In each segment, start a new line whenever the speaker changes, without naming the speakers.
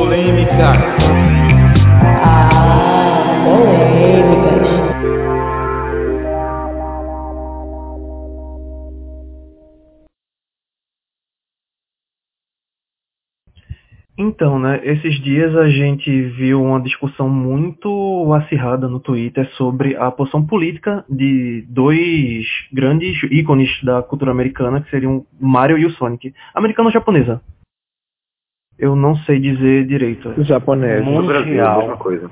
Polêmica.
Ah, polêmicas.
Então, né, esses dias a gente viu uma discussão muito acirrada no Twitter sobre a posição política de dois grandes ícones da cultura americana, que seriam Mario e o Sonic. Americana ou japonesa? Eu não sei dizer direito.
Japonês.
É, No Brasil, a mesma coisa.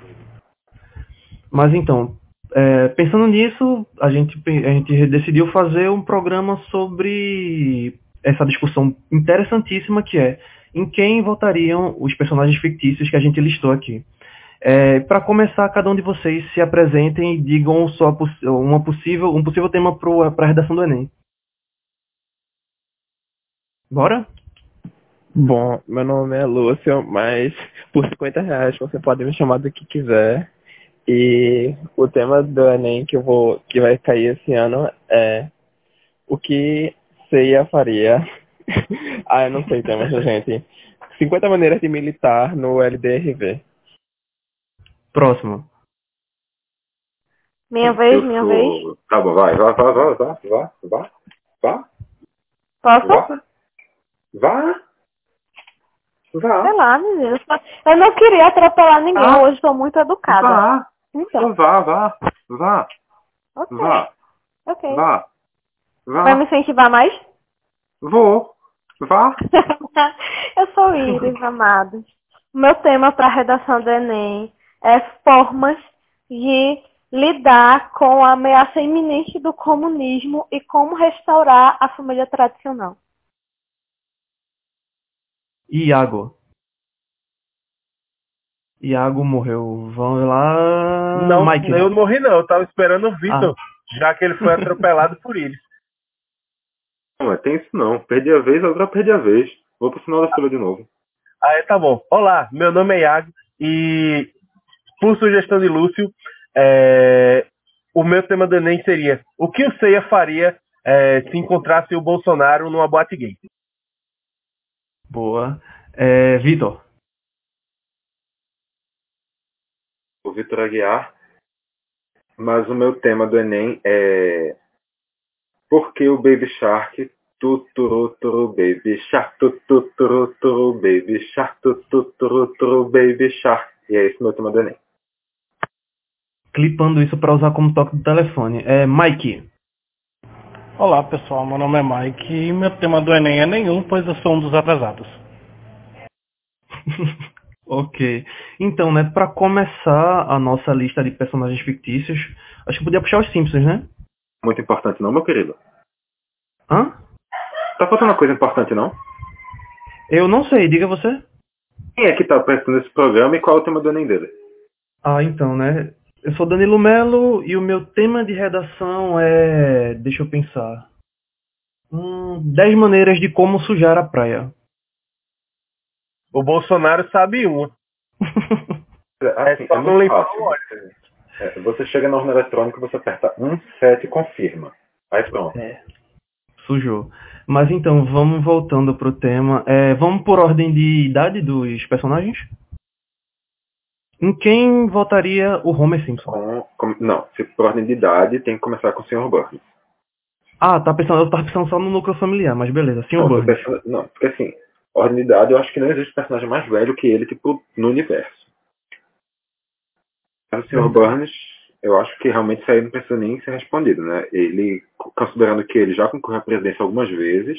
Mas então, é, pensando nisso, a gente, pe- a gente decidiu fazer um programa sobre essa discussão interessantíssima que é em quem votariam os personagens fictícios que a gente listou aqui. para começar, cada um de vocês se apresentem e digam sua, poss- uma possível, um possível tema para a redação do Enem. Bora?
Bom, meu nome é Lúcio, mas por 50 reais você pode me chamar do que quiser. E o tema do Enem que eu vou que vai cair esse ano é o que Ceia faria. ah, eu não sei temas, gente. 50 maneiras de militar no LDRV.
Próximo.
Minha vez,
Eu
minha
sou-
vez.
Tá bom, vai, vá, vá, vá, vá, vá, vá, vá,
Posso?
vá, vá, vá,
Sei lá, menino. Eu não queria atropelar ninguém,
Ah.
hoje estou muito educada.
vá,
Então,
vá, vá, vá,
ok.
vá,
ok.
vá,
Vai me
vá,
incentivar mais?
vou, vá,
Eu sou Iris, amados. Meu tema para a redação do Enem é formas de lidar com a ameaça iminente do comunismo e como restaurar a família tradicional.
Iago. Iago morreu. Vamos lá.
Não,
Mike.
eu não morri não, eu tava esperando o Vitor, já que ele foi atropelado por Iris.
Não, mas tem isso não. Perdi a vez, agora perdi a vez. Vou pro final da fila de novo.
Aí tá bom. Olá, meu nome é Iago e por sugestão de Lúcio, é, o meu tema do Enem seria o que o Ceia faria é, se encontrasse o Bolsonaro numa boate gay?
Boa. É, Vitor.
O Vitor Aguiar. Mas o meu tema do Enem é Por que o Baby Shark tuturu turu baby shark tuturu turu turu baby shark tuturu turu turu baby shark. E é esse meu tema do Enem.
Clipando isso para usar como toque do telefone. É, Mike.
Olá pessoal, meu nome é Mike e meu tema do Enem é nenhum, pois eu sou um dos atrasados.
Ok. Então, né, para começar a nossa lista de personagens fictícios, acho que podia puxar os Simpsons, né?
Muito importante não, meu querido?
Hã?
Tá faltando uma coisa importante não?
Eu não sei, diga você.
Quem é que tá apresentando esse programa e qual é o tema do Enem dele?
Ah, então, né? Eu sou Danilo Melo e o meu tema de redação é. Deixa eu pensar. Hum, 10 maneiras de como sujar a praia.
O Bolsonaro sabe uma.
Assim,
só
é
não
muito
limpar
fácil.
o óleo.
É, você chega na urna eletrônica, você aperta 1, 7 e confirma. Aí pronto.
Sujou. Mas então, vamos voltando pro tema. É, vamos por ordem de idade dos personagens? Em quem votaria o Homer Simpson?
Com, Então, com- não, se por ordem de idade, tem que começar com o Sr. Burns.
Ah, tá pensando, eu tava pensando só no núcleo familiar, mas beleza, Sr.
Não, tô
Burns.
pensando- não, porque assim, ordem de idade, eu acho que não existe personagem mais velho que ele, tipo, no universo. Mas o Sr. Burns, eu acho que realmente isso aí não precisa nem ser respondido, né? Ele, considerando que ele já concorreu à presidência algumas vezes,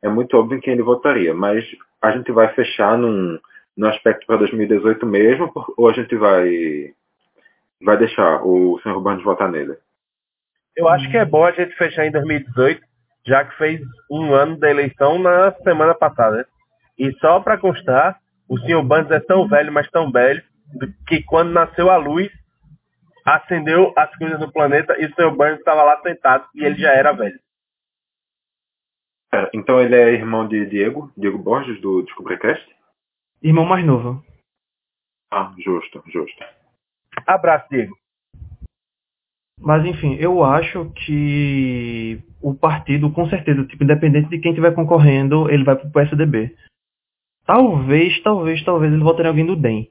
é muito óbvio em quem ele votaria, mas a gente vai fechar num, num aspecto para 2018 mesmo, por- ou a gente vai, vai deixar o Sr. Burns votar nele?
Eu acho que é bom a gente fechar em 2018, já que fez um ano da eleição na semana passada. E só para constar, o senhor Bandes é tão velho, mas tão velho, do- que quando nasceu a luz, acendeu as coisas no planeta e o senhor Bandes estava lá sentado e ele já era velho.
Pera, Então ele é irmão de Diego, Diego Borges, do DescobriCast?
Irmão mais novo.
Ah, justo, justo.
Abraço, Diego.
Mas enfim, eu acho que o partido, com certeza, tipo, independente de quem tiver concorrendo, ele vai pro PSDB. Talvez, talvez, talvez ele votaria em alguém do DEM.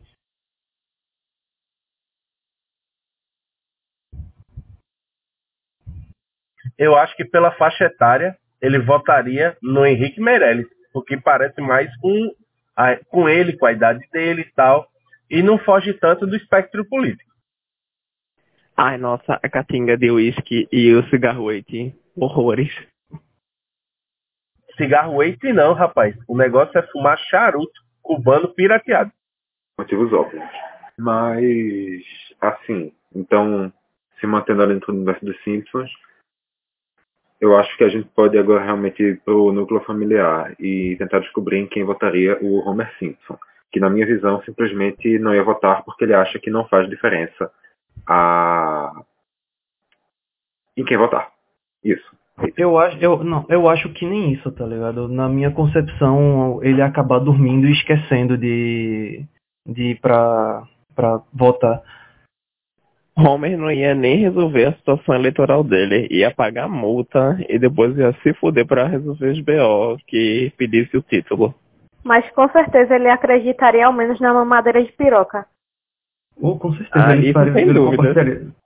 Eu acho que pela faixa etária ele votaria no Henrique Meirelles, porque parece mais com, a- com ele, com a idade dele e tal, e não foge tanto do espectro político.
Ai, nossa, a catinga de uísque e o cigarro Eighteen. Horrores.
Cigarro Waite não, rapaz. O negócio é fumar charuto cubano pirateado.
motivos óbvios. Mas, assim, então, se mantendo ali dentro do universo dos Simpsons, eu acho que a gente pode agora realmente ir pro núcleo familiar e tentar descobrir em quem votaria o Homer Simpson, que na minha visão simplesmente não ia votar porque ele acha que não faz diferença a... em quem votar. Isso.
Eu acho, eu, não, eu acho que nem isso, tá ligado? Na minha concepção, ele ia acabar dormindo e esquecendo de, de ir pra, pra votar.
Homer não ia nem resolver a situação eleitoral dele, ia pagar multa e depois ia se fuder pra resolver os BO que pedisse o título.
Mas com certeza ele acreditaria ao menos na mamadeira de piroca.
Oh, com certeza,
Ah,
ele
isso
faria
sem
ele
dúvida.
compartilharia.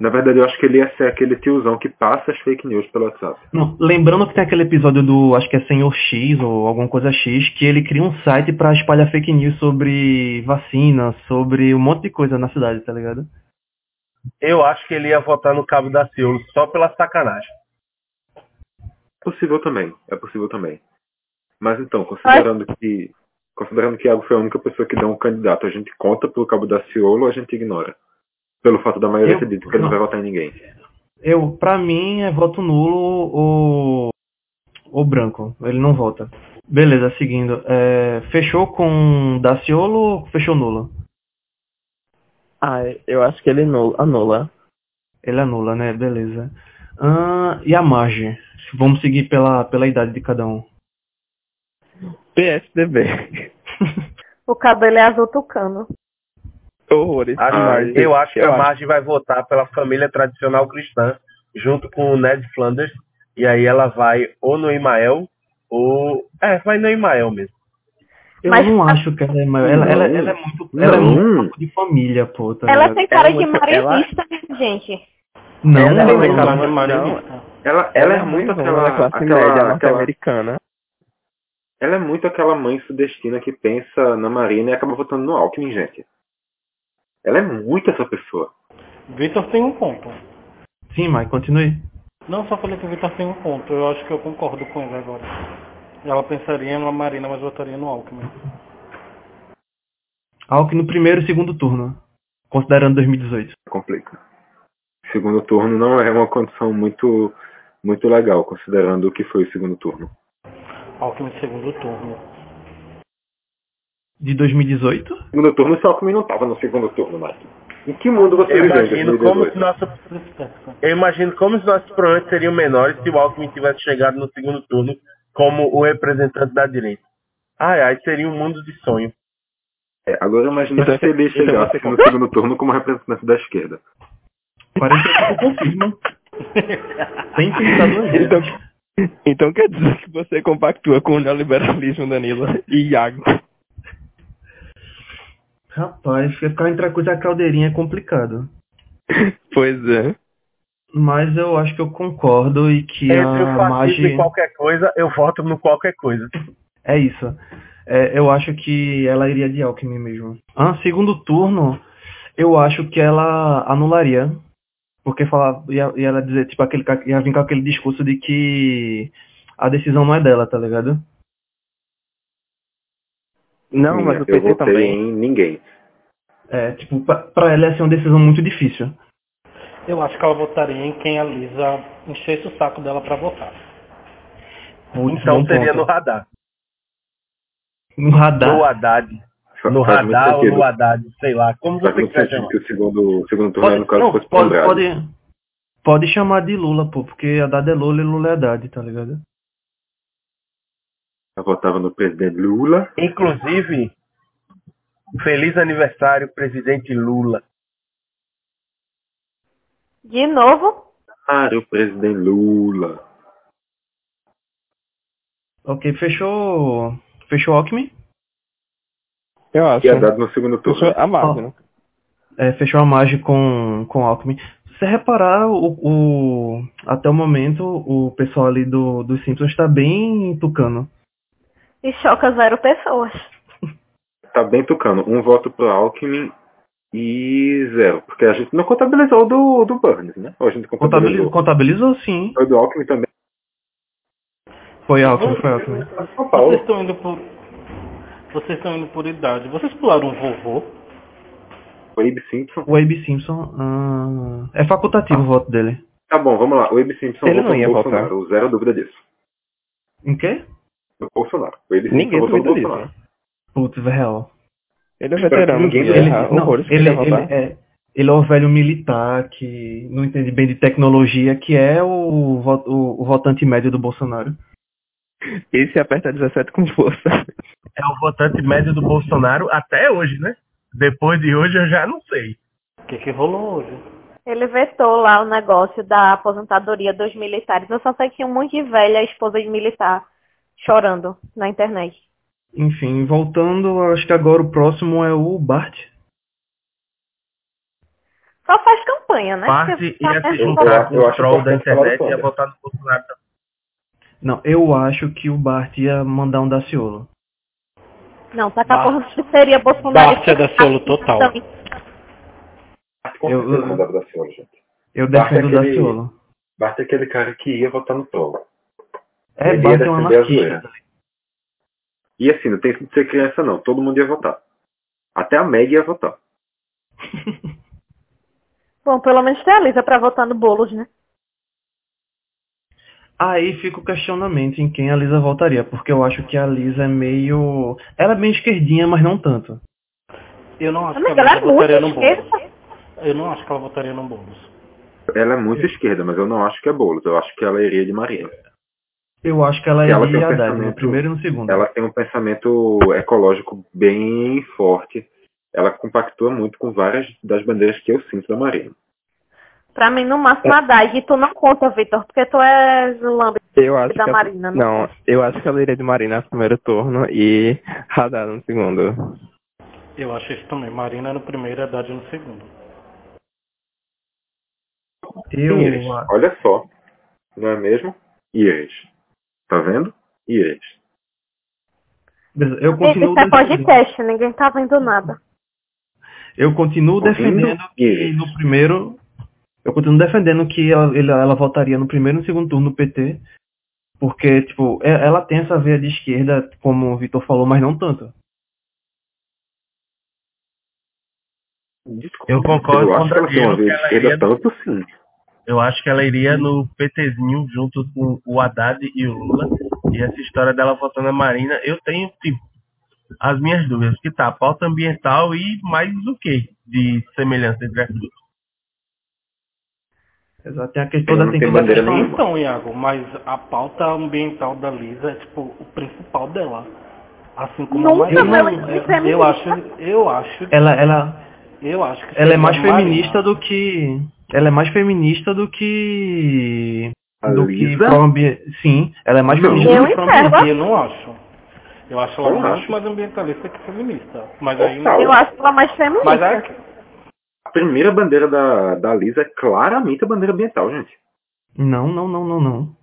Na verdade, eu acho que ele ia ser aquele tiozão que passa as fake news pelo WhatsApp.
Não, lembrando que tem aquele episódio do, acho que é Senhor X ou alguma coisa X, que ele cria um site pra espalhar fake news sobre vacina, sobre um monte de coisa na cidade, tá ligado?
Eu acho que ele ia votar no Cabo da Ciolo só pela sacanagem.
Possível também, é possível também. Mas então, considerando que considerando que Iago foi a única pessoa que deu um candidato, a gente conta pelo Cabo da Ciolo ou a gente ignora? Pelo fato da maioria
Eu-
ter dito que ele não vai votar em ninguém.
Eu, pra mim, é voto nulo ou, ou branco. Ele não vota. Beleza, seguindo. É, fechou com Daciolo ou fechou nulo?
Ah, eu acho que ele ah, nu- anula.
Ele anula, né? Beleza. Ahn, e a margem? Vamos seguir pela, pela idade de cada um.
PSDB.
O cabelo é azul tucano.
Horrores.
Acho-
Marge.
eu acho que
Ah, Eu
a
acho.
Marge vai votar pela família tradicional cristã, junto com o Ned Flanders. E aí ela vai ou no Imael, ou. É, vai no Imael mesmo.
Eu
Mas-
não acho que ela é maior. Ela, ela- ela é muito. Ela é
Não.
muito papo de família, pô. Tá
ela
ligado?
tem cara
Ela
de
é muito-
marinista, gente.
Não,
Ela é
não,
muito-
não.
não,
Ela, ela, é muito aquela,
da classe
aquela-
média
aquela-
norte-americana.
ela é muito aquela mãe sudestina que pensa na Marina e acaba votando no Alckmin, gente. Ela é muito essa pessoa.
Vitor tem um ponto.
Sim, mas continue.
Não, só falei que o Vitor tem um ponto. Eu acho que eu concordo com ele agora. Ela pensaria na Marina, mas votaria no Alckmin.
Alckmin no primeiro e segundo turno. Considerando 2018.
Complica. Segundo turno não é uma condição muito, muito legal, considerando o que foi o segundo turno.
Alckmin segundo turno.
De 2018?
segundo turno, só que o não tava no segundo turno, mas Em que mundo você
Eu
viveu em
imagino como se
2018?
nosso, eu imagino como se nossos problemas seriam menores se o Alckmin tivesse chegado no segundo turno como o representante da direita. Ai, ai, seria um mundo de sonho.
É, agora imagina
Então
se ele
você- então
chegasse
você
no segundo turno como representante da esquerda.
45 confirma. Tem pensado ainda.
Então, então quer dizer que você compactua com o neoliberalismo, Danilo e Iago.
Rapaz, ficar entre a coisa e a caldeirinha é complicado.
Pois é.
Mas eu acho que eu concordo e que
Entre o
a
fascismo e
margem.
qualquer coisa, eu voto no qualquer coisa.
É isso. É, eu acho que ela iria de Alckmin mesmo. Ah, segundo turno, eu acho que ela anularia. Porque falar, ia, ia ela dizer, tipo, aquele, ca- ia vir com aquele discurso de que a decisão não é dela, tá ligado?
Não,
Minha,
mas o
eu
PT
votei
também.
em ninguém.
É, tipo, pra, pra ela ia ser uma decisão muito difícil.
Eu acho que ela votaria em quem a Lisa enchesse o saco dela pra votar.
Putz,
Então
bom
seria
ponto.
no radar.
no radar.
No Haddad.
Fa-
No
faz muito
radar ou
sentido.
no Haddad, sei lá. Como
Faz
você
muito
quiser
sentido
chamar.
que o segundo, o segundo turno,
Pode,
no caso,
não,
fosse
pode,
ponderado.
pode, pode chamar de Lula, pô, porque Haddad é Lula e Lula é Haddad, tá ligado?
Eu votava no presidente Lula.
Inclusive, feliz aniversário, presidente Lula.
De novo,
Ah, o presidente Lula.
Ok, fechou. Fechou Alckmin?
Eu acho.
Que é dado no segundo turno.
Puxou a máquina.
É, fechou a margem com, com Alckmin. Se você reparar, o, o- até o momento, o pessoal ali do, dos Simpsons tá bem tucano.
E choca zero pessoas.
Tá bem tocando. Um voto pro Alckmin e zero. Porque a gente não contabilizou o do, do Burns, né? Ou a gente contabilizou.
Contabilizou, contabilizou sim.
Foi do Alckmin também. tá
Foi Alckmin, foi Alckmin.
São
Vocês
Paulo.
estão indo por. Vocês estão indo por idade. Vocês pularam o vovô?
O Abe Simpson.
O Abe Simpson ah, é facultativo o voto dele.
Tá bom, vamos lá. O Abe Simpson
Ele
votou
não ia
no
votar.
Bolsonaro. Zero dúvida disso.
Em quê?
No Bolsonaro. O Abe Simpson
Ninguém
votou no
duvida disso.
Bolsonaro.
Putz, é real.
Ele é
Espero
veterano.
que ninguém
ia
dele-
errar
não,
horrores que
ele,
ele ia
ele
votar.
é, ele é o velho militar que não entende bem de tecnologia, que é o, vo- o, o votante médio do Bolsonaro.
Esse aperta 17 com força.
É o votante médio do Bolsonaro até hoje, né? Depois de hoje eu já não sei.
O que, que rolou hoje?
Ele vetou lá o negócio da aposentadoria dos militares. Eu só sei que tinha um monte de velha esposa de militar chorando na internet.
Enfim, voltando, acho que agora o próximo é o Bart.
Só faz campanha, né?
Parte
Porque
ia se
parece
juntar
né?
com
eu
o
acho
troll da
importante falar do
internet e ia
Sanders.
votar no Bolsonaro também.
Não, eu acho que o Bart ia mandar um Daciolo.
só- Não, tá porra seria Bolsonaro.
Bart é da Ciolo total.
Com
Eu-
certeza
eu-
não dava da senhora, gente.
Eu
Bart é
defendo o
aquele-
Daciolo.
Basta aquele cara que ia votar no Troll.
É,
Ele ia
Bart é um
defender a
anarquista.
zoeira. E assim, não tem que ser criança não, todo mundo ia votar. Até a Meg ia votar.
Bom, pelo menos tem a Lisa pra votar no Boulos, né?
Aí fica o questionamento em quem a Lisa votaria, porque eu acho que a Lisa é meio. Ela é bem esquerdinha, mas não tanto.
Eu não acho
Amiga,
que
ela
ela
é muito
votaria no Boulos.
esquerda.
Eu não acho que ela votaria no Boulos.
Ela é muito esquerda, mas eu não acho que é Boulos, eu acho que ela iria de Maria.
Eu acho que ela
Ela tem
iria
um
Haddad no
pensamento-
primeiro e no segundo.
Ela tem um pensamento ecológico bem forte. Ela compactua muito com várias das bandeiras que eu sinto da Marinha.
Pra mim, no máximo, a Haddad. E tu não conta, Vitor, porque tu és lambe
Eu acho
da
que é ela-
Marina. né? Não.
Não, eu acho que ela iria de Marina no primeiro turno e Radar no segundo.
Eu acho isso também. Marina no primeiro, Haddad no segundo.
Eu,
Iris,
a-
olha só. Não é mesmo? Iris. Tá vendo? Iris.
beleza, eu
Amiga,
continuo
isso é
defendendo-
podcast, ninguém tá vendo nada.
Eu continuo
Ouvindo?
defendendo que
Iris.
no primeiro. Eu continuo defendendo que ela, ele- ela votaria no primeiro e no segundo turno no PT. Porque, tipo, e- ela tem essa veia de esquerda, como o Vitor falou, mas não tanto.
Desculpa.
Eu concordo
eu
com o
acho que ela tem uma
Danilo, que
vez esquerda
ela
é
iria no-
tanto sim.
Eu acho que ela iria no PTzinho junto com o Haddad e o Lula. E essa história dela votando na Marina, eu tenho, tipo, as minhas dúvidas. Que tá, pauta ambiental e mais o que de semelhança entre as duas?
Exato. Tem a questão da
não tem
tem
bandeira
toda a
nenhuma.
questão-
Então, Iago, mas a pauta ambiental da Lisa é tipo o principal dela. Assim como a
Nunca,
Marina.
mas ela
Eu-
é feminista.
eu acho, eu acho,
Ela, ela,
eu acho que
ela é
seria
mais
a Marina.
feminista do que. Ela é mais feminista do que.
A
do que
Lisa,
pro Sim, ela é mais
Não.
feminista
Eu
do que pro ambiente.
encerro
Eu não acho. Eu acho ela
Eu
muito
acho.
mais ambientalista que feminista. Mas
Total.
aí.
Eu acho ela é mais feminista.
Mas aí-
a primeira bandeira da, da Lisa é claramente a bandeira ambiental, gente.
Não, não, não, não, não.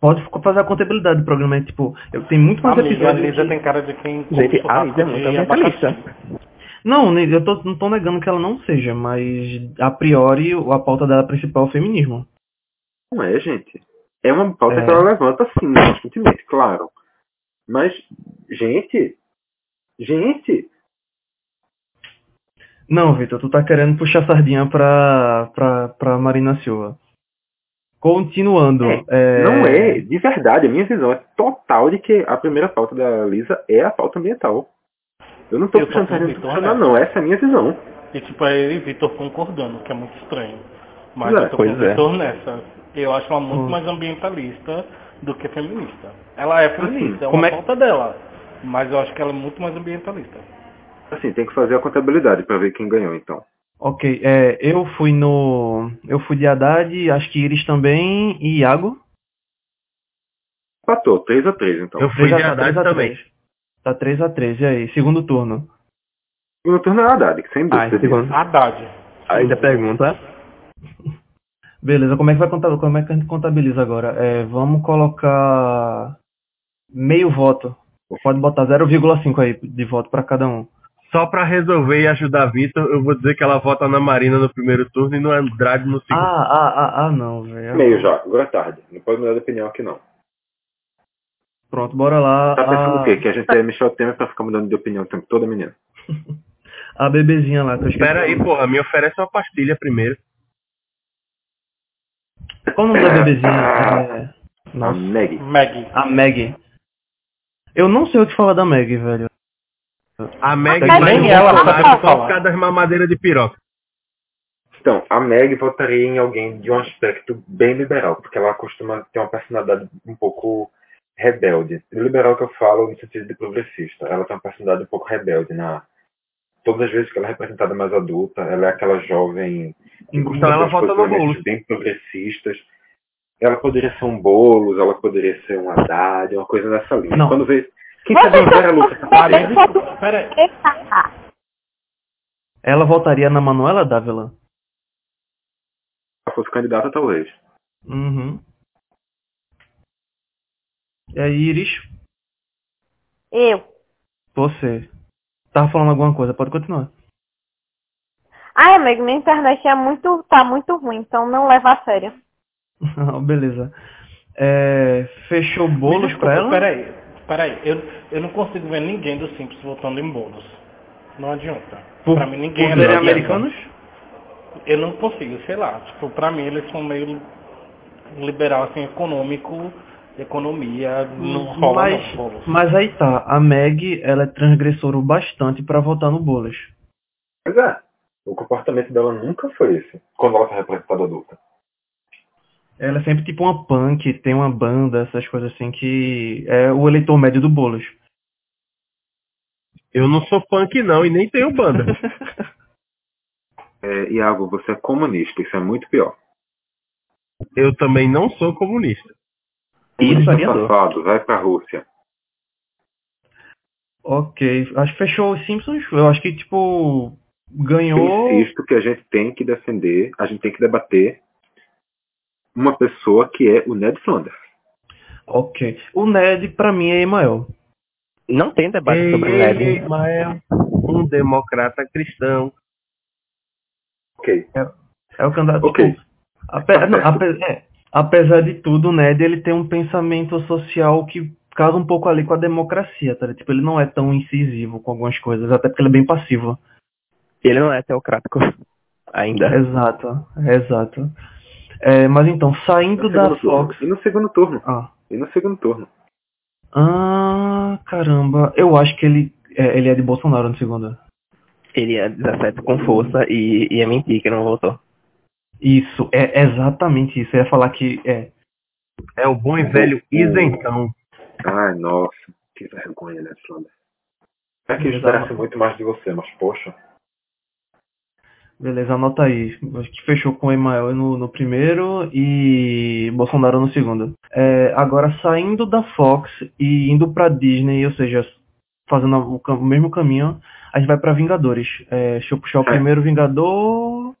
Pode ficar- fazer a contabilidade do programa. É, tipo, eu tenho muito mais
Amiga, a
episódios.
Lisa
que-
tem cara de quem. come
Gente, a
churrasco
Lisa é
de
muito
abacaxi.
ambientalista.
Não, ne- eu tô, não tô negando que ela não seja, mas a priori a pauta dela principal é o feminismo.
Não é, gente. É uma pauta
É.
que ela levanta sim, constantemente, claro. Mas, gente, gente,
Não, Vitor, tu tá querendo puxar sardinha pra, pra, pra Marina Silva. Continuando.
É,
é,
não é. De verdade, a minha visão é total de que a primeira pauta da Lisa é a pauta ambiental. Eu não tô
Eu tô
puxando
com o
sardinha
Vitor
profissional,
nessa.
não. Essa é a minha visão.
E tipo, aí eu e Vitor concordando, o que é muito estranho. Mas
Pois é,
eu tô com o
pois é.
Vitor nessa. Eu acho ela muito
Hum.
mais ambientalista do que feminista. Ela é feminista, é
como
uma
é-
falta dela. Mas eu acho que ela é muito mais ambientalista.
Assim, tem que fazer a contabilidade pra ver quem ganhou, então.
Ok, é, eu fui no. Eu fui de Haddad, acho que Iris também e Iago.
Patou, 3 a então. 3 então.
Eu fui de
Já tá
Haddad
3 a
também.
3. Tá 3x3, e aí? Segundo turno.
Segundo turno é o Haddad, que sem
Ah,
dúvida.
em segundo.
Haddad.
Ainda pergunta.
Beleza, como é que vai contar, como é que a gente contabiliza agora? É, vamos colocar meio voto. Pode botar 0,5 aí de voto pra cada um.
Só pra resolver e ajudar Vitor, eu vou dizer que ela vota na Marina no primeiro turno e no Andrade no
Ah,
segundo.
ah, ah, ah, não, velho.
Meio já, agora é tarde. Não pode mudar de opinião aqui não.
Pronto, bora lá. Ah,
Tá pensando
a,
o quê? Que a gente é Michel Temer pra ficar mudando de opinião o tempo todo, menino?
a bebezinha lá que eu esqueci.
Pera aí, porra, me oferece uma pastilha primeiro.
Qual o nome da bebezinha? É...
A
Nossa.
Meg.
Meg.
A Maggie. Eu não sei o que falar da Maggie, velho.
A Meg
Mas
vai
nem
no
ela
Bolsonaro
sabe
só
falar.
por causa das mamadeiras de piroca.
Então, a Meg votaria em alguém de um aspecto bem liberal, porque ela costuma ter uma personalidade um pouco rebelde. Liberal que eu falo no sentido de progressista. Ela tem uma personalidade um pouco rebelde na. Todas as vezes que ela é representada mais adulta, ela é aquela jovem que
Então,
costuma
Então ela
ter
vota no
posicionamentos
Boulos.
bem progressistas. Ela poderia ser um Boulos, ela poderia ser um Haddad, uma coisa nessa linha.
Não.
Quando vê. Quem
Vocês
sabe
são
uma Vera Lúcia
vocês são tudo
Pera aí.
eita.
Ela votaria na Manuela Dávila?
se fosse candidata, talvez.
Uhum. E aí, Iris,
Eu.
você. Tava falando alguma coisa, pode continuar.
Ai, amigo, minha internet é muito, tá muito ruim, então não leva a sério.
Oh, Beleza. É, fechou bolos pra ela?
Peraí, peraí. Eu, eu não consigo ver ninguém do Simples votando em bolos. Não adianta.
Por-
pra mim ninguém
por
é
serem
nada.
americanos?
Eu não consigo, sei lá. Tipo, pra mim eles são meio liberal, assim, econômico, economia, não rola
mas,
não, bolos.
mas aí tá, a Meg, ela é transgressora o bastante pra votar no bolos.
Pois é. O comportamento dela nunca foi esse, quando ela foi representada adulta.
Ela é sempre tipo uma punk, tem uma banda, essas coisas assim, que é o eleitor médio do bolos.
Eu não sou punk não e nem tenho banda.
É, Iago, você é comunista, isso é muito pior.
Eu também não sou comunista.
Comunista
Historiador.
safado, vai pra Rússia.
Ok, acho que fechou os Simpsons. Eu acho que, tipo, ganhou.
Eu insisto que a gente tem que defender, a gente tem que debater uma pessoa que é o Ned Flanders.
Ok. O Ned, pra mim, é Emael.
Não tem debate
Ei,
sobre
ei,
Nerd.
Ismael, um democrata cristão.
Ok.
É o candidato.
Ok.
tipo, ape-
Tá
não,
certo.
ape- é, apesar de tudo, o Ned ele tem um pensamento social que casa um pouco ali com a democracia, tá? ligado? Tipo, ele não é tão incisivo com algumas coisas, até porque ele é bem passivo.
Ele não é teocrático ainda.
Exato, exato. É, mas então, saindo
No
da
segundo turno.
Fox.
E no segundo turno.
Ah.
E no segundo turno.
Ah, caramba. Eu acho que ele é, ele é de Bolsonaro no segundo.
Ele é 17 com força e, e é mentir que não voltou.
Isso, é exatamente isso. Eu ia falar que é.
É o bom e velho isentão.
Ai, nossa, que vergonha, Ned Flanders. É que eu esperasse muito mais de você, mas poxa.
Beleza, anota aí. Acho que fechou com o Emael no, no primeiro e Bolsonaro no segundo. É, agora, saindo da Fox e indo pra Disney, ou seja, fazendo o, cam- o mesmo caminho, a gente vai pra Vingadores. É, deixa eu puxar o
É.
primeiro Vingador.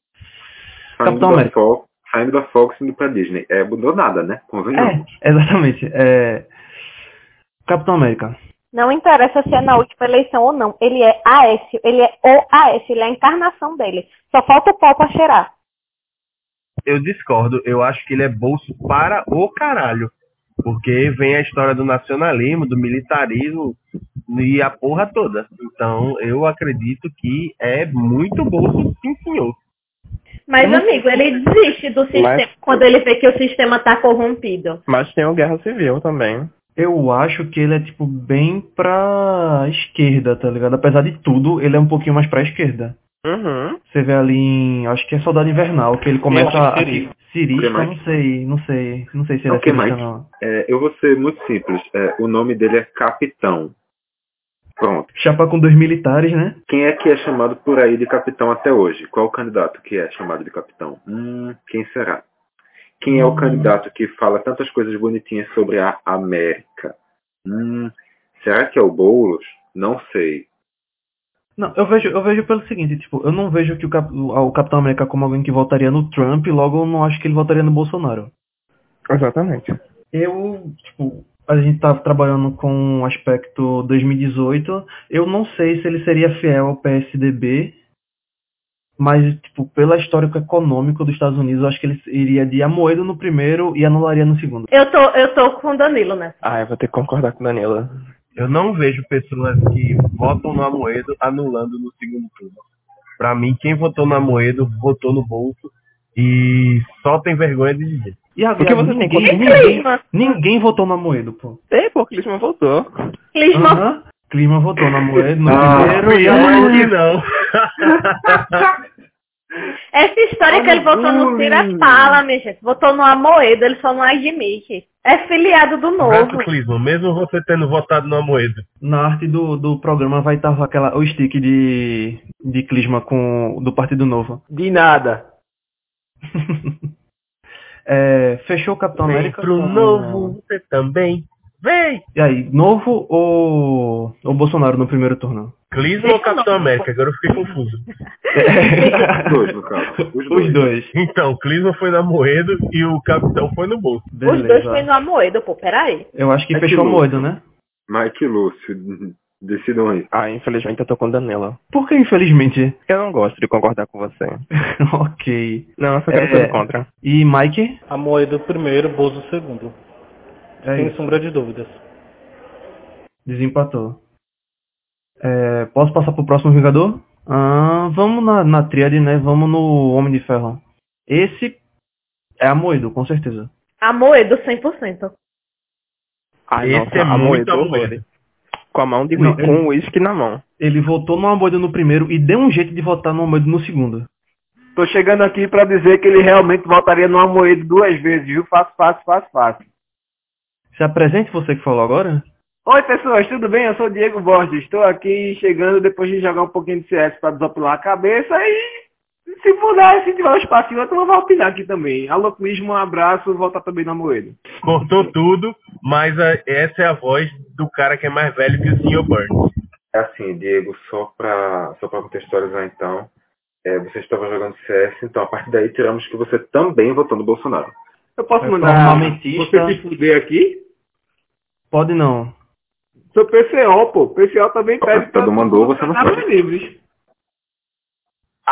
Saindo
Capitão
da
América.
Fox, saindo da Fox e indo pra Disney. É, mudou nada, né? Convenhamos.
É, exatamente. É, Capitão América.
Não interessa se é na última eleição ou não. Ele é Aécio, ele é o Aécio, ele é a encarnação dele. Só falta o pau pra cheirar.
Eu discordo, eu acho que ele é bolso para o caralho. Porque vem a história do nacionalismo, do militarismo e a porra toda. Então eu acredito que é muito bolso, sim senhor.
Mas, amigo, ele desiste do sistema
Mas-
quando ele vê que o sistema tá corrompido.
Mas tem o Guerra Civil também.
Eu acho que ele é, tipo, bem pra esquerda, tá ligado? Apesar de tudo, ele é um pouquinho mais pra esquerda.
Uhum.
Você vê ali em. Acho que é Saudade Invernal, que ele começa
acho que
a.
seria.
Cirista,
O que mais?
não sei, não sei. Não sei se ele
O
é
que
cirista,
mais?
não.
É, eu vou ser muito simples. É, o nome dele é Capitão. Pronto.
Chapa com dois militares, né?
Quem é que é chamado por aí de capitão até hoje? Qual o candidato que é chamado de capitão? Hum, quem será? Quem é o candidato que fala tantas coisas bonitinhas sobre a América? Hum, será que é o Boulos? Não sei.
Não, eu vejo, eu vejo pelo seguinte, tipo, eu não vejo que o, Cap- o- o Capitão América como alguém que votaria no Trump, logo eu não acho que ele votaria no Bolsonaro.
Exatamente.
Eu, tipo, a gente tava trabalhando com o aspecto 2018, eu não sei se ele seria fiel ao PSDB, mas, tipo, pelo histórico econômico dos Estados Unidos, eu acho que ele iria de Amoedo no primeiro e anularia no segundo.
Eu tô, eu tô com o Danilo, né?
Ah, eu vou ter que concordar com Danila.
Eu não vejo pessoas que votam no Amoedo anulando no segundo turno. Pra mim, quem votou no Amoedo votou no bolso e só tem vergonha de dizer.
E agora,
Porque você tem
ninguém,
contra-
ninguém,
Clisma.
ninguém votou no Amoedo, pô.
É, pô, o Clisma voltou.
Clisma.
Aham. Clima votou na mulher no
Ah,
primeiro e
Pior que
anulou.
não.
Essa história que ele votou no Cira fala, minha gente. Votou no Amoedo, ele só não admite. É filiado do novo.
Rato mesmo você tendo votado no Amoedo.
Na arte do, do programa vai estar aquela, o stick de, de Clisma com, do Partido Novo.
De nada.
É, fechou o Capitão
Vem
América.
pro
com-
novo, você também. Vem!
E aí, novo ou, ou Bolsonaro no primeiro turno?
Clisma ou Capitão América? Agora eu fiquei confuso.
Os dois, no caso. Os dois.
Os dois.
Então, Clisma foi na Moedo e o Capitão foi no bolso.
Os dois foi
Beleza.
no Amoedo, pô, peraí.
Eu acho que
É que
fechou o
louco.
Moedo, né?
Mike e Lúcio, decidam aí.
Ah, infelizmente eu tô com Danila.
Porque infelizmente.
Eu não gosto de concordar com você.
ok.
Não, eu só quero
É.
ser contra.
E Mike?
A moeda primeiro, Bozo segundo.
É
Sem
isso.
sombra de dúvidas.
Desempatou. É, posso passar pro próximo Vingador? Ah, vamos na, na tríade, né? Vamos no Homem de Ferro. Esse é a Moedo, com certeza.
Amoedo 100%.
Ah,
Esse
nossa,
é
a
muito
moedor,
Amoedo.
Com a mão de
Não,
uísque, com o uísque na mão.
Ele votou no Amoedo no primeiro e deu um jeito de votar no Amoedo no segundo.
Tô chegando aqui pra dizer que ele realmente votaria no Amoedo duas vezes, viu? Fácil, fácil, fácil, fácil.
Se apresente você que falou agora.
Oi, pessoas, tudo bem? Eu sou o Diego Borges. Estou aqui chegando depois de jogar um pouquinho de CS pra desopilar a cabeça e... Se puder, se tiver um espacinho, eu também vou opinar aqui também. Alô, Clisma, um abraço, voltar também no Amoedo.
Cortou tudo, mas a- essa é a voz do cara que é mais velho que o Sr. Burns.
É assim, Diego, só para só pra contextualizar então, é, você estava jogando CS, então a partir daí tiramos que você também votou no Bolsonaro.
Eu posso
Eu sou
mandar um
armamentista.
você é tipo, se fuder aqui?
Pode não.
Sou PCO, pô. PCO também pede
Todo mandou, você não
armas
foi.
livres.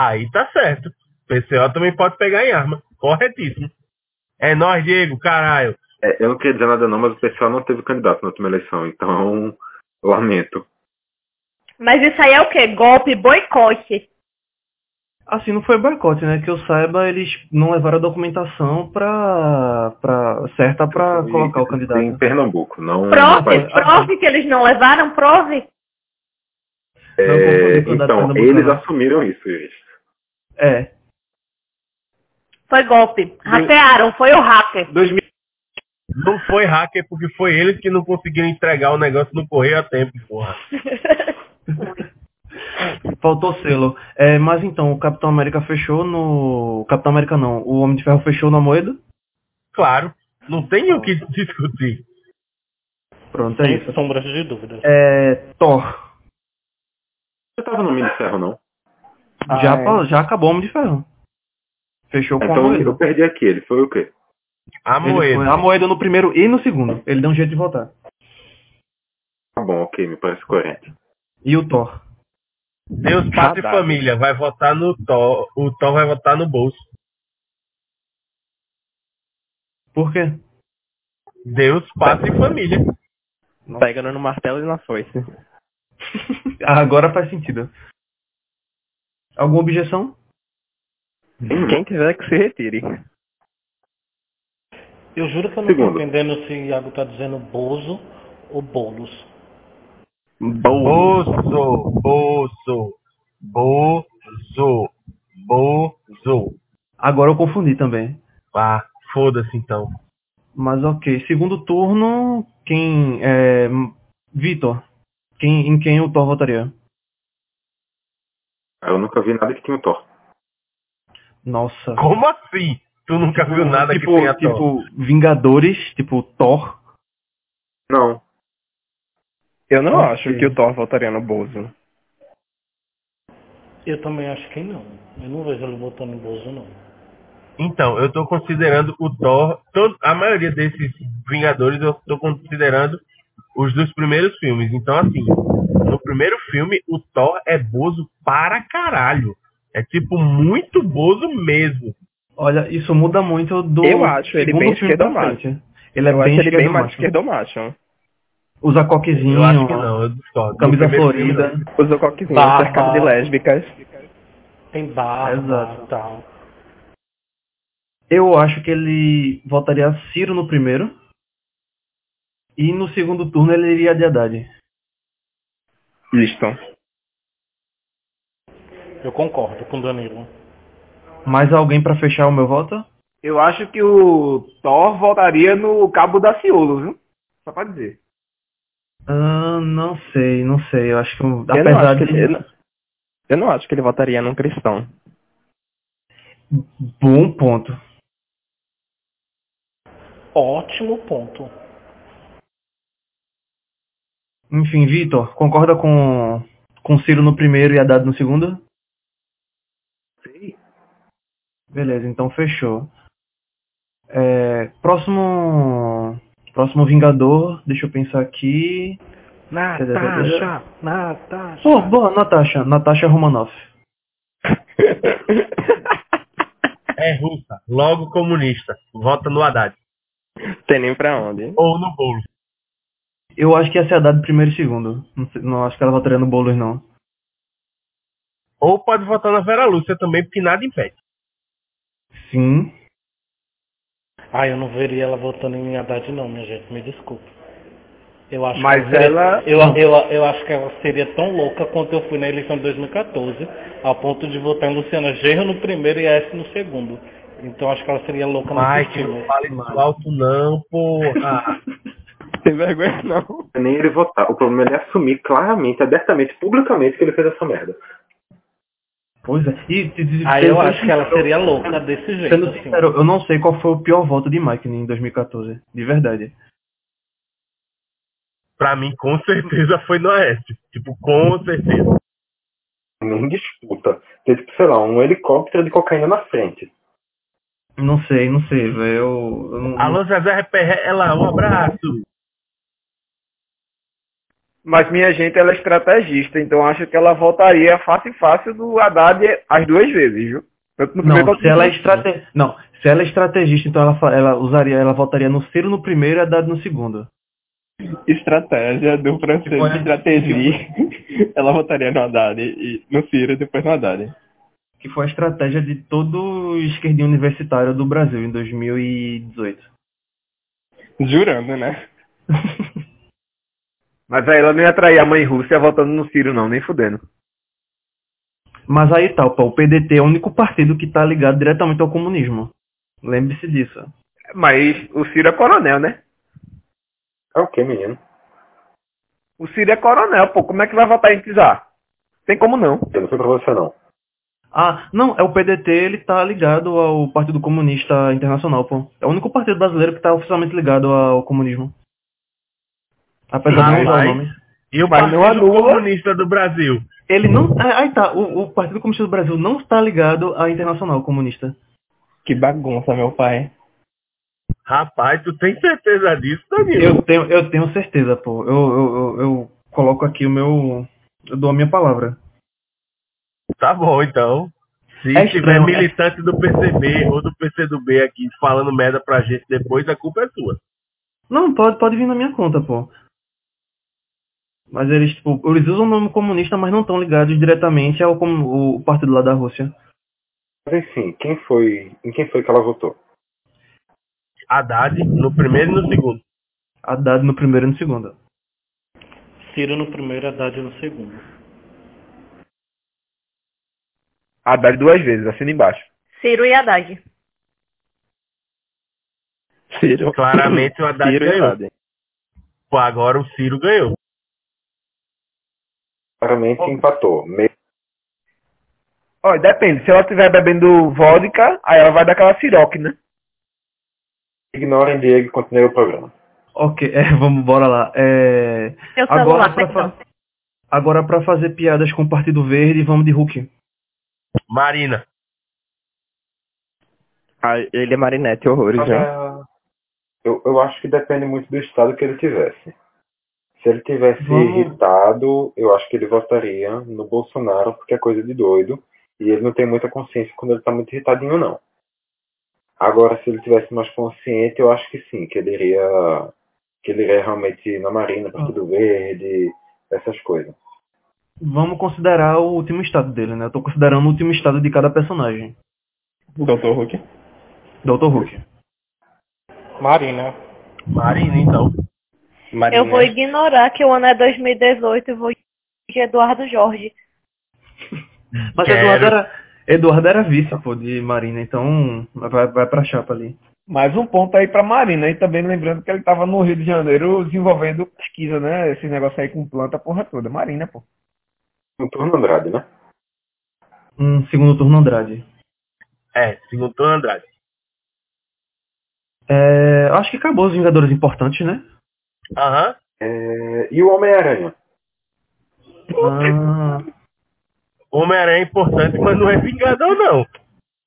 Aí tá certo. PCO também pode pegar em arma. Corretíssimo. É nóis, Diego, caralho.
É, eu não queria dizer nada não, mas o pessoal não teve candidato na última eleição, então lamento.
Mas isso aí é o quê? Golpe, boicote.
Assim, não foi boicote, né? Que eu saiba, eles não levaram a documentação pra, pra, certa pra
E-
colocar o candidato.
Em Pernambuco, não. não
Prove,
faz-
prove que eles não levaram, prove.
É,
Não confundir com o candidato
então,
pernambucano.
eles assumiram isso, Iris.
É.
Foi golpe. Hackearam, foi o hacker.
2000.
Não foi hacker porque foi eles que não conseguiram entregar o negócio no correio a tempo, porra.
Faltou selo. É, mas então, o Capitão América fechou no. Capitão América não. O Homem de Ferro fechou na moeda.
Claro, não tem o que discutir.
Pronto, é
Sem
isso.
sombras de dúvidas.
É. Thor.
Você tava no Mini Ferro, não?
Já,
Ai.
pa- já acabou o Homem de Ferro. Fechou com a
Então
moeda.
eu perdi aqui, ele foi o quê?
A
Ele
moeda.
foi a moeda no primeiro e no segundo. Ele deu um jeito de voltar.
Tá bom, ok, me parece coerente.
E o Thor.
Deus, pátria e
Haddad.
família vai votar no Thor. O Thor vai votar no bolso.
Por quê?
Deus, pátria e família.
Pegando no martelo e na foice.
Agora faz sentido. Alguma objeção?
Quem quiser que se retire.
Eu juro que eu não tô
Segundo.
entendendo se Iago tá dizendo Bozo ou Bolos.
Boa.
Bolso, bolso, bolso, bolso.
Agora eu confundi também.
Ah, foda-se então.
Mas ok. Segundo turno, quem. É, M- Vitor. Quem, em quem o Thor votaria?
Eu nunca vi nada que tinha um o Thor.
Nossa.
Como assim? Tu nunca viu nada
tipo,
que tenha Thor?
tipo, Vingadores, tipo Thor.
Não.
Eu não
Ok.
acho que o Thor votaria no Bozo.
Eu também acho que não. Eu não vejo ele botando em bolso, não.
Então, eu tô considerando o Thor. todo- a maioria desses Vingadores eu tô considerando os dos primeiros filmes. Então, assim, no primeiro filme, o Thor é bozo para caralho. É tipo muito bozo mesmo.
Olha, isso muda muito do.
Eu acho ele
segundo
bem
filme tá pra
esquerdomacho.
frente. Ele é
eu
bem
acho ele bem mais
esquerdomacho.
esquerdomacho.
Usa coquezinho,
Eu acho que não, eu discordo. No
camisa
primeiro filme,
florida.
Usa o coquezinho,
Tá,
Barba.
cercado de lésbicas.
Tem barba
Exato.
e tal.
Eu acho que ele votaria Ciro no primeiro. E no segundo turno ele iria de Haddad.
Liston.
Eu concordo com o Danilo.
Mais alguém pra fechar o meu voto?
Eu acho que o Thor voltaria no Cabo da Ciolo, viu? Só pra dizer.
Ah, não sei, não sei. Eu acho que eu-
eu, não
apesar
acho que
de
ele, eu não- eu não acho que ele votaria num cristão.
bom ponto.
Ótimo ponto.
Enfim, Vitor, concorda com com Ciro no primeiro e Haddad no segundo? Sim. Beleza, então fechou. É, próximo próximo Vingador, deixa eu pensar aqui.
Natasha, Natasha.
Pô, boa, Natasha, Natasha Romanoff.
É russa, logo comunista. Vota no Haddad.
Tem nem pra onde.
Ou no bolo.
Eu acho que ia ser Haddad primeiro e segundo. Não, sei- não acho que ela votaria no Boulos, não.
Ou pode votar na Vera Lúcia também, porque nada impede.
Sim.
Ah, eu não veria ela votando em Haddad não, minha gente, me desculpe. Eu acho
Mas
que seria-
ela-
eu, eu, eu acho que ela seria tão louca quanto eu fui na eleição de 2014, ao ponto de votar em Luciana Gerro no primeiro e S no segundo. Então acho que ela seria louca na
Mike,
estilo.
não fale isso alto não, porra.
Tem vergonha não.
Nem ele votar. O problema é ele assumir claramente, abertamente, publicamente que ele fez essa merda.
Pois é. E, e- e- sendo
Aí Ah, eu acho que ela
sincero-
seria louca desse jeito,
Sendo
assim.
sincero, eu não sei qual foi o pior voto de Mike em 2014. De verdade.
pra mim, com certeza foi no Oeste. Tipo, com certeza.
Nem disputa. Tem, tipo, sei lá, um helicóptero de cocaína na frente.
Não sei, não sei, velho. Eu, eu
Ah,
não-
Alô, José Perré, ela, um abraço.
Mas minha gente, ela é estrategista, então acho que ela voltaria fácil e fácil do Haddad as duas vezes, viu? Tanto no primeiro
Não,
quanto
se
no
ela é
segundo.
estrate... não, se ela é estrategista, então ela, fa- ela usaria, ela votaria no Ciro no primeiro e Haddad no segundo.
Estratégia do francês
Tipo,
Olha,
né?
de estratégia. Ela votaria no Haddad e no Ciro e depois no Haddad.
Que foi a estratégia de todo esquerdinho universitário do Brasil em 2018.
Jurando, né?
Mas aí ela não ia trair a mãe Rússia votando no Ciro, não, nem fudendo.
Mas aí tal, pô, o PDT é o único partido que tá ligado diretamente ao comunismo. Lembre-se disso.
Mas o Ciro é coronel, né?
É o que, menino?
O Ciro é coronel, pô. Como é que vai votar em Tizar? Tem como não.
Eu não fui pra você, não.
Ah, não, é o PDT, ele tá ligado ao Partido Comunista Internacional, pô. É o único partido brasileiro que tá oficialmente ligado ao comunismo. Apesar de não usar o
Mas-
nome.
E o
Mas não
Partido
anula.
Comunista do Brasil.
Ele não. ah, Aí tá, o, o Partido Comunista do Brasil não está ligado à Internacional Comunista.
Que bagunça, meu pai.
Rapaz, tu tem certeza disso, Danilo?
Eu tenho, eu tenho certeza, pô. Eu, eu, eu, eu coloco aqui o meu. Eu dou a minha palavra.
Tá bom, então. Se
É
tiver
estranho, né?
militante do PCB ou do PCdoB aqui falando merda pra gente depois, a culpa é sua.
Não, pode, pode vir na minha conta, pô. Mas eles, tipo, eles usam o nome comunista, mas não estão ligados diretamente ao com- o partido lá da Rússia.
Mas enfim, quem foi. Em quem foi que ela votou?
Haddad no primeiro e no segundo.
Haddad no primeiro e no segundo.
Ciro no primeiro, Haddad no segundo.
Haddad duas vezes, assina embaixo.
Ciro e Haddad.
Ciro.
Claramente o Haddad
Ciro e
ganhou.
Haddad.
Pô, Agora o Ciro ganhou.
Claramente empatou. Meio
Olha, depende. Se ela estiver bebendo vodka, aí ela vai dar aquela siroque, né?
ignorem Diego e continuem o programa.
Ok, é, vamos bora lá. É,
Seu
agora
celular,
pra
perdão.
fa- agora pra fazer piadas com o Partido Verde, vamos de Hulk.
Marina.
Ah, ele é Marinette, horrores, né?
Eu, eu acho que depende muito do estado que ele tivesse. Se ele tivesse
Vamos-
irritado, eu acho que ele votaria no Bolsonaro porque é coisa de doido e ele não tem muita consciência quando ele tá muito irritadinho, não. Agora, se ele tivesse mais consciente, eu acho que sim, que ele iria, que ele iria realmente ir na
Ah.
Marina, Partido Verde, essas coisas.
Vamos considerar o último estado dele, né? Eu tô considerando o último estado de cada personagem.
Doutor Hulk.
Dr. Hulk.
Marina.
Marina, então.
Marina.
Eu vou ignorar que o ano é 2018 e vou de Eduardo Jorge.
Mas
Quero.
Eduardo era, Eduardo era vice, pô, de Marina, então vai, vai pra chapa ali.
Mais um ponto aí pra Marina, e também lembrando que ele tava no Rio de Janeiro desenvolvendo pesquisa, né? Esse negócio aí com planta, porra toda. Marina, pô.
No turno Andrade, né?
Um segundo turno Andrade.
É, segundo turno, Andrade.
É, acho que acabou os Vingadores importantes, né?
Aham.
É, e o Homem-Aranha?
Ah,
Homem-Aranha é importante, mas não é Vingador, não.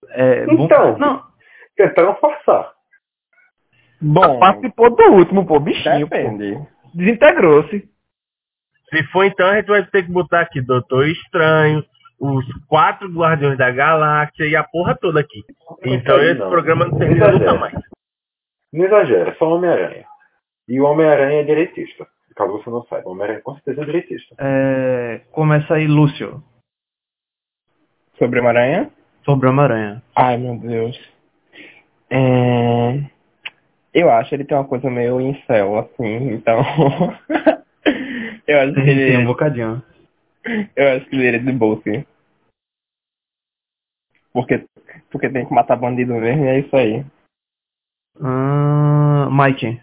é, bom-
Então.
Não,
Tentaram forçar.
Bom, participou do último, pô, bichinho, pô.
Depende.
Desintegrou-se.
Se for então, a gente vai ter que botar aqui Doutor Estranho, os quatro Guardiões da Galáxia e a porra toda aqui. Então
Não,
esse programa não termina
Exagero.
nunca mais.
Não exagera, é só o Homem-Aranha. E o Homem-Aranha é direitista. Caso você não saiba, o Homem-Aranha com certeza é direitista.
é, começa aí Lúcio,
Sobre a Maranha?
sobre Homem-Aranha.
Ai, meu Deus. É... Eu acho ele tem uma coisa meio incel, assim, então... eu, acho que
Tem um
ele,
bocadinho.
eu acho que ele é de bolsa. Porque, porque tem que matar bandido mesmo, e é isso aí.
Ah, Mike.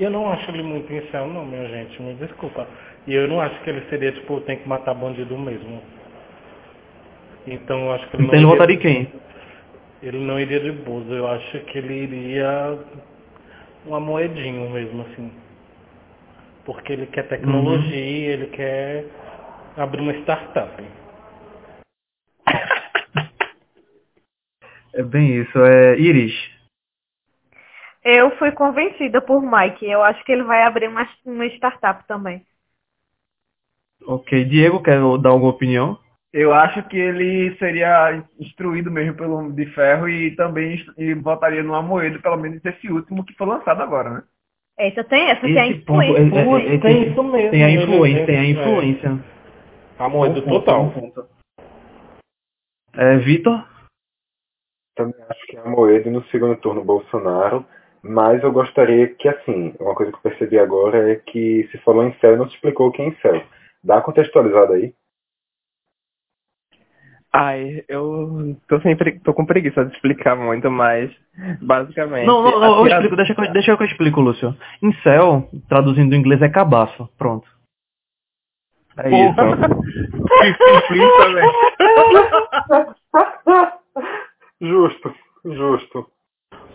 Eu não acho ele muito incel, não, minha gente. Me desculpa. E eu não acho que ele seria, tipo, tem que matar bandido mesmo. Então eu acho que ele
Então ele
iria-
votaria em quem?
Ele não iria de Bozo, eu acho que ele iria uma moedinho mesmo, assim. Porque ele quer
Uhum.
tecnologia, ele quer abrir uma startup.
É bem isso, é Iris.
Eu fui convencida por Mike. Eu acho que ele vai abrir uma, uma startup também.
Ok, Diego quer dar alguma opinião?
Eu acho que ele seria instruído mesmo pelo Homem de Ferro e também instru- e votaria no Amoedo, pelo menos esse último que foi lançado agora, né?
Eita, tem essa que é a
Esse ponto, é-
influência.
é- é-
tem
tem-
Então isso mesmo.
Tem a
ele-
influência,
ele-
tem a
é,
influência.
a moeda total.
É, Vitor?
Também acho que é Moedo no segundo turno Bolsonaro, mas eu gostaria que, assim, uma coisa que eu percebi agora é que se falou em céu e não se explicou o que é em céu. Dá uma contextualizada aí.
Ai, eu tô sempre tô com preguiça de explicar muito, mas basicamente.
Não, não, não, eu
a-
explico, deixa, que eu- deixa que eu explico, Lúcio. Incel, traduzindo do inglês, é cabaço. Pronto. É isso.
Que simplista, velho.
Justo, justo.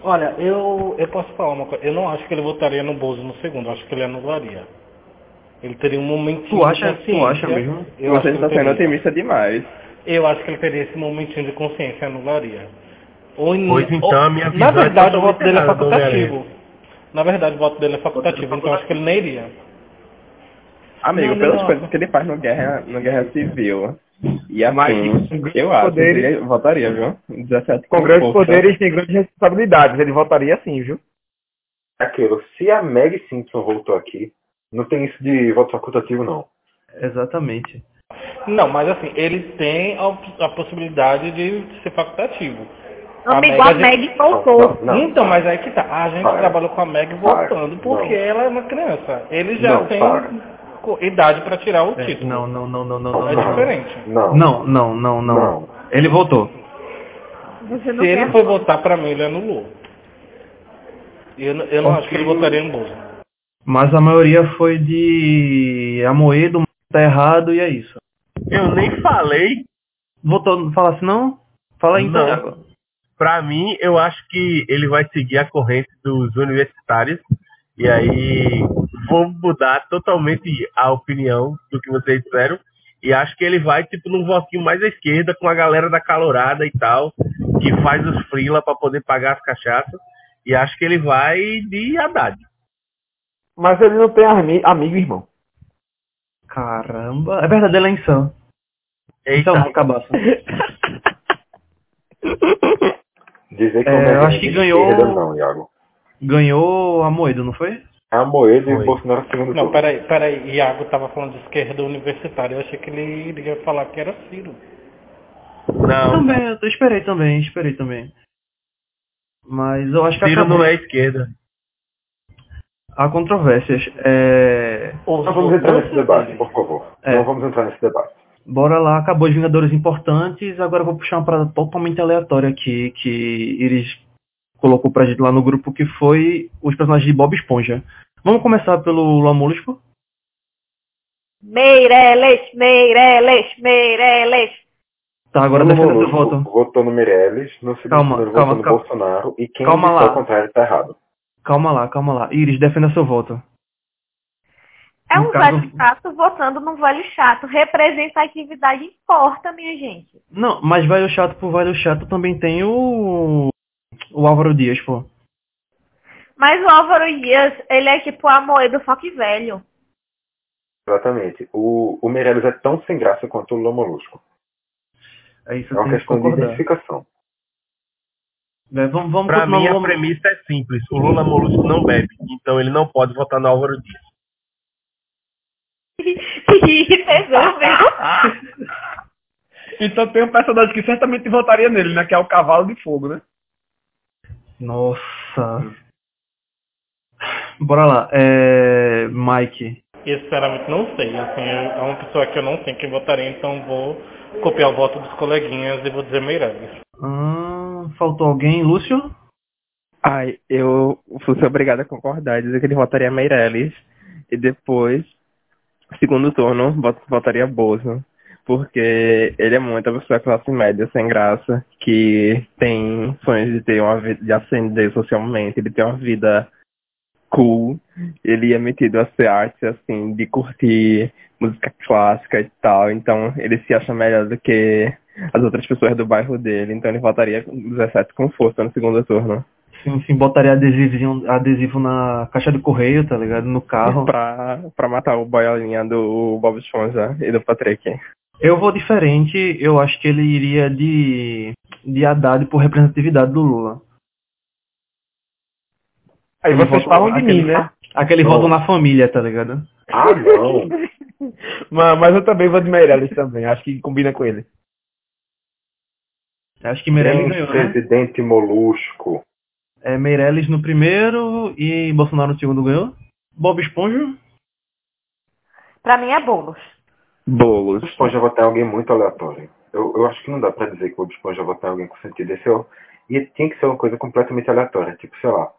Olha, eu, eu posso falar uma coisa. Eu não acho que ele votaria no Bozo no segundo, eu acho que ele anularia. Ele teria um momentinho
Tu acha,
de consciência.
tu acha mesmo?
Eu acho,
Você
que
está
é ele
sendo
teria,
otimista demais.
eu acho que ele teria esse momentinho de consciência e anularia. Ou in-
Pois então,
ou-
a minha
Na
visão é
verdade, o voto
totalmente
dele é
errada do
facultativo. Na verdade, o voto dele é facultativo, então eu acho que ele nem iria.
Amigo,
Não,
pelas
não.
coisas que ele faz no Guerra, no Guerra Civil. E assim,
Mas com grandes
eu acho que
poderes-
ele votaria, viu? 17
Com grandes
força.
poderes tem grandes responsabilidades. Ele votaria sim, viu?
É Aquilo, se a Meg Simpson voltou aqui, não tem isso de voto facultativo, não.
Exatamente.
Não, mas assim, ele tem a, op- a possibilidade de ser facultativo.
Amigo,
A
a
Meg-
Meg voltou.
Não, não.
então, mas aí que tá. A gente
Para.
trabalhou com a Meg
Para.
votando porque
Não.
ela é uma criança. Ele já
Não,
tem
para.
co- idade pra tirar
É,
o título.
Não, não, não, não, não,
É
não.
Não.
Não,
diferente.
Não,
não, não, não. não.
não.
Ele voltou.
Você não
Se ele
quer.
foi votar pra mim, ele anulou. Eu, n- eu não acho que ele votaria no Bozo.
Mas a maioria foi de Amoedo, tá errado e é isso.
Eu nem falei.
Voltou, fala assim, não? Fala aí, então.
Não.
Iago.
Pra mim, eu acho que ele vai seguir a corrente dos universitários. E aí, vou mudar totalmente a opinião do que vocês disseram. E acho que ele vai, tipo, num votinho mais à esquerda, com a galera da calorada e tal, que faz os frila pra poder pagar as cachaças. E acho que ele vai de Haddad.
Mas ele não tem ami- amigo, irmão.
Caramba. É verdade, ela é insano.
Eita,
Então, cabaço.
Dizer que
É,
não
eu
é
acho que
de
ganhou-
esquerda, não, Iago.
Ganhou a Moedo, não foi?
A Moedo e
Foi.
Bolsonaro segundo
Não,
turno.
peraí, peraí. Iago tava falando de esquerda universitária. Eu achei que ele iria falar que era Ciro.
não,
Também, eu esperei também, esperei também. Mas eu acho que
Ciro
acabou.
não é esquerda.
Há controvérsias. É...
Os
Não vamos entrar nesse
votantes
debate,
dele.
por favor.
É.
Não vamos entrar nesse debate.
Bora lá, acabou os Vingadores Importantes. Agora eu vou puxar uma parada totalmente aleatória aqui, que Iris colocou pra gente lá no grupo, que foi os personagens de Bob Esponja. Vamos começar pelo Lamolusco?
Meireles, Meireles, Meireles.
Tá, agora
Nuno
defenda teu
Molusco
voto.
Votou no Meirelles, no segundo
Calma,
turno
calma,
votou no
calma.
Bolsonaro e quem
Calma
votou
lá.
ao contrário tá errado.
Calma lá, calma lá. Iris, defenda seu voto.
É
No
um
caso-
velho chato votando num velho chato. Representatividade importa, minha gente.
Não, mas Velho Chato por Velho Chato também tem o. O Álvaro Dias, pô.
Mas o Álvaro Dias, ele é tipo a moeda do Foque Velho.
Exatamente. O, o Meirelles é tão sem graça quanto o Lomolusco.
É isso,
É
eu
uma
tenho que
questão de
concordar.
identificação.
É, vamos vamos
Pra
continuar
mim,
no
a
Lom-
premissa é simples. O Lula Molusco não bebe, então ele não pode votar no Álvaro Dias.
Pesou, viu?
Então tem um personagem que certamente votaria nele, né? Que é o Cavalo de Fogo, né?
Nossa. Bora lá. É... Mike.
Eu sinceramente não sei. Assim, eu- é uma pessoa que eu não sei quem votaria, então vou copiar o voto dos coleguinhas e vou dizer Meirelles.
Ah, faltou alguém? Lúcio?
Ai, eu fosse obrigado a concordar e dizer que ele votaria Meirelles. E depois, segundo turno, vot- votaria Bozo. Porque ele é muito a pessoa classe média, sem graça, que tem sonhos de ter uma vida, de ascender socialmente, ele tem uma vida cool, ele é metido a ser arte, assim, de curtir música clássica e tal, então ele se acha melhor do que as outras pessoas do bairro dele, então ele votaria com 17 com força no segundo turno.
Sim, sim, botaria adesivinho, adesivo na caixa do correio, tá ligado? No carro.
Pra, pra matar o boiolinha do Bob Esponja e do Patrick.
Eu vou diferente, eu acho que ele iria de, de Haddad por representatividade do Lula.
Aí
Ele
vocês
votou
falam de
aquele-
mim, né?
Aquele
Não.
voto na família, tá ligado?
Ah, não!
Mas, mas eu também vou de Meirelles também. Acho que combina com ele.
Acho que Meirelles
Gente,
ganhou, né?
presidente Molusco.
É, Meirelles no primeiro e Bolsonaro no segundo ganhou. Bob Esponja?
Pra mim é bolos.
O
Bolos.
Bob Esponja votar em alguém é muito aleatório. Eu, eu acho que não dá pra dizer que o Bob Esponja votar em alguém com sentido. Esse é o- E tinha que ser uma coisa completamente aleatória. Tipo, sei lá,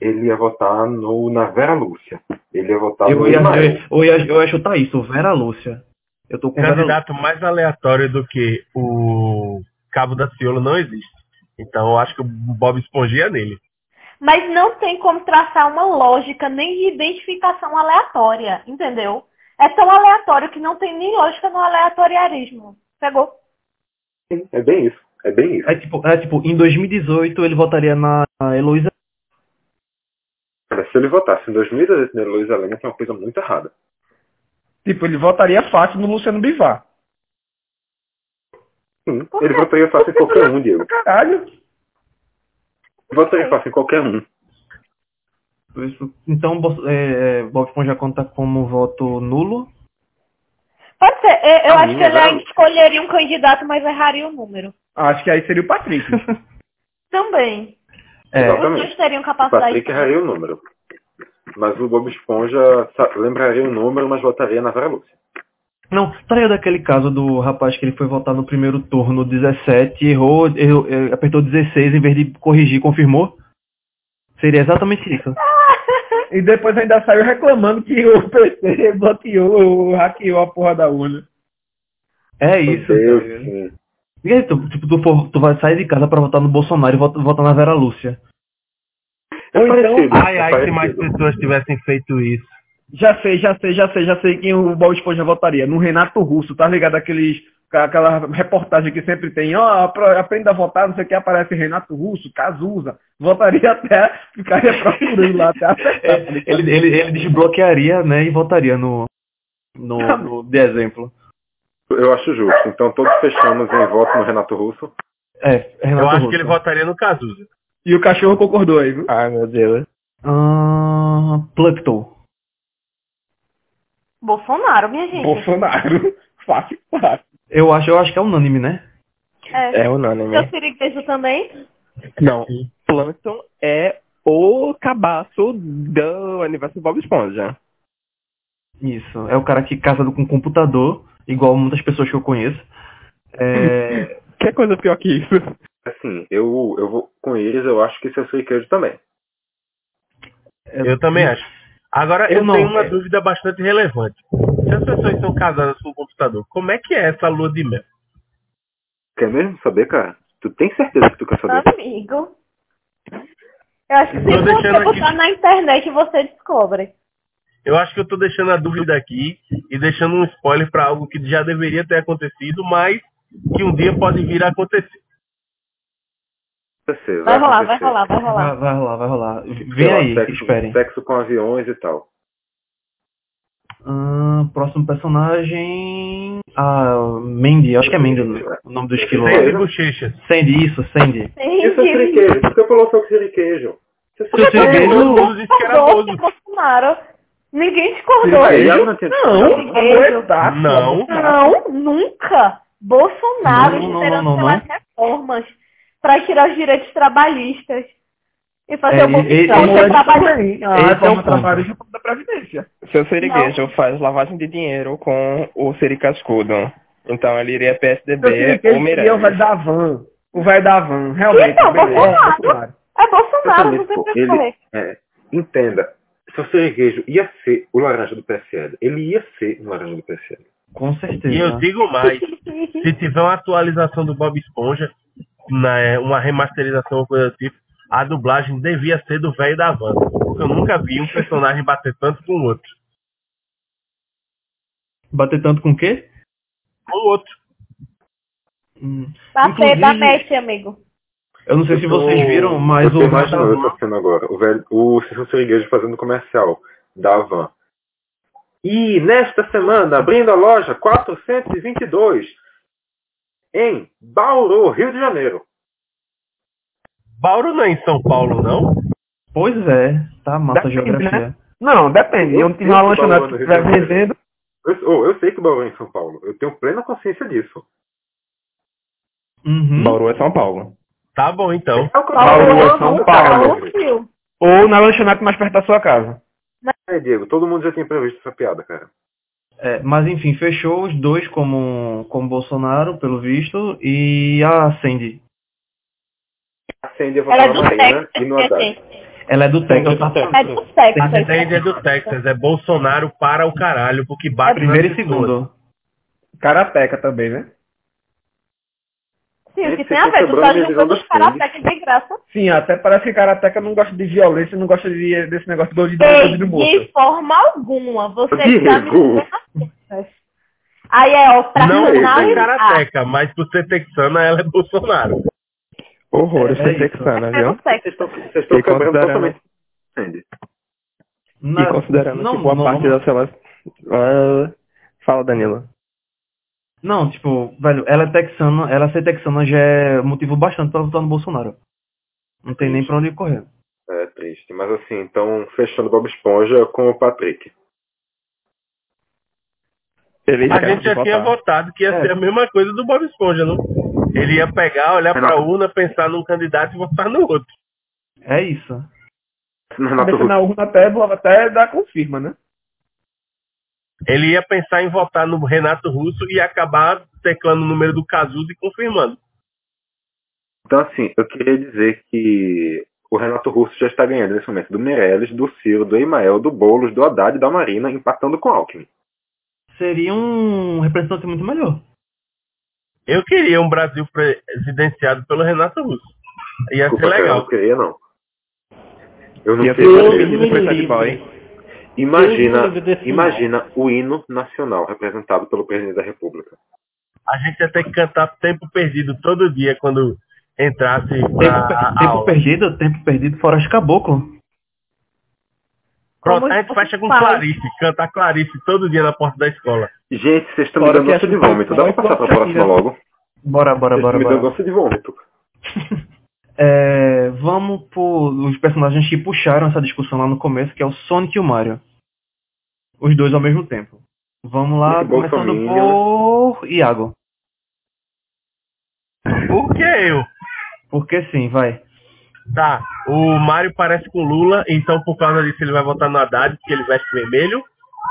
ele ia votar no, na Vera Lúcia. Ele ia votar
Eu
no
ia,
Ismael.
eu, eu ia, eu ia chutar isso, Vera Lúcia. Eu tô com Vera Lúcia.
Candidato mais aleatório do que o Cabo da Ciolo não existe. Então eu acho que o Bob Esponja é nele.
Mas não tem como traçar uma lógica nem de identificação aleatória, entendeu? É tão aleatório que não tem nem lógica no aleatoriarismo. Pegou?
É bem isso. É bem isso.
É tipo, é tipo, em 2018 ele votaria na na Heloísa.
Cara, se ele votasse em 2018 na Luiz Helena, tem uma coisa muito errada.
Tipo, ele votaria fácil no Luciano Bivar.
Sim, ele votaria fácil em qualquer um, Diego.
Caralho.
Ele votaria fácil em qualquer um.
Então Bo- é, é, Bob Esponja conta como voto nulo.
Pode ser. Eu, eu
Ah,
A
acho que
minha
ele
era-
ainda escolheria um candidato, mas erraria o número.
Acho que aí seria o Patrick.
Também.
É,
Os dois
Exatamente.
teriam
O
capacidade.
Patrick é erraria o número. Mas o Bob Esponja sa- lembraria o número, mas votaria na Vera Lúcia.
não, tá ligado aquele caso do rapaz que ele foi votar no primeiro turno 17, errou, errou, é, apertou 16 em vez de corrigir, confirmou? Seria exatamente isso.
e depois ainda saiu reclamando que o PC bloqueou, hackeou a porra da urna.
É isso. tá
Meu Deus,
ligado?
sim.
E aí, tu, tipo, tu, for- tu vai sair de casa pra votar no Bolsonaro e vota, vota na Vera Lúcia.
É
Ou então-
parecido,
Ai,
é
ai, se
parecido.
mais pessoas tivessem feito isso.
Já sei, já sei, já sei, já sei quem o Bob Esponja votaria. No Renato Russo, tá ligado? Aqueles, aquela reportagem que sempre tem, ó, apro- aprenda a votar, não sei o que, aparece Renato Russo, Cazuza. Votaria até, ficaria procurando lá até tá acertar.
Ele, ele, ele desbloquearia, né, e votaria no, no, no de exemplo.
Eu acho justo. Então todos fechamos em voto no Renato Russo.
É, Renato
Eu acho
Russo.
que ele votaria no Cazuza.
E o cachorro concordou aí, viu?
Ai, meu Deus.
Ah, Pluckton.
Bolsonaro, minha gente.
Bolsonaro. Fácil, fácil.
Eu acho, eu acho que é unânime, né?
É.
É
né?
unânime.
Seu siriguejo também?
Não, Plankton é o cabaço do universo Bob Esponja.
Isso. É o cara que casa com computador, igual muitas pessoas que eu conheço. É,
Que coisa pior que isso?
Assim, eu, eu vou com eles, eu acho que isso é suicídio também.
Eu também acho. Agora, eu,
Eu não,
tenho uma
é.
dúvida bastante relevante. Se as pessoas são casadas com o computador, como é que é essa lua de mel?
Quer mesmo saber, cara? Tu tem certeza que tu quer saber?
Amigo. Eu acho que se
Tô
você
deixando aqui.
botar na internet, você descobre.
Eu acho que eu tô deixando a dúvida aqui e deixando um spoiler pra algo que já deveria ter acontecido, mas que um dia pode vir a acontecer.
Vai acontecer,
Vai rolar, vai
acontecer.
rolar, vai rolar.
vai, vai rolar, vai rolar.
Sei
Vem
lá,
aí,
sexo,
esperem.
Sexo com aviões e tal.
Ah, próximo personagem. Ah, Mandy, acho que é Mandy o o nome do esquilo. lá.
Sem de bochechas.
Sandy, isso, Sandy.
Isso é
Sim,
siriquejo. Por que eu coloco o siriquejo? Isso é
Seu siriguejo,
Todos disse que era
discordou de
bozo.
Bolsonaro. Ninguém discordou.
siriquejo. é Não, tinha-
Siriguejo.
Não.
Não, nunca. Bolsonaro
Não, não,
esperando
não, não,
pelas reformas para tirar os direitos trabalhistas e fazer
É,
o povo
e- e-
trabalhista.
esse-
assim,
Ah,
Esse é o
vamos trabalhar
ponto.
junto da Previdência.
Seu seriguejo faz lavagem de dinheiro com o Siri Cascudo. Então ele iria
Eu
PSDB
sei que ele
ou
queria o velho
Meirelles.
da van. O velho da van, realmente.
Então,
beleza,
Bolsonaro.
Bolsonaro.
É Bolsonaro,
Exatamente,
não tem
pô.
pra
Ele-
escolher.
É, entenda. Seu siriquejo ia ser o laranja do PSL. Ele ia ser o laranja do PSL.
Com
E eu
certeza.
digo mais. Se tiver uma atualização do Bob Esponja, né, uma remasterização ou coisa do tipo, a dublagem devia ser do velho da van. Porque eu nunca vi um personagem bater tanto com o outro.
Bater tanto com o quê?
Com o outro.
Hum,
Bater
Inclusive-
da match, amigo.
Eu não sei se
Eu tô-
vocês viram, mas
eu
o
tô
Velho da
imaginando
Van-
essa cena agora. O velho, o Sessão Siriguejo fazendo comercial da Van. E nesta semana, abrindo a loja 422 em Bauru, Rio de Janeiro.
Bauru não é em São Paulo, não?
Pois é, tá massa a
Depende,
geografia.
Não, depende.
Eu
Eu tinha uma
sei que o
lanchonete
Paulo
que
é do
estiver
Rio de Janeiro.
vendendo.
Eu, oh, eu sei que Bauru é em São Paulo. Eu tenho plena consciência disso.
Uhum.
Bauru é São Paulo.
Tá bom, então.
É o que eu
Bauru
falo,
é
eu
São
nunca
Paulo.
falo.
Fio.
Ou na lanchonete mais perto da sua casa.
É, Diego, todo mundo já tem previsto essa piada, cara.
É, mas enfim, fechou os dois como, como Bolsonaro, pelo visto, e a Sandy.
Acende a
Ela
votar na
é do
Marina
Texas,
e no
minha
Haddad.
gente.
Ela é do Texas.
É do
A
Texas.
Sandy é do Texas, é Bolsonaro para o caralho, porque bate
É Primeiro
nas
e
pessoas.
segundo.
Carateca também, né?
Sim, o que
Esse
tem a
aqui
ver? Tu
quebrou
tá
a minha
julgando os
visão da
caras de graça.
Sim, até parece que Carateca não gosta de violência, não gosta de- desse negócio do ouvido do
Ei,
ouvido morto.
de forma alguma. Você
Diego.
está me julgando as coisas. Aí é, ah, ó, pra
Não é
finalizar.
Carateca, mas por ser texana, ela é Bolsonaro.
Horror,
É,
isso é,
é isso.
texana,
É do
viu?
Texas.
Vocês estão- vocês estão
E
quebrando
considerando-
totalmente. Acende.
Na-
e considerando
não,
que boa
não,
parte
vamos-
da seleção. Ah, fala, Danilo.
Não, tipo, velho, ela é texana, ela ser texana já é motivo bastante pra votar no Bolsonaro. Não tem nem pra onde correr.
É triste, mas assim, então fechando Bob Esponja com o Patrick.
Ele
A
esquece
gente já
de
tinha
votar.
votado que ia
É.
ser a mesma coisa do Bob Esponja, não? Ele ia pegar, olhar pra urna, pensar num candidato e votar no outro.
É isso.
Renato
Cabeça
Russo.
é
na urna até, até dar confirma, né?
Ele ia pensar em votar no Renato Russo e acabar teclando o número do Cazuza e confirmando.
Então, assim, eu queria dizer que o Renato Russo já está ganhando nesse momento do Meirelles, do Ciro, do Emael, do Boulos, do Haddad e da Marina, empatando com o Alckmin.
Seria um representante muito melhor.
Eu queria um Brasil presidenciado pelo Renato Russo. Ia ser
Desculpa, cara, eu
legal.
não queria, não. Eu não
Ia
sei
ser
fazer
preferido
isso.
pro Sad Boy.
Imagina,
Eu deveria
imagina o hino nacional representado pelo presidente da República.
A gente ia ter que cantar tempo perdido todo dia quando entrasse
Tempo,
pra
per-
a
tempo
aula.
perdido, tempo perdido, fora de caboclo.
Pronto,
Como
a gente
você
fecha com
faz?
Clarice, cantar Clarice todo dia na porta da escola.
Gente, vocês estão me
Fora
dando
que
gosto
é
de vômito. Dá pra
futebol,
passar pra próxima
Shakira.
logo?
Bora, bora,
Vocês
bora,
me dão
bora.
gosto de vômito.
É, vamos por os personagens que puxaram essa discussão lá no começo, que é o Sonic e o Mario. Os dois ao mesmo tempo. Vamos lá,
Muito bom,
começando
Tominho.
por Iago.
Por que eu?
Porque sim, vai.
Tá, o Mário parece com o Lula, então por causa disso ele vai votar no Haddad, porque ele veste vermelho.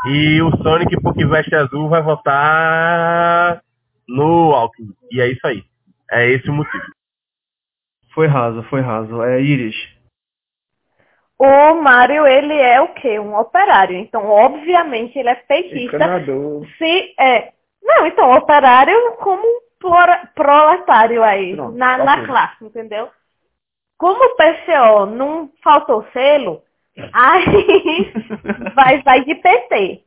E o Sonic, porque veste azul, vai votar no Alckmin. E é isso aí. É esse o motivo.
Foi raso, foi raso. É Iris.
O Mário, ele é o quê? Um operário. Então, obviamente, ele é petista.
Encanador.
Se é. Não, então, operário como um plora- proletário aí,
Pronto,
na, na
ok.
classe, entendeu? Como o PCO não faltou selo, aí vai, vai de PT.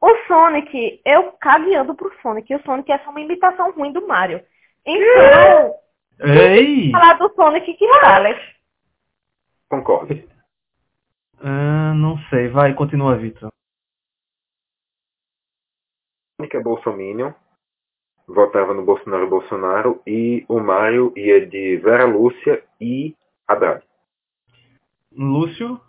O Sonic, eu caminhando pro Sonic, e o Sonic é só uma imitação ruim do Mario. Então,
Ei!
falar do Sonic que fala.
Concordo.
Ah, não sei, vai, continua, Vitor.
Sonic é Bolsominion, votava no Bolsonaro e Bolsonaro, e o Mário ia de Vera Lúcia e Haddad.
Lúcio?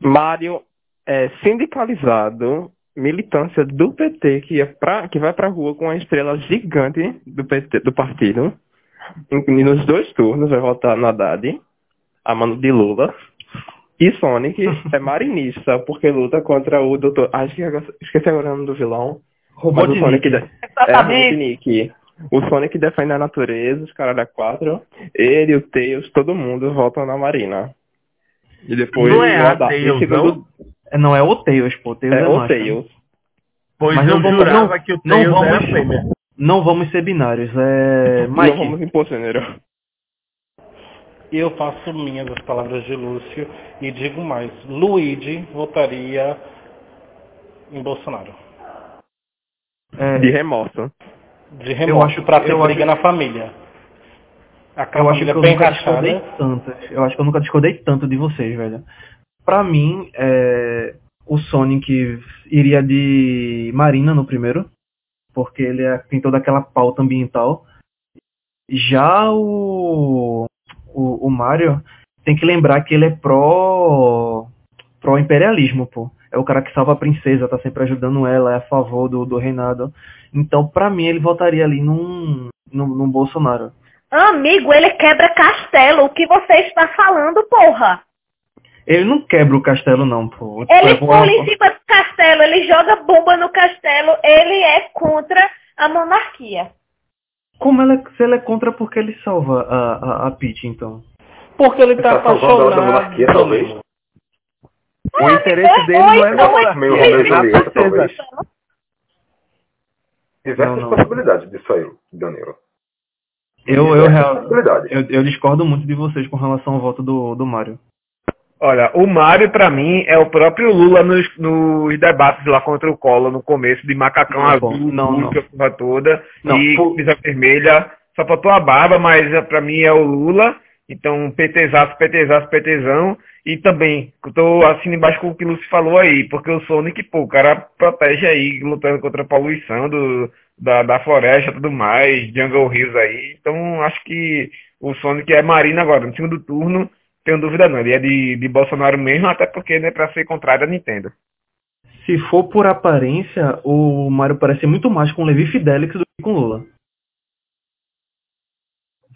Mário é sindicalizado, militância do PT que, ia pra, que vai pra rua com uma estrela gigante do PT, do partido. E nos dois turnos vai votar no Haddad, a mano de Lula. E Sonic é marinista, porque luta contra o doutor. Ah, esqueci agora- esqueci agora o nome do vilão. Mas o
Robotnik.
Sonic da- é,
Exatamente.
Robotnik. O Sonic defende a natureza, os caras da 4. Ele, o Tails, todo mundo voltam na Marina. E depois
Não é
o
a
Haddad. E
Tails,
segundo,
É, Não, é o Tails, pô. Tails é,
é o
macho.
Tails.
Pois
Mas
eu
não vamos-
jurava
não-
que o
não
Tails era
vamos-
fêmea.
Não vamos ser binários, é...
Não
Mike,
vamos impor gênero.
Eu faço minhas as palavras de Lúcio e digo mais, Luigi votaria em Bolsonaro.
é,
De remorso.
De remorso
acho-
pra ter
eu
briga na família. Aquela família bem
nunca
rachada.
discordei tanto. é. Eu acho que eu nunca discordei tanto de vocês, velho. Pra mim, é, o Sonic iria de Marina no primeiro, porque ele é- tem toda aquela pauta ambiental. Já o, o, o Mario tem que lembrar que ele é pró pró imperialismo, pô. É o cara que salva a princesa, tá sempre ajudando ela, é a favor do, do reinado. Então, pra mim, ele votaria ali num, num, num Bolsonaro.
Amigo, ele quebra castelo. O que você está falando, porra?
Ele não quebra o castelo, não, pô.
Ele
Tipo, é
pula
uma-
em cima do castelo, ele joga bomba no castelo, ele é contra a monarquia.
Como ela, se ele é contra porque ele salva a, a, a Peach, então?
Porque ele tá
Tá salvando ela da monarquia,
apaixonado.
talvez?
Danilo.
O interesse dele não é
Ah, então é
votar.
Meio
é
Romeu e
na
Julieta, talvez.
princesa.
Diversas
Não, não.
possibilidades disso aí, Danilo.
Eu, eu,
Diversas
real-
possibilidades.
eu, eu discordo muito de vocês com relação ao voto do, do Mario.
Olha, o Mário, pra mim, é o próprio Lula nos, nos debates lá contra o Collor no começo, de macacão
Não,
azul,
não, não.
que a porra toda,
Não,
e
pô-
camisa vermelha, só faltou a barba, mas eh, pra mim é o Lula, então PTzaço, PTzaço, PTzão, e também, eu tô assim embaixo com o que o Lúcio falou aí, porque o Sonic, pô, o cara protege aí, lutando contra a poluição do, da, da floresta e tudo mais, Jungle Rios aí, então acho que o Sonic é Marina agora, no segundo turno, tenho dúvida não, ele é de, de Bolsonaro mesmo, até porque né, pra ser contrário à Nintendo.
Se for por aparência, o Mario parece muito mais com Levi Fidelix do que com Lula.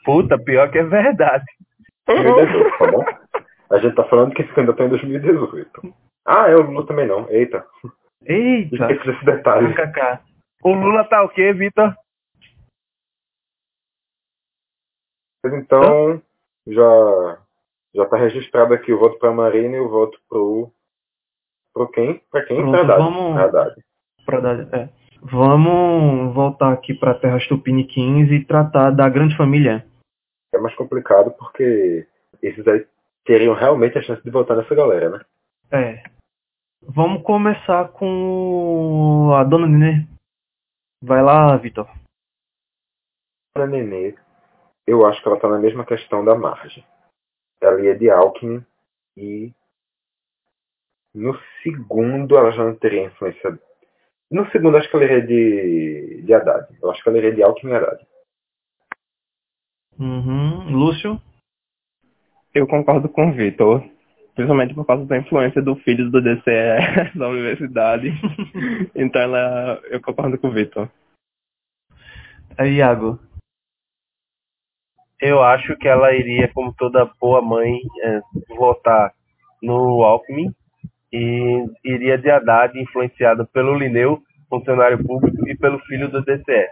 Puta, pior que é verdade.
2018, tá bom? A gente tá falando que esse candidato é em 2018. Ah, eu não também não.
Tá.
Eita,
Eita!
esqueci desse detalhe.
KKK.
O Lula tá o quê, Vitor?
Mas Então,
Tá.
já, já tá registrado aqui o voto pra Marina e o voto pro. Pro quem? Pra quem?
Pronto,
pra Haddad.
vamos-
Haddad.
Pra dar- é. Vamos voltar aqui pra Terras Tupini 15 e tratar da grande família.
É mais complicado porque esses aí teriam realmente a chance de votar nessa galera, né?
É. Vamos começar com o- a dona Nenê. Vai lá, Vitor.
Ana Nenê, eu acho que ela tá na mesma questão da margem. Ela ia de Alckmin e no segundo ela já não teria influência. No segundo acho que ela iria de, de Haddad. Eu acho que ela iria de Alckmin e Haddad.
Uhum. Lúcio?
Eu concordo com o Vitor, principalmente por causa da influência do filho do DCE da universidade. então ela, eu concordo com o Vitor.
É Iago.
Eu acho que ela iria, como toda boa mãe, é, votar no Alckmin e iria de Haddad, influenciado pelo Lineu, funcionário público, e pelo filho do DCE.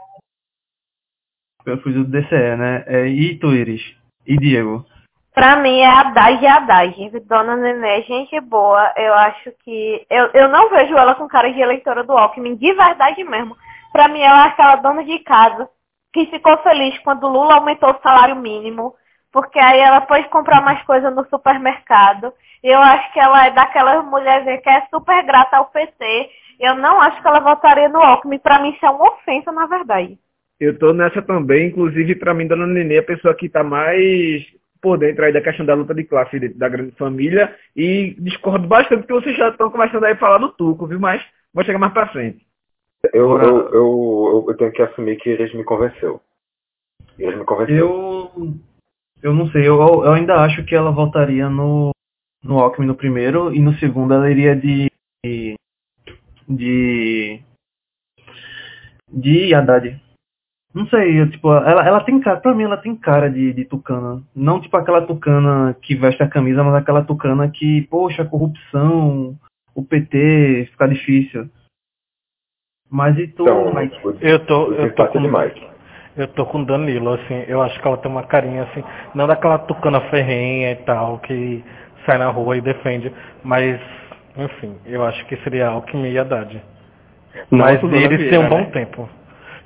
Eu fui do DCE, né? É, e tu, Iris? E Diego?
Pra mim é Haddad e Haddad. Dona Nenê, é gente boa. Eu acho que. Eu, eu não vejo ela com cara de eleitora do Alckmin, de verdade mesmo. Pra mim, ela é aquela dona de casa que ficou feliz quando o Lula aumentou o salário mínimo, porque aí ela pôde comprar mais coisa no supermercado. E Eu acho que ela é daquelas mulherzinha que é super grata ao PT. Eu não acho que ela votaria no Alckmin. Pra mim, isso é uma ofensa, na verdade.
Eu tô nessa também, inclusive pra mim, Dona Nenê é a pessoa que tá mais por dentro aí da questão da luta de classe dentro da grande família e discordo bastante que vocês já estão começando aí a falar do Tuco, viu? Mas vou chegar mais pra frente.
Eu, eu, eu, eu, eu tenho que assumir que eles me convenceu. Eles me convenceu.
Eu. Eu não sei. Eu, eu ainda acho que ela votaria no, no Alckmin no primeiro e no segundo ela iria de. de. de, de Haddad. Não sei, eu, tipo, ela, ela tem cara, pra mim ela tem cara de, de tucana. Não tipo aquela tucana que veste a camisa, mas aquela tucana que, poxa, corrupção, o PT, fica difícil. Mas e tu,
Então,
Mike?
o,
Eu tô,
o
eu tô
desempate
com
de Mike.
Eu tô com Danilo, assim, eu acho que ela tem uma carinha assim, não daquela tucana ferrenha e tal, que sai na rua e defende, mas, enfim, eu acho que seria Alckmin e Haddad. Mas
Nossa,
eles têm um bom
né?
tempo.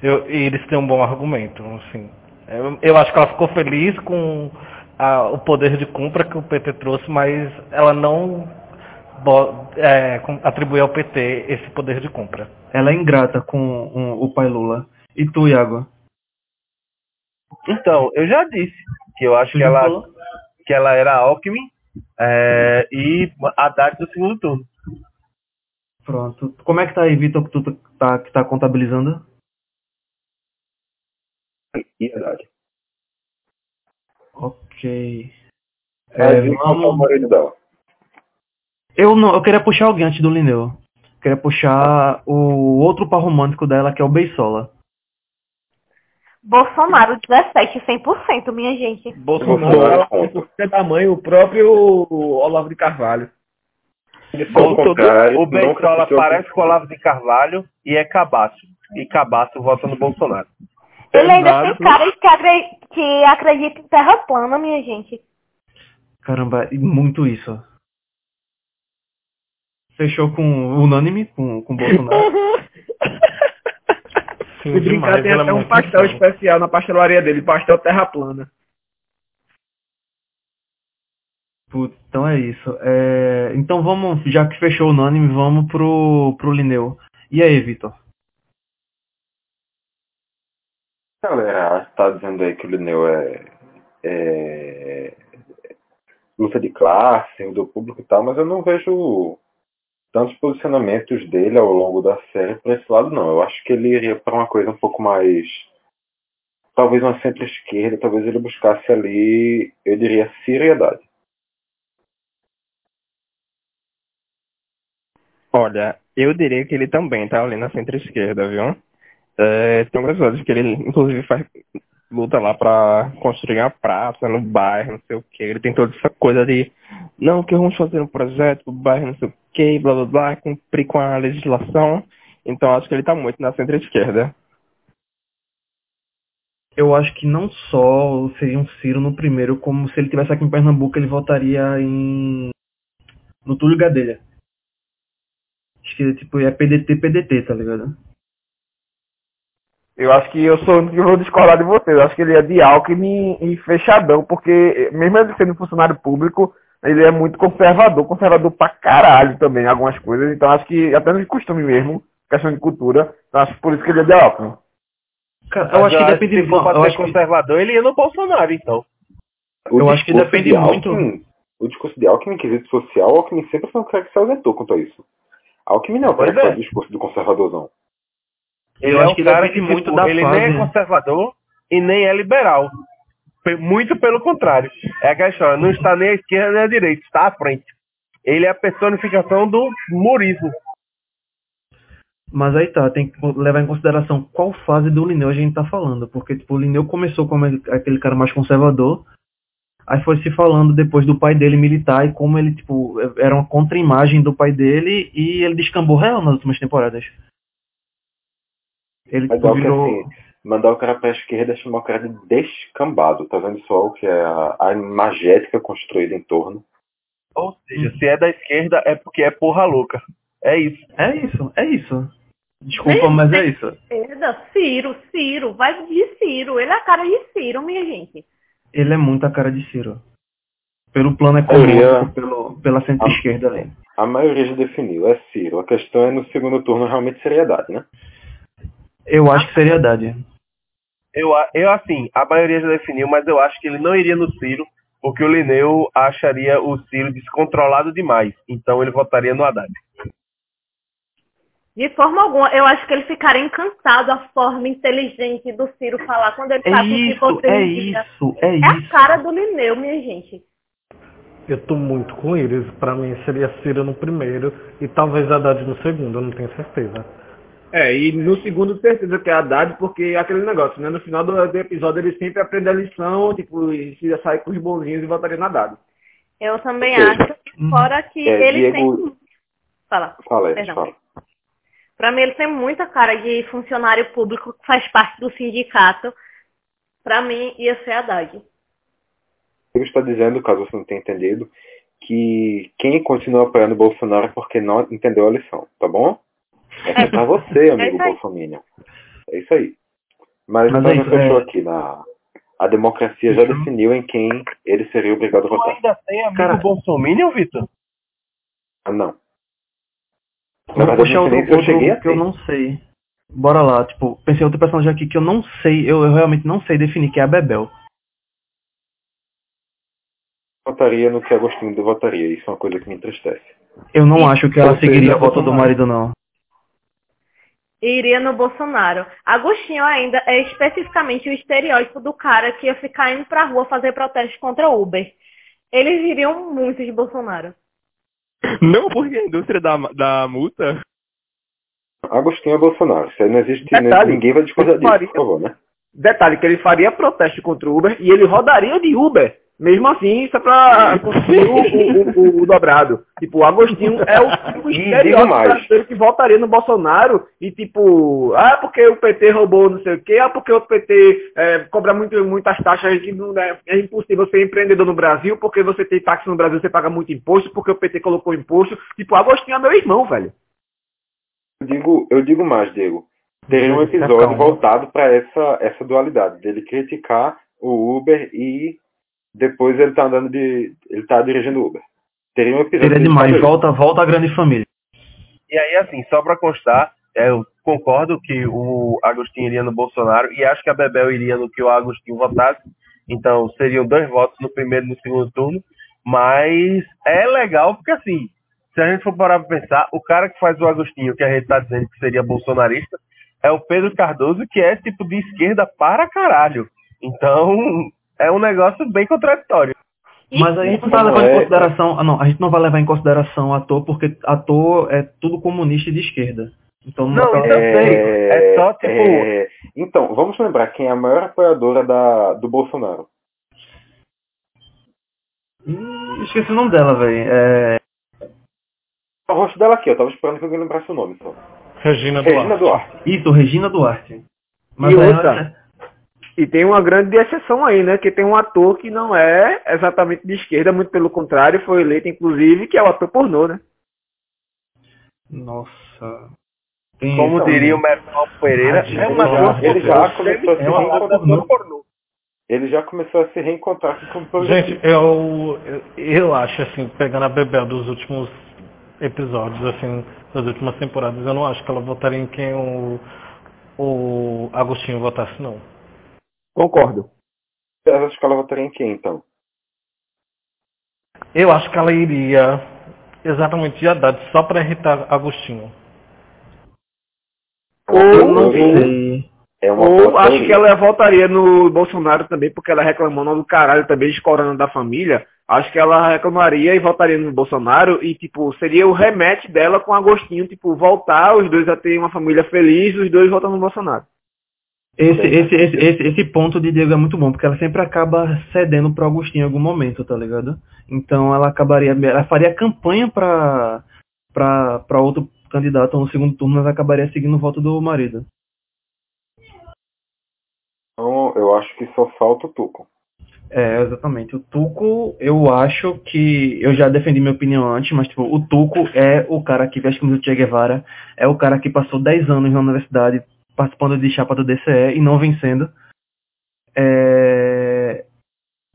Eu, e eles têm um bom argumento, assim. Eu, eu acho que ela ficou feliz com a- o poder de compra que o PT trouxe, mas ela não bo- é, com- atribuiu ao PT esse poder de compra.
Ela é ingrata com o- o pai Lula. E tu, Iago?
Então, eu já disse que eu acho
Tu
que
já
ela,
falou?
que ela era Alckmin é, e Haddad do segundo turno.
Pronto. Como é que tá aí, Vitor, que tu t- tá, que tá contabilizando?
E Haddad.
Ok. É,
Mas é,
vamos-
o marido dela.
Eu não, eu queria puxar alguém antes do Lineu. Eu queria puxar o outro par romântico dela, que é o Beisola.
Bolsonaro 17, 100%, minha gente.
Bolsonaro
Bolsonaro é qualquer tamanho, o próprio Olavo de Carvalho.
Ao
Ou todo-
É,
contrário,
o
nunca
Benzola
sentiu
parece com o Olavo de Carvalho e é cabaço. E cabaço vota no Bolsonaro.
Ele ainda tem cara de que, agre- que acredita em terra plana, minha gente.
Caramba, e muito isso. Fechou com unânime, com, com Bolsonaro.
Sim,
Se brincar,
demais,
tem
ela é
até um
muito
pastel
incrível.
especial na pastelaria dele, pastel terra plana.
Putz, então é isso. É, então vamos, já que fechou unânime, vamos pro, pro Lineu. E aí, Vitor?
A galera tá dizendo aí que o Lineu é, é luta de classe, do público e tal, mas eu não vejo tantos posicionamentos dele ao longo da série para esse lado, não. Eu acho que ele iria para uma coisa um pouco mais. Talvez uma centro-esquerda, talvez ele buscasse ali, eu diria, seriedade.
Olha, eu diria que ele também tá ali na centro-esquerda, viu? É, tem algumas coisas que ele, inclusive, faz luta lá pra construir uma praça no bairro, não sei o quê. Ele tem toda essa coisa de, não, que vamos fazer um projeto pro bairro, não sei o quê, blá blá blá, cumprir com a legislação. Então acho que ele tá muito na centro-esquerda.
Eu acho que não só seria um Ciro no primeiro, como se ele tivesse aqui em Pernambuco, ele votaria em no Túlio Gadelha. Acho que ele tipo ia PDT, PDT, tá ligado?
Eu acho que eu sou eu vou discordar de vocês. Eu acho que ele é de Alckmin e fechadão, porque mesmo ele sendo funcionário público,
Ele é muito conservador, conservador pra caralho também, em algumas coisas. Então acho que, até no costume mesmo, questão de cultura, então acho que por isso que ele é de óculos.
Cara, eu acho que depende
se
de
for pra
eu
ser
acho que-
conservador, ele ia no Bolsonaro, então.
O
Eu acho que
discurso
depende
de
muito.
Alckmin- O discurso de Alckmin em quesito social, Alckmin sempre foi um cara que se ausentou quanto a isso. Alckmin não,
Pois
cara que
é.
faz o discurso do conservadorzão.
Ele
Eu
é
acho
um
que
cara
depende
que,
muito
tipo,
da
ele
fase.
nem é conservador e nem é liberal. Pe- Muito pelo contrário. É aquela história, não está nem à esquerda nem à direita, está à frente. Ele é a personificação do murismo.
Mas aí tá, tem que levar em consideração qual fase do Linneu a gente tá falando. Porque, tipo, o Linneu começou como ele- aquele cara mais conservador, aí foi se falando depois do pai dele militar e como ele, tipo, é- era uma contra-imagem do pai dele e ele descambou real nas últimas temporadas. Ele
Mas
tipo,
Alckmin,
virou.
assim, mandar o cara pra esquerda é chamar o cara de descambado. Tá vendo só o que é a, a imagética construída em torno?
Ou seja, se é da esquerda é porque é porra louca. É isso.
É isso, é isso. Desculpa, mas é isso.
Esquerda, Ciro, Ciro, vai de Ciro. Ele é a cara de Ciro, minha gente.
Ele é muito a cara de Ciro. Pelo plano
Olha.
econômico, pelo, pela centro-esquerda ali.
A maioria já definiu, é Ciro. A questão é no segundo turno realmente seriedade, né?
Eu acho que seriedade.
Eu, a- eu, assim, a maioria já definiu, mas eu acho que ele não iria no Ciro, porque o Lineu acharia o Ciro descontrolado demais. Então ele votaria no Haddad.
De forma alguma, eu acho que ele ficaria encantado a forma inteligente do Ciro falar quando ele
É
sabe o que
isso,
você
é
indica.
isso, é
É a
isso.
cara do Lineu, minha gente.
Eu tô muito com eles. Pra mim seria Ciro no primeiro e talvez Haddad no segundo, eu não tenho certeza.
É, e no segundo, certeza que é Haddad, porque é aquele negócio, né? No final do, do episódio ele sempre aprende a lição, tipo, e se sair com os bonzinhos e votaria na Haddad.
Eu também
Ok.
acho.
Uhum.
que Fora que
É,
ele
Diego-
tem. Fala.
Fala aí,
Perdão.
fala.
Pra mim, ele tem muita cara de funcionário público que faz parte do sindicato. Pra mim, ia ser Haddad.
Ele está dizendo, caso você não tenha entendido, que quem continua apoiando o Bolsonaro é porque não entendeu a lição, tá bom? Essa é pra você, amigo
isso aí.
Bolsonaro. É isso aí. Mas,
Mas
então
é
já
isso,
fechou
é-
aqui na. A democracia já definiu em quem ele seria obrigado a
Tu
votar.
ainda tem amigo
Cara-
Bolsominion, Vitor?
Ah, não. Na
Vou
verdade,
puxar
eu
outro,
nem sei se eu cheguei a
outro que eu
ter.
não sei. Bora lá, tipo, pensei em outro personagem aqui que eu não sei, eu, eu realmente não sei definir, que é a Bebel.
votaria no que Agostinho de votaria. Isso é uma coisa que me entristece.
Eu não acho que ela
Ou seja,
seguiria a volta do
Bolsonaro.
marido, não.
Iria no Bolsonaro. Agostinho ainda é especificamente o estereótipo do cara que ia ficar indo pra rua fazer protesto contra o Uber. Eles iriam muito de Bolsonaro.
Não porque a indústria da, da multa.
Agostinho é Bolsonaro. Isso aí não existe.
Detalhe,
ninguém vai discordar
eu
disso,
faria.
por favor, né?
Detalhe, que ele faria protesto contra o Uber e ele rodaria de Uber, mesmo assim, só pra conseguir o, o- o- o dobrado. Tipo, o Agostinho é o, o
E digo
estereótipo
mais.
brasileiro que votaria no Bolsonaro e tipo, ah, porque o PT roubou não sei o quê, ah, porque o PT é, cobra muito, muitas taxas e não é, é impossível ser empreendedor no Brasil, porque você tem táxi no Brasil, você paga muito imposto, porque o PT colocou imposto. Tipo, o Agostinho é meu irmão, velho.
Eu digo, eu digo mais, Diego. Teria um
Diego, se
episódio
acalma.
voltado para essa, essa dualidade, dele criticar o Uber e depois ele tá andando de. ele tá dirigindo o Uber. Teria um episódio.
Seria
dele
é demais,
fazer isso.
volta, volta à grande família.
E aí, assim, só pra constar, é, eu concordo que o Agostinho iria no Bolsonaro e acho que a Bebel iria no que o Agostinho votasse. Então, seriam dois votos no primeiro e no segundo turno. Mas é legal porque, assim, se a gente for parar pra pensar, o cara que faz o Agostinho, que a gente tá dizendo que seria bolsonarista, é o Pedro Cardoso, que é tipo de esquerda para caralho. Então, é um negócio bem contraditório.
Mas a gente não tá
Como
levando em
é?
consideração. Ah, não, a gente não vai levar em consideração ator, porque ator é tudo comunista e de esquerda. Então não,
Não,
dá pra-
então- sei. É só, tipo-
é- Então, vamos lembrar quem é a maior apoiadora da, do Bolsonaro.
Ih, Esqueci o nome dela, velho. É...
O rosto dela aqui, eu tava esperando que alguém lembrasse o nome. Só.
Tá
Regina
Regina
Duarte.
Duarte.
Isso, Regina Duarte. Mas
E
aí é- ela-
outra? E tem uma grande exceção aí, né? Que tem um ator que não é exatamente de esquerda, muito pelo contrário, foi eleito, inclusive, que é o ator pornô, né?
Nossa. Tem
Como
isso
diria o
também.
Merval Pereira,
Ah,
é uma
gente,
dor
Ele já começou a
é uma
se
ator pornô.
Ele já começou a se reencontrar com o programa.
Gente, é eu, eu, eu acho, assim, pegando a Bebel dos últimos episódios, assim, das últimas temporadas, eu não acho que ela votaria em quem o, o Agostinho votasse, não.
Concordo.
Vocês acham que ela votaria em quem, então?
Eu acho que ela iria exatamente de Haddad só pra irritar Agostinho.
Ou,
não
sei.
É uma
ou
boa
acho
teoria.
que ela votaria no Bolsonaro também, porque ela reclamando do caralho também, escorando da família. Acho que ela reclamaria e votaria no Bolsonaro e, tipo, seria o remete dela com Agostinho, tipo, voltar os dois a ter uma família feliz, os dois votam no Bolsonaro.
Esse, esse, esse, esse, esse ponto de Diego é muito bom, porque ela sempre acaba cedendo pro Agostinho em algum momento, tá ligado? Então ela acabaria, ela faria campanha pra, pra, pra outro candidato no segundo turno, mas acabaria seguindo o voto do marido.
Então, eu acho que só falta o Tuco.
É, exatamente. O Tuco, eu acho que. Eu já defendi minha opinião antes, mas tipo, o Tuco é o cara que veste camisa do Che Guevara, é o cara que passou 10 anos na universidade participando de chapa do DCE e não vencendo. É.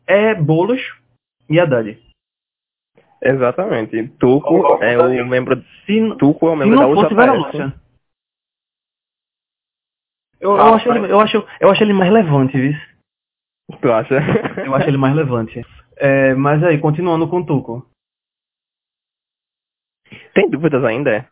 É Boulos e Haddad.
Exatamente. E Tuco é o membro.
Se,
Tuco é o
se
membro da
não fosse Vera
UJF.
Lúcia. Eu, eu, acho ele, eu, acho, eu acho ele mais relevante, viu?
Tu acha?
Eu acho ele mais relevante. É, mas aí, continuando com o Tuco.
Tem dúvidas ainda?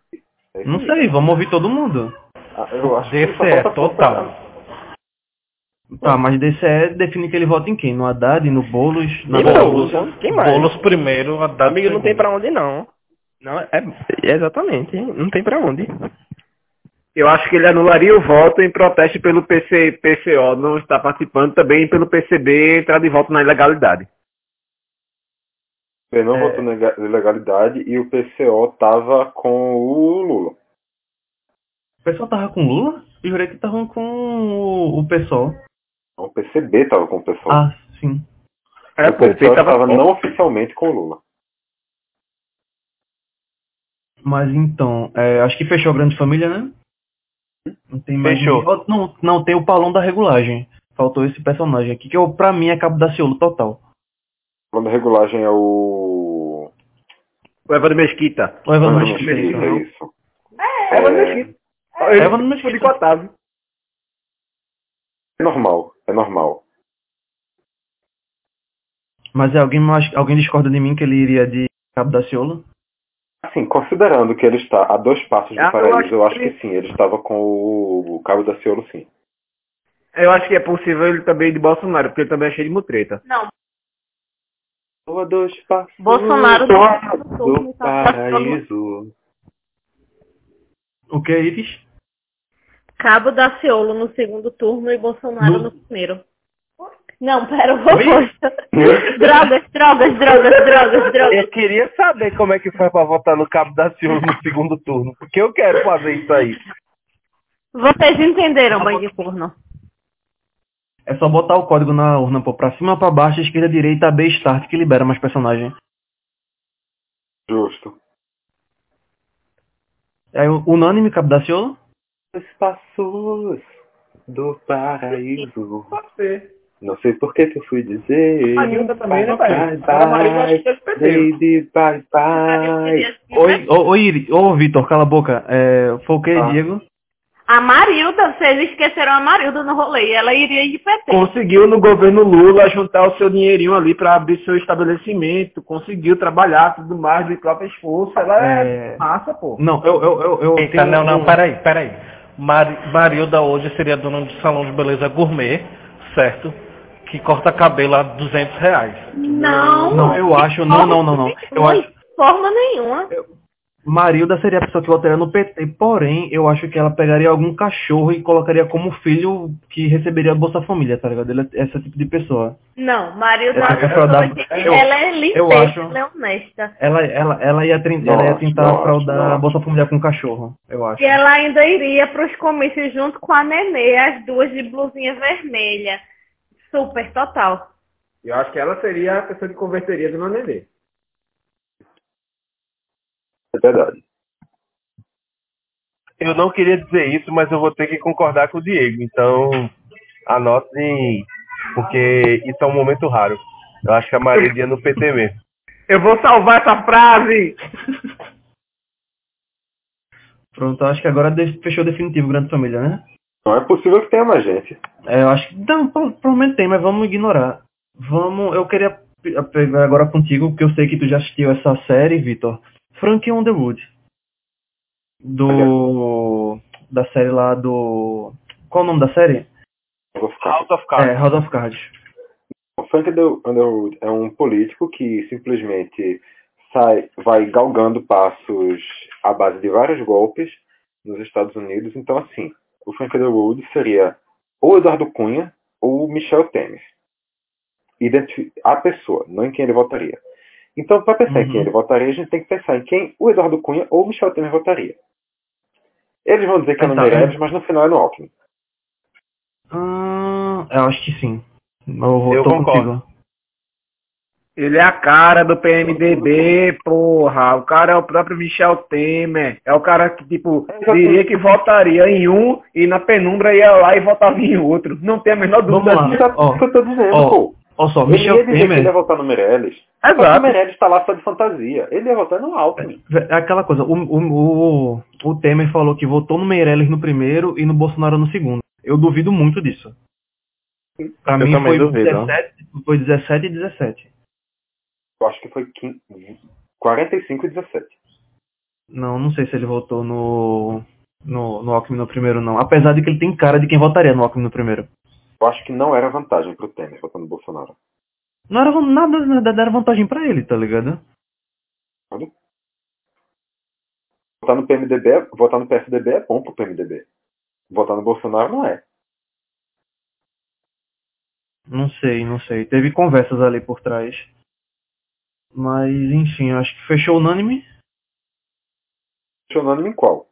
Não sei, vamos ouvir todo mundo.
É Ah, Eu acho que só
DCE,
falta
total.
É.
Tá, mas DCE define que ele vota em quem? No Haddad, no Boulos, na
Então,
Vera
Boulos.
Quem mais?
Boulos primeiro, Haddad
Amigo, não tem
segundo.
pra onde não. Não, é, exatamente, não tem pra onde.
Eu acho que ele anularia o voto em protesto pelo PC, PCO não estar participando, também pelo PCB entrar de volta na ilegalidade.
Ele
É.
não votou na ilega- ilegalidade e o PCO tava com o Lula.
O pessoal tava com Lula? Eu jurei que tava com o, o pessoal.
Então, O PCB tava com o PCO.
Ah, sim.
É,
o PCO tava não oficialmente com o Lula.
Mas então, é, acho que fechou a grande família, né? Não tem mais
Fechou.
ninguém. Não, não tem o Palão da regulagem. Faltou esse personagem aqui, que eu, pra mim é cabo da Ciolo total.
Falando da regulagem é o.
O Evandro Mesquita.
O Evandro
Ah,
Mesquita.
Mesquita,
né?
é isso. É, é,
Evandro Mesquita.
Foi de Otávio.
normal, é normal.
Mas é, alguém, mais, alguém discorda de mim que ele iria de cabo da Ciolo?
Assim, considerando que ele está a dois passos do
Ah, eu
paraíso,
acho
eu acho
que-
que sim, ele estava com o, o Cabo da Ciolo, sim.
Eu acho que é possível ele também ir de Bolsonaro, porque ele também é cheio de mutreta.
Não,
A dois passos
Bolsonaro não é do
do,
turno, tá?
paraíso.
O que, Iris?
Cabo da Ciolo no segundo turno e Bolsonaro
No-
no primeiro. Não, pera, eu vou Drogas, drogas, drogas, drogas, drogas.
Eu queria saber como é que foi pra votar no Cabo da Silva no segundo turno, porque eu quero fazer isso aí.
Vocês entenderam, mãe de corno.
É só botar o código na urna, pô, pra cima, pra baixo, esquerda, direita, AB, start, que libera mais personagem.
Justo.
É o- unânime, Cabo da Ciolo?
Dois passos do paraíso. Não sei por que que eu fui dizer.
Marilda também, né,
bye, bye,
velho? A Marilda acho que é do PT.
lady, bye, bye.
Oi, ô, ô, Iris, ô, Vitor, cala a boca. É, foi o que,
Ah.
Diego?
A Marilda, vocês esqueceram a Marilda no rolê. Ela iria de PT.
Conseguiu no governo Lula juntar o seu dinheirinho ali pra abrir seu estabelecimento, conseguiu trabalhar tudo mais de próprio esforço. Ela é,
É,
massa, pô.
Não, eu, eu, eu, eu
Eita,
tenho
não, não,
um-
peraí, peraí. Mari, Marilda hoje seria dona de salão de beleza gourmet, certo? Que corta cabelo a 200 reais.
Não.
Não, eu acho, não, não, não, não. Eu acho,
De forma nenhuma.
Marilda seria a pessoa que votaria no PT, porém, eu acho que ela pegaria algum cachorro e colocaria como filho que receberia a Bolsa Família, tá ligado? Ela é esse tipo de pessoa.
Não, Marilda,
Essa pessoa dá- eu-
ela é limpeza,
acho-
ela é honesta.
Ela, ela, ela, ia, trin- ela ia
Nossa,
tentar
nossa,
fraudar
nossa.
a Bolsa Família com cachorro, eu acho.
E ela ainda iria pros comícios junto com a Nenê, as duas de blusinha vermelha. Super, total.
Eu acho que ela seria a pessoa que converteria do meu nenê.
É verdade.
Eu não queria dizer isso, mas eu vou ter que concordar com o Diego, então anotem porque isso é um momento raro. Eu acho que a maioria dia no PT mesmo.
Eu vou salvar essa frase!
Pronto, acho que agora de- fechou definitivo o Grande Família, né?
Não é possível que tenha mais gente.
É, eu acho que. Não, pro- provavelmente tem, mas vamos ignorar. Vamos. Eu queria pe- pegar agora contigo, porque eu sei que tu já assistiu essa série, Vitor. Frank Underwood. Do. Da série lá do. Qual é o nome da série?
Eu vou ficar.
of
É, House of Cards.
O Frank Under- Underwood é um político que simplesmente sai, vai galgando passos à base de vários golpes nos Estados Unidos. Então, assim, o Frank Underwood seria ou Eduardo Cunha ou Michel Temer. Identifi- a pessoa, não em quem ele votaria. Então, para pensar
Uhum.
em quem ele votaria, a gente tem que pensar em quem o Eduardo Cunha ou o Michel Temer votaria. Eles vão dizer que é no
Tá,
Meirelles, mas no final é no Alckmin.
Hum, eu acho que sim. Eu, vou,
Eu
tô
concordo.
contigo.
Ele é a cara do PMDB, porra. O cara é o próprio Michel Temer. É o cara que, tipo, diria que votaria em um e na penumbra ia lá e votava em outro. Não tem a menor dúvida.
Vamos lá.
Sabe
Ah, Ó,
o é que eu tô dizendo,
ó,
pô?
Olha só,
Ele ia
Michel
dizer que ele ia
Temer.
votar no Meirelles. Só que o
Exato.
Meirelles tá lá só de fantasia. Ele ia votar no Alckmin.
É aquela coisa, o, o, o, o Temer falou que votou no Meirelles no primeiro e no Bolsonaro no segundo. Eu duvido muito disso. Pra
Eu
mim foi,
também duvido.
17, foi 17 e 17.
Eu acho que foi 15, 45 e 17.
Não, não sei se ele votou no, no, no Alckmin no primeiro, não. Apesar de que ele tem cara de quem votaria no Alckmin no primeiro.
Eu acho que não era vantagem pro Temer votar no Bolsonaro.
Não era van- nada, na verdade, era vantagem pra ele, tá ligado?
Votar no PMDB, é- votar no PSDB é bom pro PMDB. Votar no Bolsonaro não é.
Não sei, não sei. Teve conversas ali por trás. Mas, enfim, acho que fechou unânime.
Questionando em qual?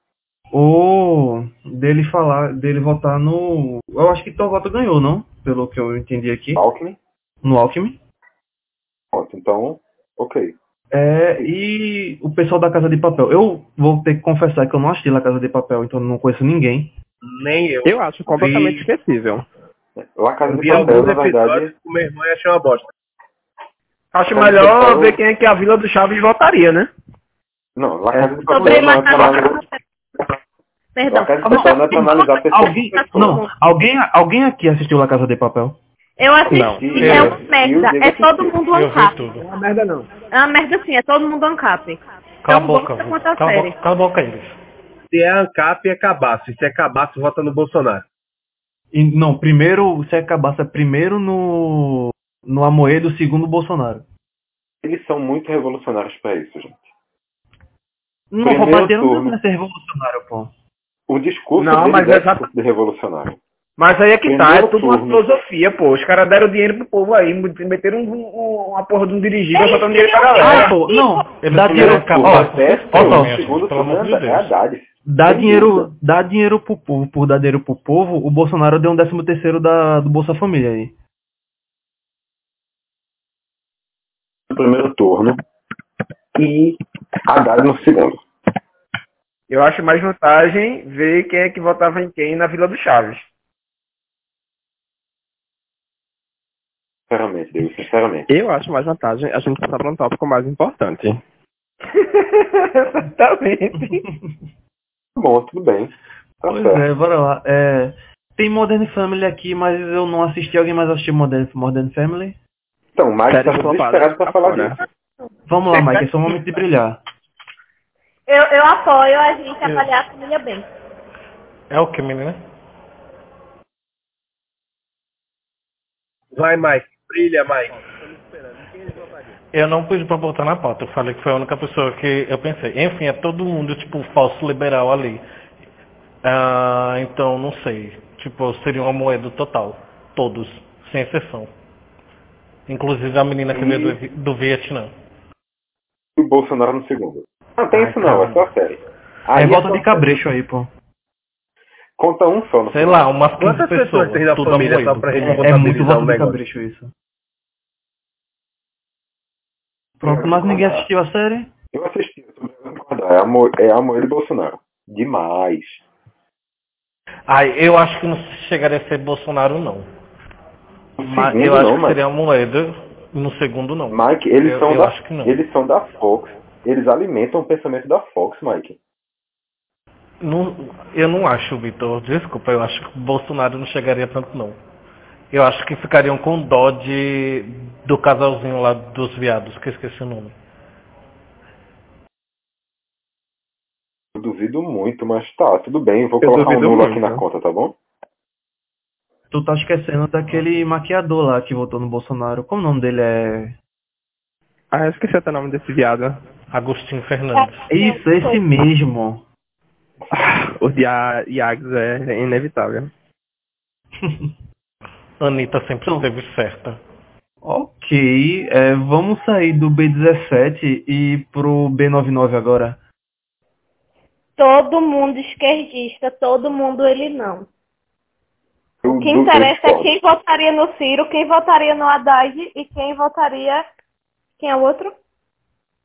ou dele falar, dele votar no. Eu acho que Torvota ganhou, não? Pelo que eu entendi aqui,
Alckmin?
no Alckmin.
Pronto, então, ok.
É, e o pessoal da Casa de Papel. Eu vou ter que confessar que eu não assisti La Casa de Papel, então não conheço ninguém.
Nem eu.
Eu acho completamente esquecível.
Lá Casa
Eu
de
vi
Papel,
alguns
na verdade,
episódios com meu irmão e achei uma bosta.
Acho
Então,
melhor
então-
ver quem é que a Vila do Chaves votaria, né?
não, La Casa de
Sobre
Papel não é
La
pra
Casa de
analisar,
Papel. Perdão.
La Casa de Papel não é pra analisar pessoas.
Alguém, não, alguém, alguém aqui assistiu La Casa de Papel?
Eu
Não.
assisti, é uma
Eu-
merda.
eu
É
digo
todo
que sim.
mundo
Eu vi
ANCAP.
tudo.
Não é merda, não.
É uma merda sim, é todo mundo ANCAP.
Cala a
Tão É um bom
boca,
quanto a
cala a
série.
boca, cala a boca, Iris.
Se é ANCAP, é cabaço. E se é cabaço, vota no Bolsonaro.
E, não, primeiro, se acabasse é primeiro no. No Amoedo, segundo Bolsonaro.
Eles são muito revolucionários pra isso, gente.
Não,
Primeiro
Roubadeira não
turno.
deve ser revolucionário, pô.
O discurso
Não,
dele
mas
é
é exata-
discurso de revolucionário.
Mas aí é que tá, é
Primeiro
tudo uma
turno.
filosofia, pô. Os caras deram dinheiro pro povo aí, meteram um- um- uma porra de um dirigível
Eles
botando dinheiro pra
queriam-
galera.
Ah, pô, não.
Ele
Dá
primeiro
dinheiro,
acabou. um
ó,
O PSDB,
ó, ó,
o é segundo
pelo amor de
turno é
Deus.
Haddad.
Dá
Sem
dinheiro,
dúvida.
dá dinheiro pro povo, por dar dinheiro pro povo, o Bolsonaro deu um décimo terceiro da, do Bolsa Família aí.
no primeiro turno e Haddad no segundo.
Eu acho mais vantagem ver quem é que votava em quem na Vila do Chaves.
Sinceramente, David, sinceramente.
Eu acho mais vantagem a gente passar para um tópico mais importante.
Exatamente.
Bom, tudo bem. Tá
Pois
certo.
é, bora lá. É, tem Modern Family aqui, mas eu não assisti. Alguém mais assistiu Modern, Modern Family?
Então, o Mike
Séries
estava
flopadas
desesperado
tá
para falar
afora.
disso.
Vamos lá, Mike, é só um momento de brilhar.
Eu, eu apoio a gente avaliar a família bem.
É o que, menina?
Vai, Mike. Brilha, Mike.
Eu não pedi pra botar na pauta, eu falei que foi a única pessoa que eu pensei. Enfim, é todo mundo, tipo, falso liberal ali. Ah, então, não sei. Tipo, seria uma moeda total. Todos, sem exceção. Inclusive a menina que veio do, do Vietnã.
E o Bolsonaro no segundo. Não tem
Ai,
isso não, é só
caramba.
série.
É
Aí
volta
só-
de cabrecho aí, pô.
Conta um só. No
Sei
final.
lá, umas 15
Quantas pessoas tem na
tudo
família só
amoedo.
pra gente
É, é muito
contabilizar o
volta de
um negócio?
cabrecho isso. Pronto, mas ninguém assistiu a série?
Eu assisti, eu tô tentando concordar. É amor, é amor de Bolsonaro. Demais.
Ai, eu acho que não chegaria a ser Bolsonaro, não. Mas
segundo
eu acho
não,
que
mas-
seria a moeda. No segundo, não.
Mike, eles,
eu,
são
eu
da,
acho que não.
eles são da Fox. Eles alimentam o pensamento da Fox, Mike.
Não- eu não acho, Vitor. Desculpa, eu acho que o Bolsonaro não chegaria tanto, não. Eu acho que ficariam com dó de, do casalzinho lá dos viados, que eu esqueci o nome.
Eu duvido muito, mas tá, tudo bem. Vou
Eu
colocar um
duvido
nulo
muito.
aqui na conta, tá bom?
Tu tá esquecendo daquele maquiador lá que votou no Bolsonaro. Como o nome dele é.
Ah, eu esqueci até o nome desse viado.
Agostinho
É.
Fernandes.
Isso, esse mesmo.
Ah, O de A- Iags é inevitável.
Anitta sempre esteve certa.
Ok, é, vamos sair do B17 e ir pro B99 agora.
Todo mundo esquerdista, todo mundo ele não.
Eu
O que
du- eu
interessa é
discordo.
quem votaria no Ciro, quem votaria no Haddad e quem votaria. Quem é o outro?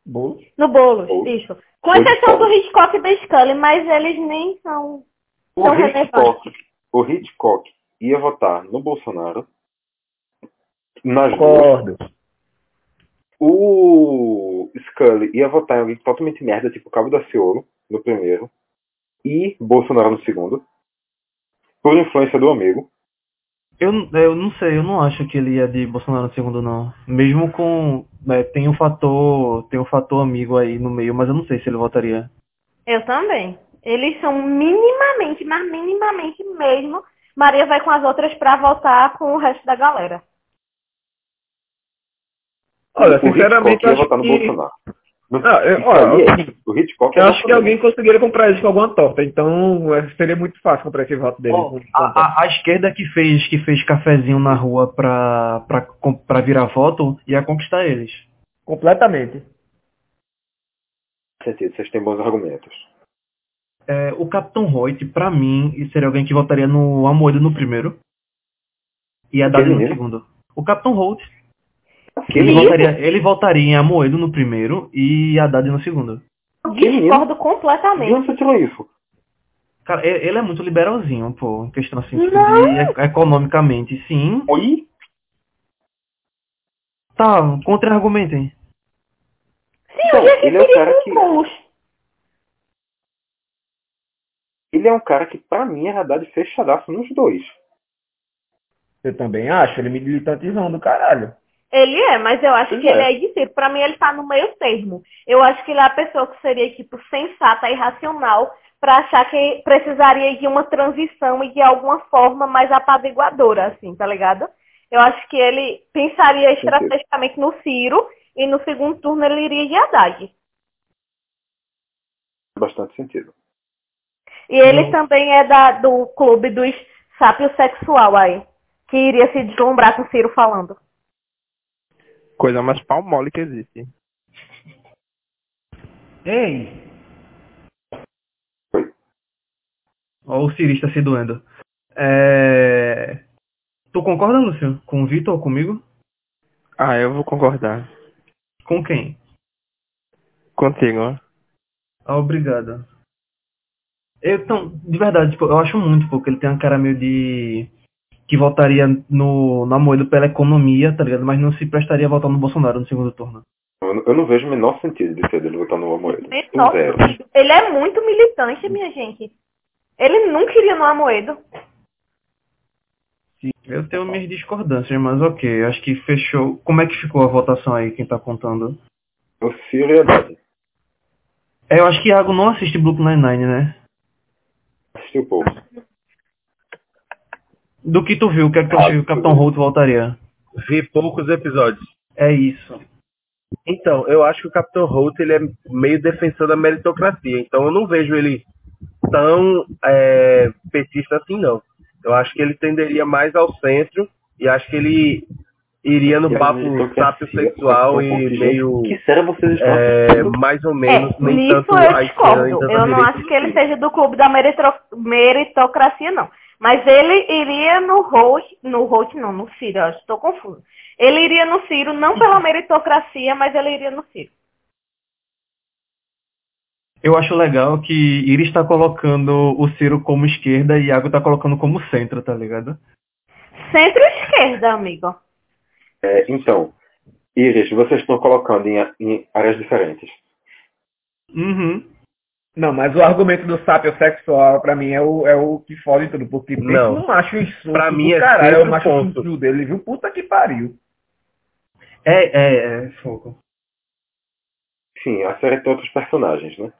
Boulos?
No Boulos,
Boulos.
isso. Com
Boulos
exceção do
Paulo.
Hitchcock e da Scully, mas eles nem são.
O
São
Hitchcock, o Hitchcock ia votar no Bolsonaro. Nas duas.
Concordo.
O Scully ia votar em alguém totalmente merda, tipo Cabo da Ciolo, no primeiro. E Bolsonaro no segundo. Por influência do amigo.
Eu, eu não sei, eu não acho que ele ia de Bolsonaro no segundo, não. Mesmo com. né, tem um fator. Tem um fator amigo aí no meio, mas eu não sei se ele votaria.
Eu também. Eles são minimamente, mas minimamente mesmo. Maria vai com as outras pra votar com o resto da galera.
Olha,
o Hitchcock
sinceramente,
ia
acho
votar no
que...
Bolsonaro. No-
Ah, eu-
isso
olha,
aí é-
assim,
o Hitchcock
eu
ia
acho que
votar
alguém conseguiria comprar eles com alguma torta, então é, seria muito fácil comprar esse voto dele.
Bom, A, a- a esquerda que fez que fez cafezinho na rua pra, pra, com- pra virar voto ia conquistar eles.
Completamente.
no sentido, vocês têm bons argumentos.
É, o Capitão Reut, pra mim, e seria alguém que votaria no Amoedo no primeiro. E a Dali no
Aquele mesmo?
segundo. O Capitão Holt,
Que
ele
menino,
votaria, ele votaria em Amoedo no primeiro e Haddad no segundo.
Que menino?
Discordo
de
completamente.
onde você tirou é isso?
Cara, e- ele é muito liberalzinho, pô. em Questão assim, de-
Não.
e- economicamente, sim.
Oi?
Tá, contra-argumentem.
Sim,
Então,
eu já
ele é o cara
queria um
que-
com Boulos.
Ele é um cara que, pra mim, é Haddad fechadaço nos dois.
Eu também acho, ele me militantizão do caralho.
Ele é, mas eu acho
Pois
que
é.
ele é de Ciro. Pra mim, ele tá no meio termo. Eu acho que ele é a pessoa que seria, tipo, sensata e racional pra achar que precisaria de uma transição e de alguma forma mais apaziguadora, assim, tá ligado? Eu acho que ele pensaria
Sentido.
estrategicamente no Ciro e no segundo turno ele iria de Haddad.
Bastante sentido.
E
Hum.
ele também é da, do clube dos sábios sexual aí, que iria se deslumbrar com o Ciro falando.
Coisa mais pau mole que existe.
Ei!
Ó, o cirista se doendo. É... Tu concorda, Lúcio? Com o Vitor ou comigo?
Ah, eu vou concordar.
Com quem?
Contigo.
Ah, obrigado. Eu, então, de verdade, tipo, eu acho muito, porque ele tem uma cara meio de... Que votaria no, no Amoedo pela economia, tá ligado? Mas não se prestaria a votar no Bolsonaro no segundo turno.
Eu, não- eu não vejo o menor sentido de ser dele votar no Amoedo.
Menor
Zero.
Ele é muito militante, minha gente. Ele nunca iria no Amoedo.
Eu tenho minhas discordâncias, mas ok. Acho que fechou. Como é que ficou a votação aí, quem tá contando?
O Ciro e Haddad.
É, eu acho que Iago não assiste Blue Nine-Nine, né?
Assistiu pouco.
Do que tu viu, o que é que tu achou que o Capitão Holt voltaria?
Vi poucos episódios.
É isso.
Então, eu acho que o Capitão Holt ele é meio defensor da meritocracia, então eu não vejo ele tão é, petista assim, não. Eu acho que ele tenderia mais ao centro e acho que ele iria no
E a
papo
meritocracia,
sábio
um
sexual
pouco
e
de
meio
gente. Que será vocês estão
é,
assistindo?
mais ou
É,
menos, nem
nisso
tanto
eu
à esquerda, nem
discordo.
tanto à
Eu não
direita.
acho que ele seja do clube da meritro- meritocracia, não. Mas ele iria no Holt, no Holt não, no Ciro, eu estou confuso. Ele iria no Ciro, não pela
Uhum.
meritocracia, mas ele iria no Ciro.
Eu acho legal que Iris tá colocando o Ciro como esquerda e Iago tá colocando como centro, tá ligado?
Centro-esquerda, amigo.
É, então, Iris, vocês estão colocando em, a- em áreas diferentes.
Uhum.
Não, mas o argumento do sápio sexual, pra mim, é o, é o que fode tudo, porque pensa
Não.
num macho insulto
Pra mim
do
é
caralho, é o
sempre
macho
ponto.
insulto dele, viu? Puta que pariu.
É, é, é, fogo.
Sim, a série tem outros personagens, né?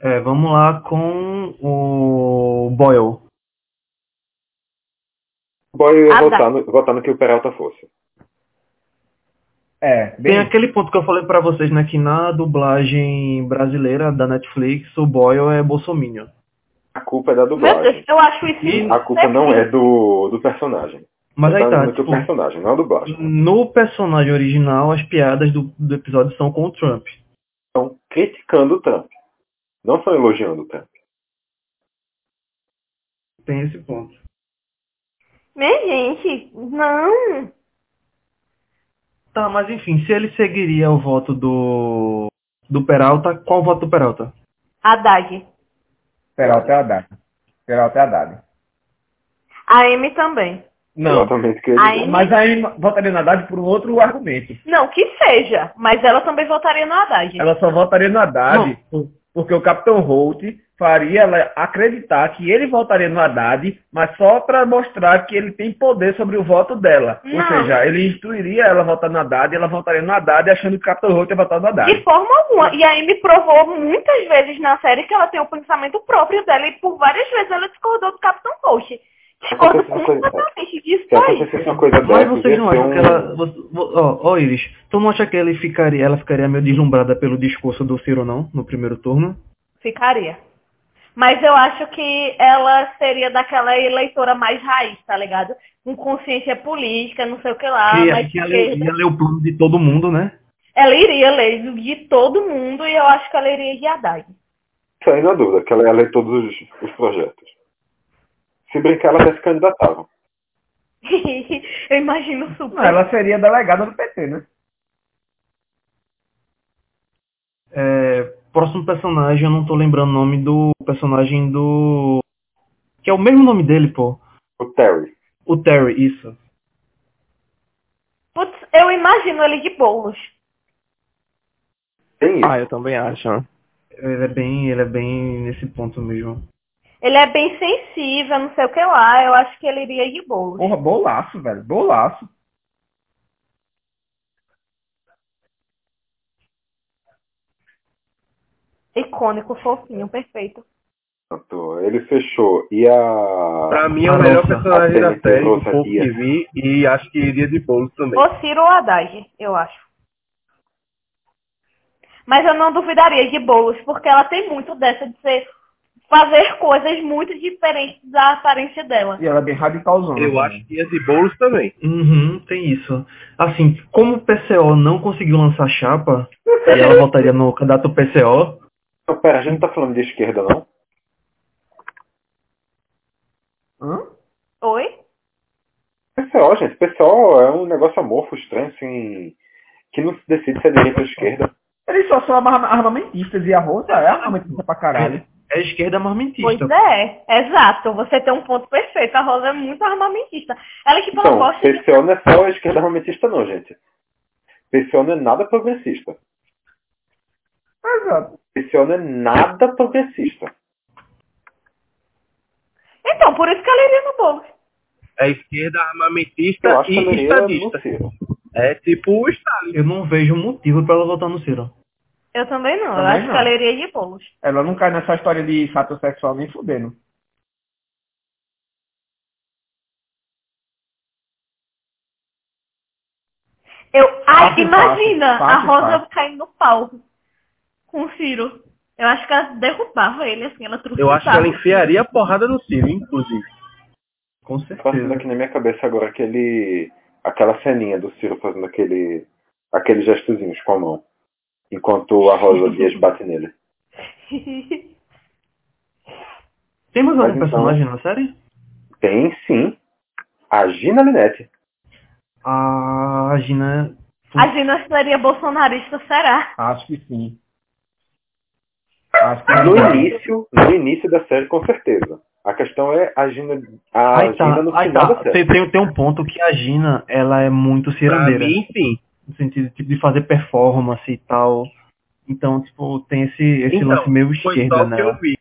É, vamos lá com o Boyle.
Boyle ia
Ah,
votar
tá.
no, votar no que o Peralta fosse.
É,
Tem
bem,
aquele ponto que eu falei pra vocês, né, que na dublagem brasileira da Netflix, o Boyle é bolsominion.
A culpa é da
Meu Deus,
dublagem.
eu acho isso.
A culpa não é do, do personagem.
Mas aí
Tá
tá, Hum.
no do
tipo,
personagem, não é do dublagem.
no personagem original, as piadas do, do episódio são com o Trump.
Estão criticando o Trump. Não estão elogiando o Trump.
Tem esse ponto.
Minha gente, não.
Tá, mas enfim, se ele seguiria o voto do do Peralta, qual o voto do Peralta?
Haddad.
Peralta é Haddad. Peralta é Haddad.
A M também.
Não,
Exatamente o que ele é
A M...
mas aí votaria no Haddad por um outro argumento.
Não, que seja. Mas ela também votaria no Haddad.
Ela só votaria no Haddad por- porque o Capitão Holt faria ela acreditar que ele votaria no Haddad, mas só pra mostrar que ele tem poder sobre o voto dela. Ou
Não.
seja, ele instruiria ela a votar no Haddad e ela votaria no Haddad achando que o Capitão Holt ia votar no Haddad.
De forma alguma. E a Amy provou muitas vezes na série que ela tem o pensamento próprio dela e por várias vezes ela discordou do Capitão Coach. Discordo
Acontece uma coisa- é.
completamente disso
Se
aí.
acontecesse uma coisa
Mas
dessa,
vocês
ia
não
ser
acham
um...
que ela. vo- vo- Ó, ó, Iris, tu não acha que ele ficaria, ela ficaria meio deslumbrada pelo discurso do Ciro, não? No primeiro turno?
Ficaria. Mas eu acho que ela seria daquela eleitora mais raiz, tá ligado? Com consciência política, não sei o que lá.
que
Ah, mas
é que ia, ler,
esquerda.
ia ler o plano de todo mundo, né?
Ela iria ler de todo mundo e eu acho que ela iria de Haddad.
Saindo a dúvida, que ela ia ler todos os, os projetos. Se brincar, ela até se candidatava.
eu imagino super.
Não, ela seria delegada do PT, né?
É, próximo personagem, eu não tô lembrando o nome do personagem do. Que é o mesmo nome dele, pô.
O Terry.
O Terry, isso.
Putz, eu imagino ele de bolos.
Tem isso.
Ah, eu também acho.
Ele é bem. Ele é bem nesse ponto mesmo.
Ele é bem sensível, não sei o que lá. Eu acho que ele iria de bolos.
Porra, bolaço, velho. Bolaço.
Icônico, fofinho, perfeito.
Pronto, Ele fechou. E a.
Pra mim é o
Nossa,
melhor personagem
a
da
Penny
série,
Penrose
do pouco
aqui,
que vi, e acho que iria de bolo também.
Ou Ciro ou Haddad, eu acho. Mas eu não duvidaria de bolos, porque ela tem muito dessa de ser fazer coisas muito diferentes da aparência dela.
E ela é bem radicalzona.
Eu acho que ia de bolos também.
Uhum, tem isso. Assim, como o PCO não conseguiu lançar chapa, e ela votaria no candidato PCO,
Não, pera, a gente não tá falando de esquerda, não?
Oi?
PCO, gente. PCO é um negócio amorfo, estranho, assim. Que não se decide se é direita ou esquerda.
Eles só são arma- armamentistas e a Rosa é armamentista pra caralho.
é esquerda
Pois
marmentista.
é, exato. Você tem um ponto perfeito. A Rosa é muito armamentista. Ela, tipo, ela
Então,
gosta de
PCO não é só a esquerda armamentista, não, gente. PCO não é nada progressista.
Exato.
PCO não é nada progressista.
Então, por isso que ela iria no bolo.
É esquerda armamentista
Eu acho que
e
ela iria
estadista.
no Ciro.
É tipo o Stalin.
Eu não vejo motivo pra ela votar no Ciro.
Eu também não. eu
Também
acho
não.
que ela iria de bolos.
Ela não cai nessa história de fato sexual nem fudendo.
Eu, ai,
Fácil,
imagina
fácil, fácil,
a Rosa
fácil.
caindo no pau com o Ciro. Eu acho que ela derrubava ele, assim, ela
Eu acho que
trucidava.
ela enfiaria a porrada no Ciro, inclusive.
Com
Tá Passando
certeza.
aqui na minha cabeça agora aquele. aquela ceninha do Ciro fazendo aquele. aqueles gestozinhos com a mão. Enquanto a Rosa Dias bate nele.
Tem mais
Mas
algum
então-
personagem na série?
Tem sim a Gina Linetti.
A Gina.
A Gina seria bolsonarista, será?
Acho que sim. Acho que
No início, no início da série, com certeza. A questão é a Gina, a
aí tá,
Ah, Gina no
aí
final
tá.
da série.
Tem, tem, tem um ponto que a Gina, ela é muito cirandeira.
sim.
No sentido tipo, de fazer performance e tal. Então, tipo, tem esse, esse
Então,
lance meio
Foi só
esquerda
o que eu
nela.
vi.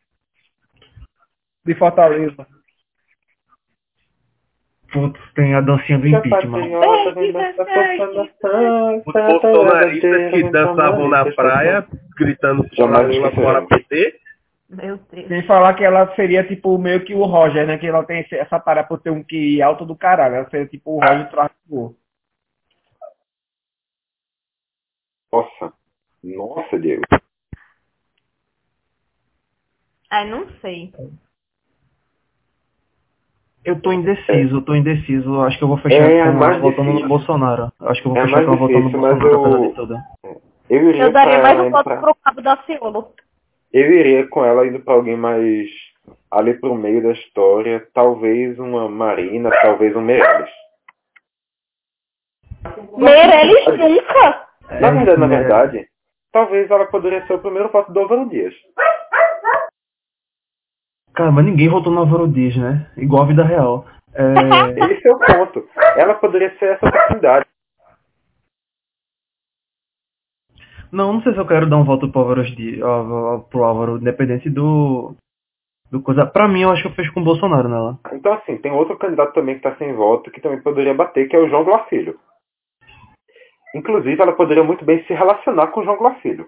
De Fortaleza.
Putz, tem a dancinha do impeachment.
Os bolsonaristas que dançavam na praia, gritando
Jamais
"Lula
esquecerei.
fora PT.
Meu Deus.
Sem falar que ela seria, tipo, meio que o Roger, né? Que ela tem esse- essa tarefa por ter um QI alto do caralho. Ela seria, tipo, o Roger tráfico.
Nossa. Nossa, Diego.
Ai, não sei.
Eu tô indeciso, eu tô indeciso. Eu Acho que eu vou fechar
É, é
com
mais
votando
difícil.
no Bolsonaro. Eu Acho que eu vou
É
fechar
mais
com votando no
difícil, mas
Bolsonaro, apesar
eu-
de tudo.
Eu iria,
Eu daria
pra
mais
ela
um
indo
voto
pra-
pro cabo da Ciolo.
eu iria com ela indo pra alguém mais ali pro meio da história. Talvez uma Marina, talvez um Meirelles.
Meirelles nunca!
É.
Na verdade,
né?
na verdade, talvez ela poderia ser o primeiro voto do Álvaro Dias.
Cara, mas ninguém votou no Álvaro Dias, né? Igual a vida real. É,
Esse é o ponto. Ela poderia ser essa oportunidade.
Não, não sei se eu quero dar um voto pro Álvaro, Di- Álvaro- pro Álvaro independente do, do coisa. Pra mim, eu acho que eu fecho com o Bolsonaro nela.
Então, assim, tem outro candidato também que está sem voto que também poderia bater, que é o João Glafilho. Inclusive, ela poderia muito bem se relacionar com o João Glafilho.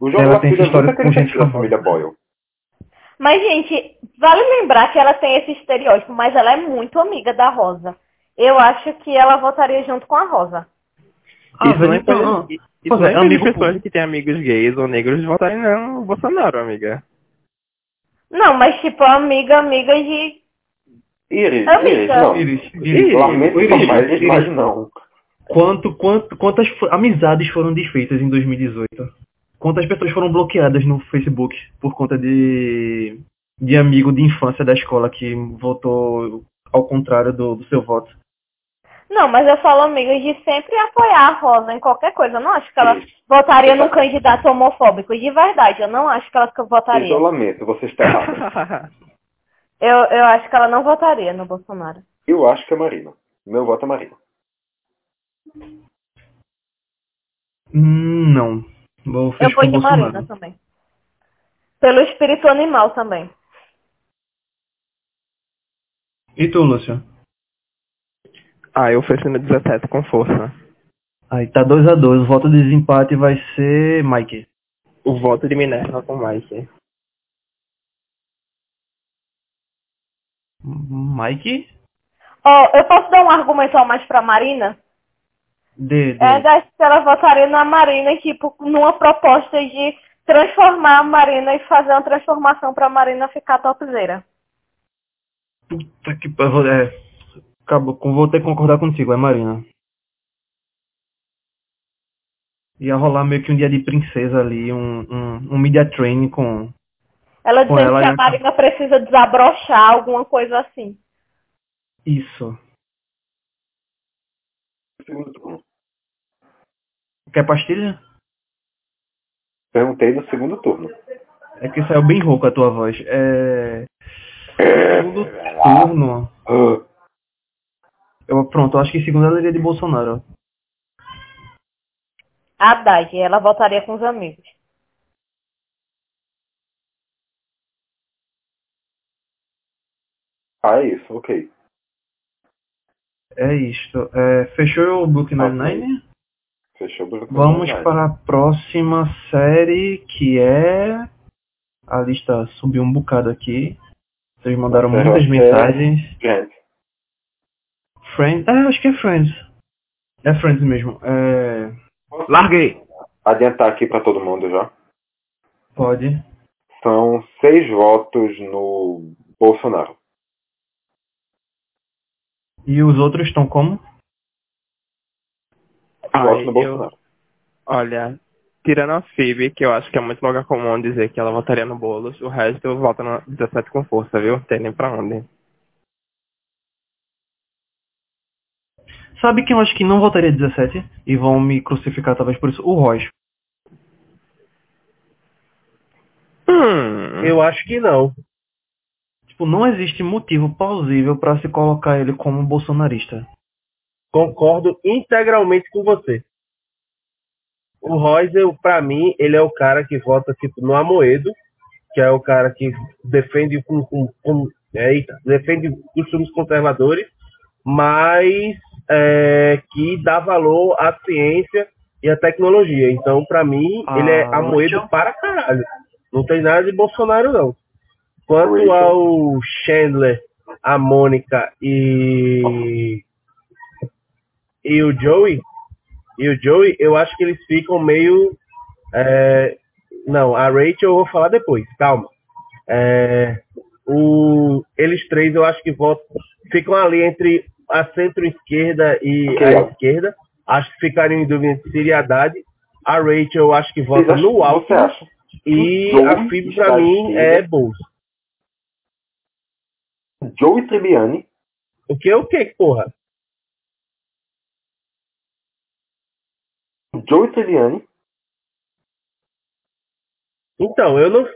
O João
Ela tem
Glafilho
essa
é muito
história com né? gente
acreditado da
famosa.
família Boyle.
Mas, gente, vale lembrar que ela tem esse estereótipo, mas ela é muito amiga da Rosa. Eu acho que ela votaria junto com a Rosa.
Ah,
isso
velho,
nem
então,
pode-
ah,
Isso
Pois
não
é,
é pelas
amigo
pessoas
público.
que têm amigos gays ou negros votarem não no Bolsonaro, amiga.
Não, mas tipo, amiga, amiga de.
Iris,
Amiga.
Iris, não.
Iris, Iris,
Iris, lamento
Iris,
informar,
Iris.
mas não.
Quanto, quanto, quantas fo- amizades foram desfeitas em 2018? Quantas pessoas foram bloqueadas no Facebook por conta de, de amigo de infância da escola que votou ao contrário do, do seu voto?
Não, mas eu falo amiga de sempre apoiar a Rosa em qualquer coisa. Eu não acho que ela
Iris,
votaria num candidato homofóbico. De verdade, eu não acho que ela votaria.
isolamento, você está errado.
Eu, eu acho que ela não votaria no Bolsonaro.
Eu acho que é Marina. Meu voto é Marina.
Hum, Não. Vou
Eu
fechar
vou
com é o
de
Bolsonaro.
Marina também. Pelo espírito animal também.
E tu, Lúcio?
ah, eu fecho no 17 com força.
Aí tá 2 a 2 O voto de desempate vai ser Mike.
O voto de Minerva com Mike.
Mike?
Ó, eu posso dar um argumento a mais pra Marina?
D. D.
É, daí se ela votaria na Marina, tipo, numa proposta de transformar a Marina e fazer uma transformação pra Marina ficar topzeira.
Puta que pa- vou- é, acabou, com- vou ter que concordar contigo, é Marina. Ia rolar meio que um dia de princesa ali, um, um, um media training com.
Ela
Com
dizendo
ela,
que a
né?
Marina precisa desabrochar, alguma coisa assim.
Isso.
Segundo turno.
Quer pastilha?
Perguntei no segundo turno.
É que saiu bem rouca a tua voz. É. Segundo turno.
Ah,
Eu, pronto, eu acho que segundo ela iria de Bolsonaro.
Haddad, ela votaria com os amigos.
Ah, é isso, ok.
É isto. É, fechou o Book 99?
Fechou o bloco.
Vamos
Vai.
para a próxima série que é. A lista subiu um bocado aqui. Vocês mandaram
Nossa,
muitas
eu achei-
mensagens.
Gente,
Friends. É, acho que é Friends. É Friends mesmo. É,
Larguei.
adiantar aqui para todo mundo já.
Pode.
São seis votos no Bolsonaro.
E os outros estão como?
Voto no
eu-
Bolsonaro.
Olha, tirando a Phoebe, que eu acho que é muito lugar comum dizer que ela votaria no Boulos, o resto eu voto no 17 com força, viu? Tem nem pra onde.
Sabe quem eu acho que não votaria 17? E vão me crucificar talvez por isso? O Royce.
Hum,
Eu acho que não.
Tipo, não existe motivo plausível pra se colocar ele como bolsonarista.
Concordo integralmente com você. O Reusel, pra mim, ele é o cara que vota tipo no Amoedo, que é o cara que defende com, com, com- é, eita, defende costumes conservadores, mas é, que dá valor à ciência e à tecnologia. Então, pra mim,
Ah,
ele é Amoedo
então-
para caralho. Não tem nada de Bolsonaro não. Quanto
Rachel.
ao Chandler, a Mônica e e o Joey, e o Joey, eu acho que eles ficam meio. é, não, a Rachel eu vou falar depois, calma. É, o, eles três eu acho que votam, ficam ali entre a centro-esquerda e
Ok,
a
ó.
esquerda. Acho que ficariam em dúvida entre Siri e Haddad. A Rachel eu acho que vota
Vocês acham-
no
Você
Alckmin.
acha?
E
Joey
a FIB
está
pra
à
mim é
esquerda?
bolsa.
Joey Tribbiani,
O que é o que, porra?
Joey Tribbiani,
Então, eu não,
Tá,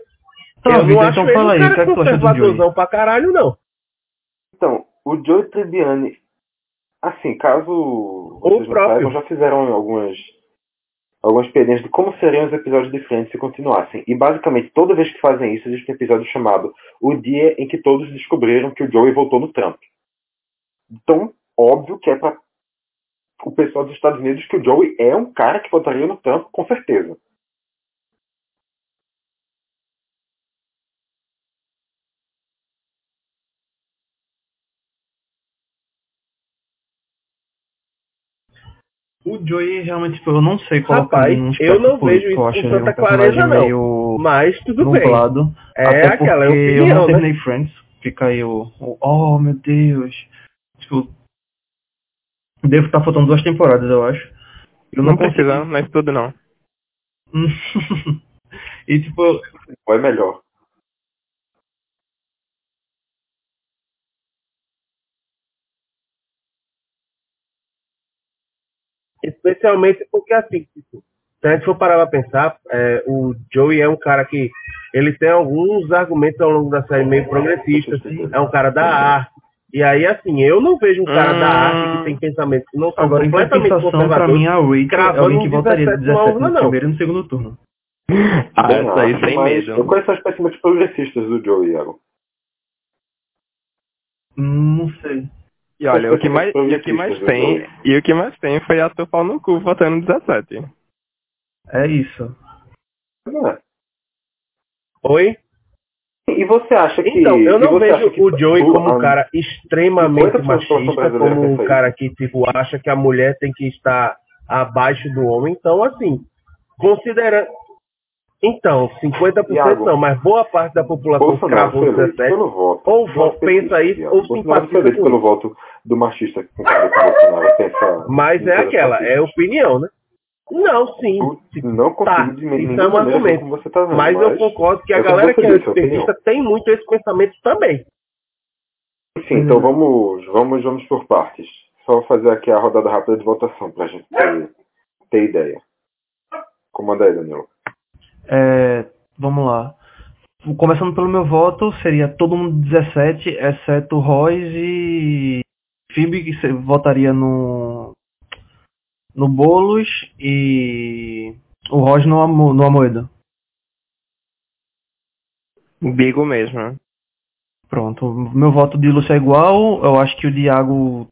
eu não
Vitor,
acho
então
ele
fala
um
aí, o que
cara
é que tu acha do Joey?
conservadorzão pra caralho, não.
Então, o Joe Tribbiani, assim, caso vocês não
próprio.
saibam, já fizeram algumas algumas experiências de como seriam os episódios diferentes se continuassem. E basicamente, toda vez que fazem isso, existe um episódio chamado O Dia em que Todos Descobriram que o Joey votou no Trump. Então, óbvio que é para o pessoal dos Estados Unidos que o Joey é um cara que votaria no Trump, com certeza.
O Joey realmente, tipo, eu não sei colocar
Rapaz,
num
eu
espectro
não
político,
vejo
eu
isso com
acho ele
tanta
um personagem
clareza, não.
meio
Mas tudo bem.
nublado.
É
Até
aquela, é
porque eu não
opinião, né?
terminei Friends. Fica aí o, o, Oh meu Deus. Tipo. Devo estar faltando duas temporadas, eu acho. Eu não,
Não precisamos, não é isso tudo não.
consegui- e tipo, eu-
Ou é melhor?
Especialmente porque, assim, tipo, se a gente for parar pra pensar, é, o Joey é um cara que ele tem alguns argumentos ao longo da série meio progressistas, é um cara da arte. E aí, assim, eu não vejo um cara da arte que tem pensamentos que não são
Hum. agora então, em
completamente
compensação, é pra
conservadores.
mim a Rachel é
cravando
alguém que
um
votaria
17
de 17
não,
no
não.
primeiro e no segundo turno.
Ah,
Bem,
isso aí
acho,
sem
mas
medo.
Quais são as perspectivas progressistas do Joey, Iago?
Hum, Não sei.
E olha, o que mais, e o que mais tem, e o que mais tem foi ator pau no cu votando 17.
É isso.
Não é.
Oi?
E você acha que.
Então, eu
e
não
você
vejo
acha que
o Joey
tu-
como um
ah,
cara extremamente
Enquanto a população
machista,
brasileira
como um
pensa
cara que, tipo, acha que a mulher tem que estar abaixo do homem. Então, assim, considerando. Então, 50%
Iago,
não, mas boa parte da população
Bolsonaro foi
cravou
eleito
17.
pelo voto.
né? Ou
Não
vo- pensa isso,
Iago.
ou
Bolsonaro foi
simpatiza
eleito
com
pelo
isso.
voto do machista com cara que Bolsonaro pensa.
Mas
Então,
é aquela,
assim,
é opinião, né? Não, sim.
Eu Não consigo
Tá,
de nenhuma
isso é um
maneira ver
argumento.
como você tá vendo,
Mas eu concordo que a
eu
galera que
concordo
é
com isso,
esquerdista tem muito esse pensamento também.
Enfim, então vamos, vamos, vamos por partes. Só fazer aqui a rodada rápida de votação pra gente ter, ter ideia. Comanda aí, Danilo.
É, vamos lá. Começando pelo meu voto, seria todo mundo 17, exceto Royce e Phoebe, que se- votaria no no Boulos e o Royce no, Amo- no Amoedo.
Bigo mesmo.
Pronto. Meu voto de Lúcio é igual, eu acho que o Diago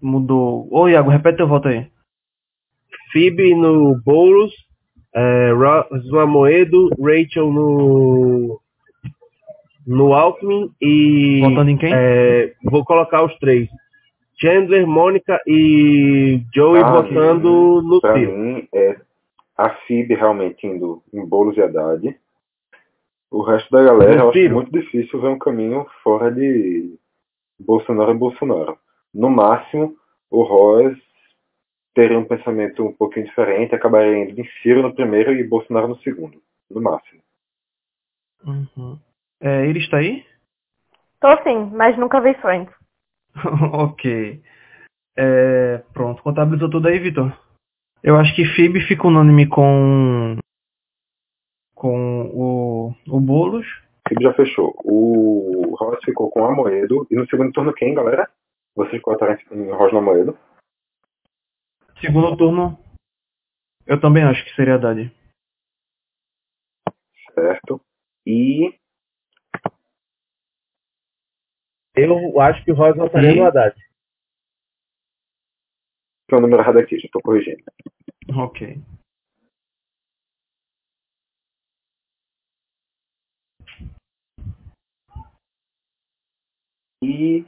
mudou. Ô, Iago, repete teu voto aí.
Phoebe no Boulos, é, Rosua Moedo, Rachel no no Alckmin e
Votando em quem?
é, vou colocar os três. Chandler, Mônica e Joey
Ah,
votando no
Pra
Ciro.
mim, é a FIB realmente indo em bolos e Haddad. O resto da galera, eu acho
Prefiro.
muito difícil ver um caminho fora de Bolsonaro e Bolsonaro. No máximo, o Ross teria um pensamento um pouquinho diferente, acabaria indo em Ciro no primeiro e Bolsonaro no segundo. No máximo.
Uhum. É, ele está aí?
Tô
Então, assim,
sim, mas nunca vi Friends.
ok. É, pronto, contabilizou tudo aí, Vitor. Eu acho que Phoebe fica unânime com com o, o Boulos.
Recife já fechou. O Ross ficou com o Amoedo. E no segundo turno quem, galera? Vocês votaram em Ross no Amoedo?
Segundo turno, eu também acho que seria Haddad.
Certo. E
Eu acho que o Rosa votaria
E-
no Haddad.
que é o número errado aqui, já tô corrigindo.
Ok.
E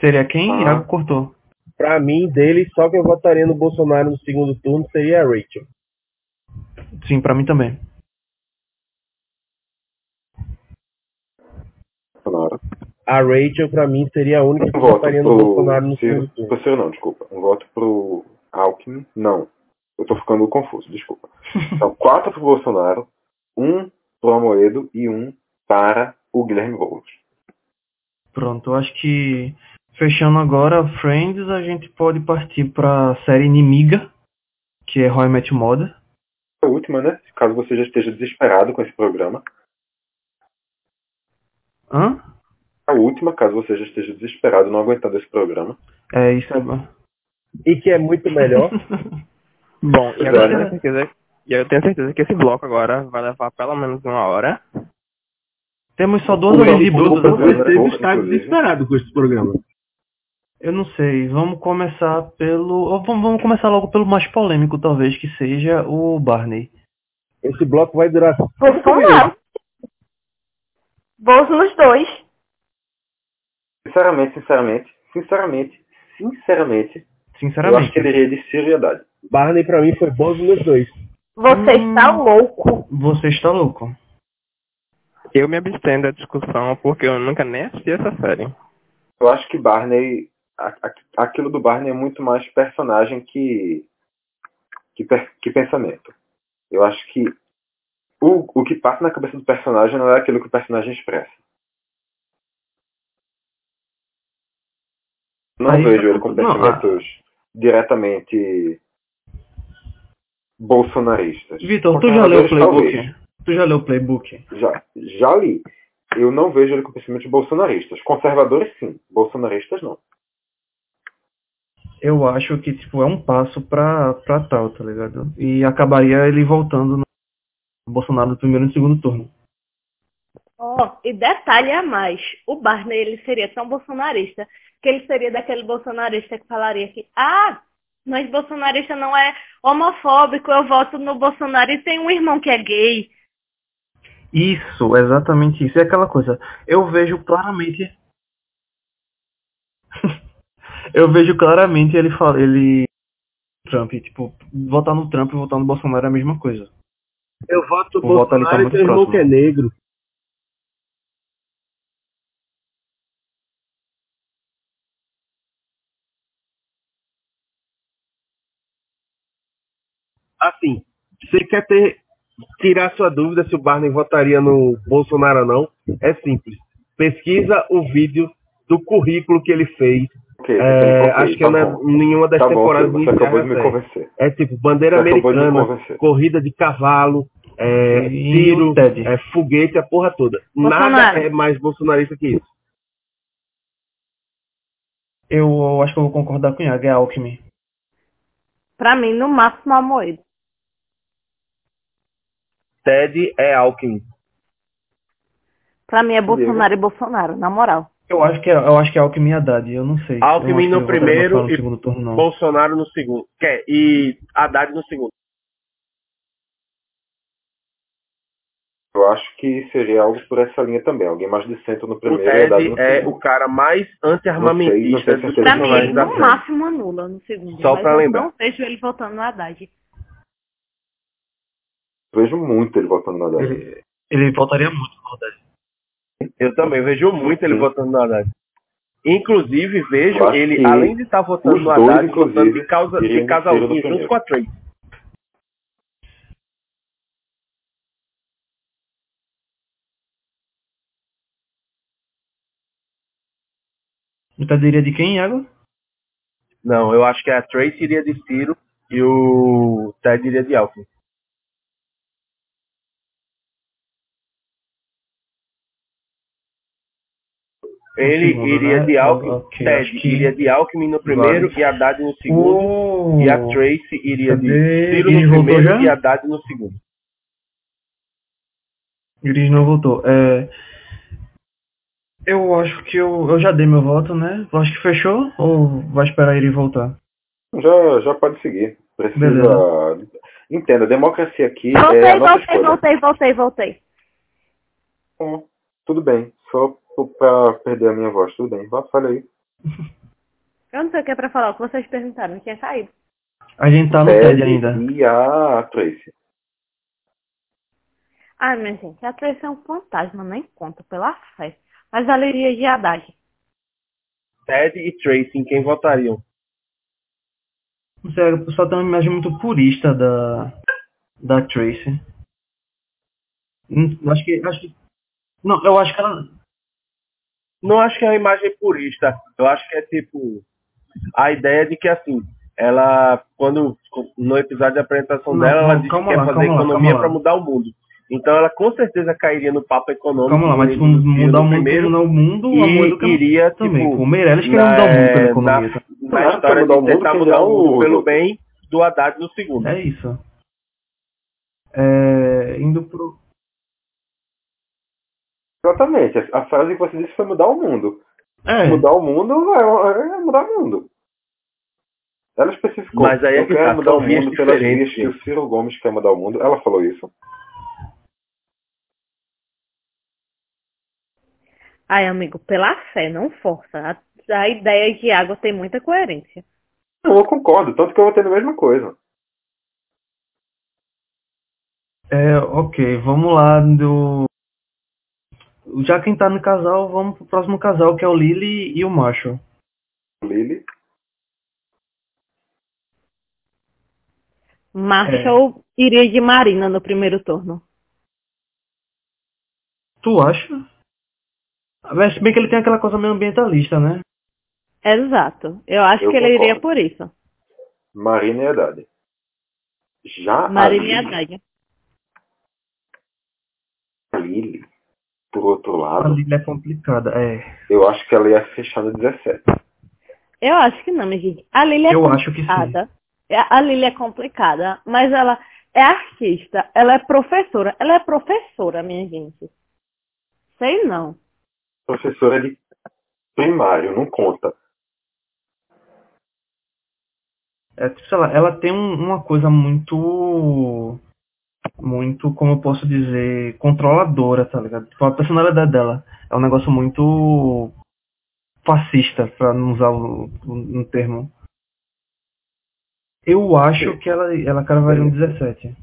Seria quem?
Ah.
Iago cortou.
Pra mim, dele, só que eu votaria no Bolsonaro no segundo turno seria a Rachel.
Sim, pra mim também.
Bolsonaro.
A Rachel, pra mim, seria a única que
Um voto
votaria no
pro
Bolsonaro no
Ciro,
segundo turno.
pro Ciro não, desculpa. Um voto pro Alckmin, não. Eu tô ficando confuso, desculpa. Então, quatro pro Bolsonaro, um pro Amoedo e um para o Guilherme Boulos.
Pronto, eu acho que fechando agora Friends, a gente pode partir pra série inimiga, que é Roy Match Moda.
A última, né? Caso você já esteja desesperado com esse programa.
Hã?
A última, caso você já esteja desesperado, não aguentando esse programa.
É, isso é bom.
E que é muito melhor.
Bom, e
Pois
agora
é,
eu
né?
tenho certeza, e eu tenho certeza que esse bloco agora vai levar pelo menos uma hora.
Temos só duas
O
horas de
Henrique
bloco.
Duda.
Você está
Inclusive.
desesperado com esse programa.
Eu não sei, vamos começar pelo. ou Vamos, vamos começar logo pelo mais polêmico, talvez, que seja o Barney.
Esse bloco vai durar
Bolsonaro. Bolso nos dois.
Sinceramente, sinceramente, sinceramente, sinceramente, eu acho
Sinceramente.
que ele iria de Ciro e Haddad.
Barney pra mim foi Bozo nos dois.
Você está louco.
Você está louco.
Eu me abstendo da discussão porque eu nunca nem assisti essa série.
Eu acho que Barney, a- a- aquilo do Barney é muito mais personagem que que, per- que pensamento. Eu acho que o, o que passa na cabeça do personagem não é aquilo que o personagem expressa. Não
Aí-
vejo ele com
não, ah.
pensamentos diretamente bolsonaristas.
Vitor, tu já leu o
Conservadores, talvez.
playbook? Tu já leu o playbook?
Já, já li. Eu não vejo ele com pensamentos bolsonaristas. Conservadores, sim. Bolsonaristas, não.
Eu acho que, tipo, é um passo pra, pra tal, tá ligado? E acabaria ele voltando no Bolsonaro no primeiro e no segundo turno.
Ó, e detalhe a mais, o Barney ele seria tão bolsonarista que ele seria daquele bolsonarista que falaria que ah, mas bolsonarista não é homofóbico, eu voto no Bolsonaro e tem um irmão que é gay.
Isso, exatamente isso. É aquela coisa. Eu vejo claramente. eu vejo claramente ele fala, ele Trump, tipo, votar no Trump e votar no Bolsonaro é a mesma coisa.
Eu voto
O voto ali tá
Bolsonaro e
muito
seu irmão que é
né?
negro.
Assim, você quer ter, tirar sua dúvida se o Barney votaria no Bolsonaro ou não? É simples. Pesquisa o vídeo do currículo que ele fez.
Ok, então
é,
ok,
acho que
tá
é na,
bom.
nenhuma das
Tá bom,
temporadas
Silvio, você
iniciais
acabou de
da
me
série.
convencer.
É tipo bandeira
Você acabou de me
americana,
convencer.
corrida de cavalo, é,
E
tiro,
o Ted?
é, foguete, a porra toda. Nada
Bolsonaro.
é mais bolsonarista que isso.
Eu, acho que eu vou concordar com o Iago, é Alckmin.
Pra mim, no máximo, Amoedo.
Ted é Alckmin.
Pra mim é Bolsonaro e Bolsonaro, na moral.
Eu acho que é, eu acho que é Alckmin e Haddad, eu não sei. Eu
Alckmin
não acho que
no
ele votaria
primeiro
Bolsonaro
e
no segundo turno,
Hum.
não.
Bolsonaro no segundo. Quer, e Haddad no segundo.
Eu acho que seria algo por essa linha também. Alguém mais de centro no
O
primeiro e Haddad
Ted
no
é
segundo.
o cara mais anti-armamentista
Não sei, não sei
dos
se ele
Pra mim,
vai
ele
personagens da
dar
no
série.
máximo anula no segundo.
Só
mas
pra
eu
lembrar.
não vejo ele votando no Haddad.
Vejo muito ele votando na Haddad.
Uhum.
Ele, ele votaria muito no Haddad.
Eu também vejo muito ele
Sim.
votando no Haddad. Inclusive, vejo
Eu acho que
ele, além de estar votando
os
no
dois,
Haddad, votando
inclusive, é
de, causa,
iriam
de
no
casalzinho
primeiro.
junto com a Tracy.
Então diria de quem, Iago?
Não, eu acho que a Tracy iria de Ciro e o Ted iria de Alckmin. Ele
segundo,
iria
né?
de Alckmin,
Ok,
Ted
acho que-
iria de Alckmin no primeiro
Vale.
e Haddad no segundo.
Oh.
e a Tracy iria de
Cadê?
Ciro
Ele
no
voltou
primeiro
já?
e Haddad no segundo.
Gris não voltou. É, eu acho que eu, eu já dei meu voto, né? Eu acho que fechou ou vai esperar ele voltar?
Então, Já, já pode seguir. Precisa.
Beleza.
Entenda, democracia aqui é a
Voltei,
nossa
voltei,
escolha.
voltei, voltei, voltei.
Tudo bem, só para perder a minha voz, tudo bem. Vá, fala aí.
Eu não sei o que é pra falar, o que vocês perguntaram, tinha caído.
A gente tá no
Ted
TED ainda.
E a Tracy.
Ai, minha gente, a Tracy é um fantasma, nem conta pela fé. Mas ela iria de Haddad.
Ted e Tracy, em quem votariam?
Não sei, o pessoal tem uma imagem muito purista da, da Tracy. Hum, eu Acho que, acho que. Não, eu acho que ela.
Não acho que é uma imagem purista. Eu acho que é tipo a ideia de que assim, ela quando no episódio de apresentação
Não,
dela, ela
não,
disse que
calma
quer
lá,
fazer
calma lá,
economia
calma
para
lá.
mudar o mundo. Então ela com certeza cairia no papo econômico.
Calma lá, mas
do-
tipo,
do Ciro
mudar
no
o mundo,
primeiro,
mudar o mundo,
e
a música não-
iria
também.
tipo,
o Meirelles queria
na- é,
mudar o mundo pela
na-
economia. tá?
na história de tentar mudar o mundo pelo bem do Haddad no segundo.
É isso. É, indo pro.
Exatamente. A a frase que você disse foi mudar o mundo.
É.
Mudar o mundo é, é mudar o mundo. Ela especificou.
Mas aí é
eu
que
quero
tá,
mudar
são
o
vias
mundo pelas vias
diferentes,
que o Ciro Gomes quer mudar o mundo. Ela falou isso.
Ai, amigo, pela fé, não força. A, a ideia de água tem muita coerência.
Não, eu concordo. Tanto que eu vou ter a mesma coisa.
É, ok, vamos lá do. Já quem tá no casal, vamos pro próximo casal, que é o Lily e o Marshall.
Lily.
Marshall
É.
iria de Marina no primeiro turno.
Tu acha? Mas se bem que ele tem aquela coisa meio ambientalista, né?
Exato. Eu acho
Eu
que ele
concordo.
iria por isso.
Marina e Haddad. Já
Marina e
a Lily,
Haddad.
a Lily, por outro
A
lado,
Lily é complicada, é.
eu acho que ela ia fechar no 17.
Eu acho que não, minha gente. A Lili é
Eu acho que sim.
complicada. É, A Lili é complicada, mas ela é artista, ela é professora. Ela é professora, minha gente. Sei não.
Professora de primário, não conta.
é tipo, sei lá, ela tem um- uma coisa muito. Muito, como eu posso dizer, controladora, tá ligado? Tipo, a personalidade dela é um negócio muito. fascista, pra não usar o- um um termo. Eu acho que ela, ela cravaria um 17.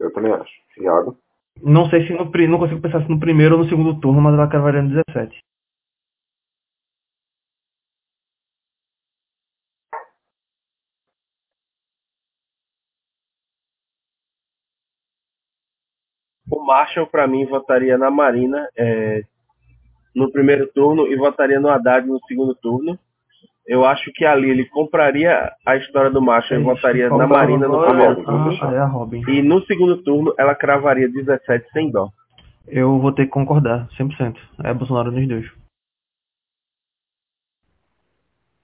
Eu também acho. Iago,
Não sei se no pri- não consigo pensar se no primeiro ou no segundo turno, mas ela cravaria um 17.
O Marshall, pra mim, votaria na Marina é, no primeiro turno e votaria no Haddad no segundo turno. Eu acho que a Lili compraria a história do Marshall e
Isso,
votaria na
faltava
Marina no né?
agora
primeiro
a-
turno.
Ah, é a Robin.
E no segundo turno, ela cravaria 17 sem dó.
Eu vou ter que concordar, 100%. É Bolsonaro nos dois.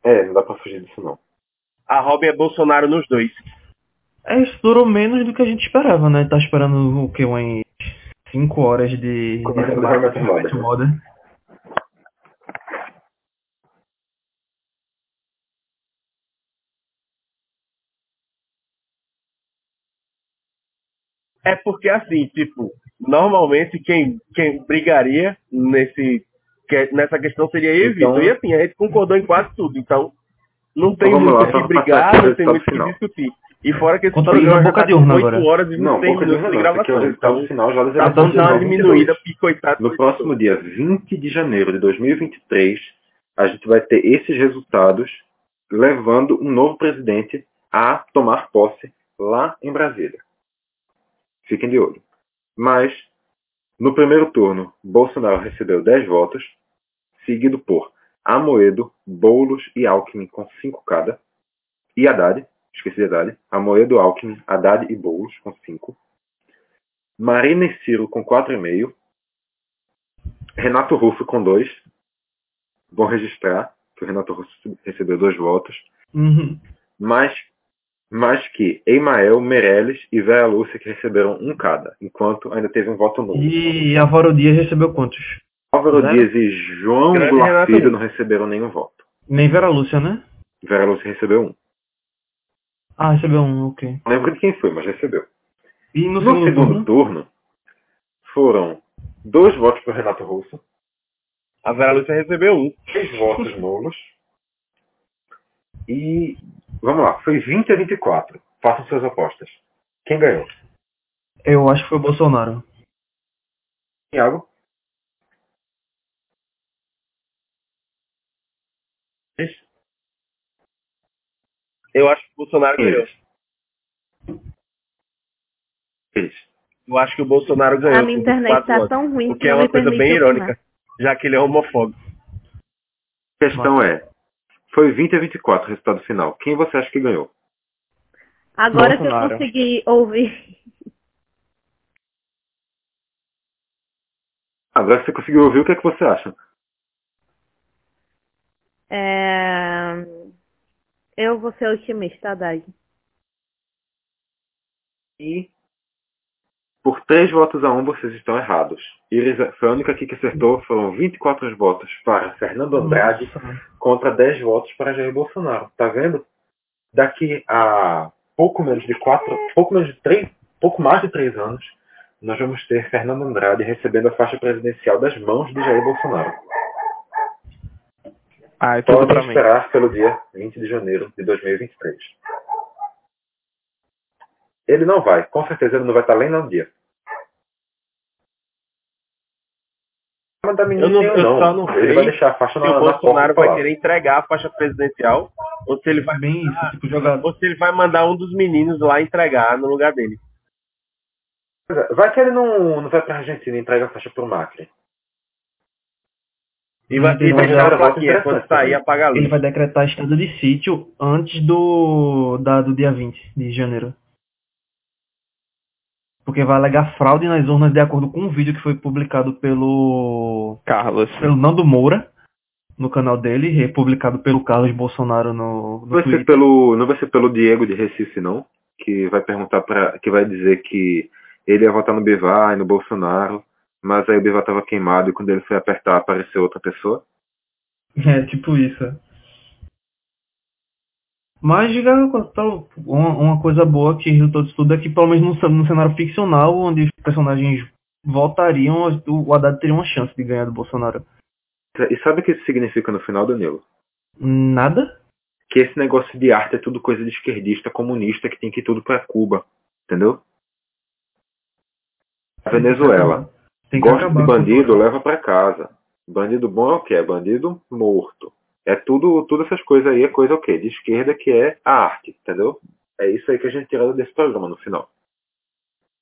É, não dá pra fugir disso não.
A Robin é Bolsonaro nos dois.
É, isso durou menos do que a gente esperava, né? Tá esperando o que? Umas 5 horas de.
Como é que
de
é o How I Met Your Mother?
How I Met Your Mother.
É porque assim, tipo, normalmente quem, quem brigaria nesse, que- nessa questão seria eu e
Então-
Vitor. E assim, a gente concordou em quase tudo, então não tem
vamos lá,
muito o
só
que
pra
brigar,
passar
não tem
pro
muito o que
resultado
discutir. E fora que esse
Contabilizando
programa já
boca
tá
de urna
com 8
agora.
horas e
Não,
26
pouca de
minutos de
não. Isso é um aqui é o
gravação.
resultado
Então,
final já
tá dando uma diminuída, porque coitado.
No próximo dia 20 de janeiro de 2023, a gente vai ter esses resultados levando um novo presidente a tomar posse lá em Brasília. Fiquem de olho. Mas, no primeiro turno, Bolsonaro recebeu 10 votos, seguido por Amoedo, Boulos e Alckmin com 5 cada, e Haddad, esqueci de Haddad, Amoedo, Alckmin, Haddad e Boulos com 5, Marina e Ciro com 4,5, Renato Russo com 2 Bom registrar que o Renato Russo recebeu dois votos,
Uhum.
mas, mas que Eimael, Meirelles e Vera Lúcia que receberam um cada, enquanto ainda teve um voto nulo.
E Álvaro Dias recebeu quantos?
Álvaro
Zero.
Dias e João
Grande Renato
Gulacido
Russo.
não receberam nenhum voto.
Nem Vera Lúcia, né?
Vera Lúcia recebeu um.
Ah, recebeu um, ok.
Não lembro de quem foi, mas recebeu.
E no,
No segundo, turno? foram dois votos para Renato Russo.
A Vera Lúcia recebeu um.
Três votos nulos. E vamos lá, foi 20 a 24. Façam suas apostas. Quem ganhou?
Eu acho que foi o Bolsonaro.
Thiago?
Eu acho que o Bolsonaro ganhou. Eu acho que o Bolsonaro ganhou. assim,
A minha
com
internet
24
tá
votos,
tão ruim
O
que
que é
não
uma
me
coisa
permite
bem
opinar.
irônica, já que ele é homofóbico.
A questão é, foi 20 a 24 o resultado final. Quem você acha que ganhou?
Agora que eu
Bolsonaro.
consegui ouvir.
Agora que você conseguiu ouvir, o que é que você acha?
é, Eu vou ser otimista, Dag.
E Por três votos a um, vocês estão errados. Iris foi a única aqui que acertou. Foram 24 votos para Fernando Andrade contra 10 votos para Jair Bolsonaro. Tá vendo? Daqui a pouco menos de quatro, pouco menos de três, pouco mais de três anos, nós vamos ter Fernando Andrade recebendo a faixa presidencial das mãos de Jair Bolsonaro.
Ai, Ah, é tudo pra
Podem
mim.
esperar pelo dia 20 de janeiro de 2023. Ele não vai, com certeza ele não vai estar nem no dia. Mas da menina
Eu, não,
tem ou
eu só não
Ele
sei
vai deixar a faixa
se
na,
o
na porta
Bolsonaro vai
lá.
querer entregar a faixa presidencial ou se ele vai
bem isso, tipo jogador.
Ou se ele vai mandar um dos meninos lá entregar no lugar dele.
Pois é, Vai que ele não, não vai pra Argentina e entrega a faixa pro Macri.
E vai, e
Ele
vai
vai
dar
dar
uma
a volta
plaquinha quando
interessante,
sair
né?
apaga a luz.
Ele vai decretar estado de sítio antes do, da- do dia 20 de janeiro. Porque vai alegar fraude nas urnas de acordo com um vídeo que foi publicado pelo.
Carlos.
Pelo Nando Moura, no canal dele, republicado pelo Carlos Bolsonaro no,
Não vai,
no
ser
Twitter.
pelo, não vai ser pelo Diego de Recife, não. Que vai perguntar para Que vai dizer que ele ia votar no Bivar e no Bolsonaro. Mas aí o Bivar tava queimado e quando ele foi apertar apareceu outra pessoa.
É, tipo isso. é. Mas, diga pelo- uma, uma coisa boa que resultou disso tudo é que, pelo menos no, cen- no cenário ficcional, onde os personagens voltariam, o Haddad teria uma chance de ganhar do Bolsonaro.
E sabe o que isso significa no final, Danilo?
Nada?
Que esse negócio de arte é tudo coisa de esquerdista, comunista, que tem que ir tudo pra Cuba. Entendeu? A Venezuela.
Tem que
Gosta
acabar
de
com
bandido, né? leva pra casa. Bandido bom é o quê? É bandido morto. É tudo, tudo essas coisas aí, é coisa o quê? De esquerda que é a arte, entendeu? É isso aí que a gente tira desse programa no final.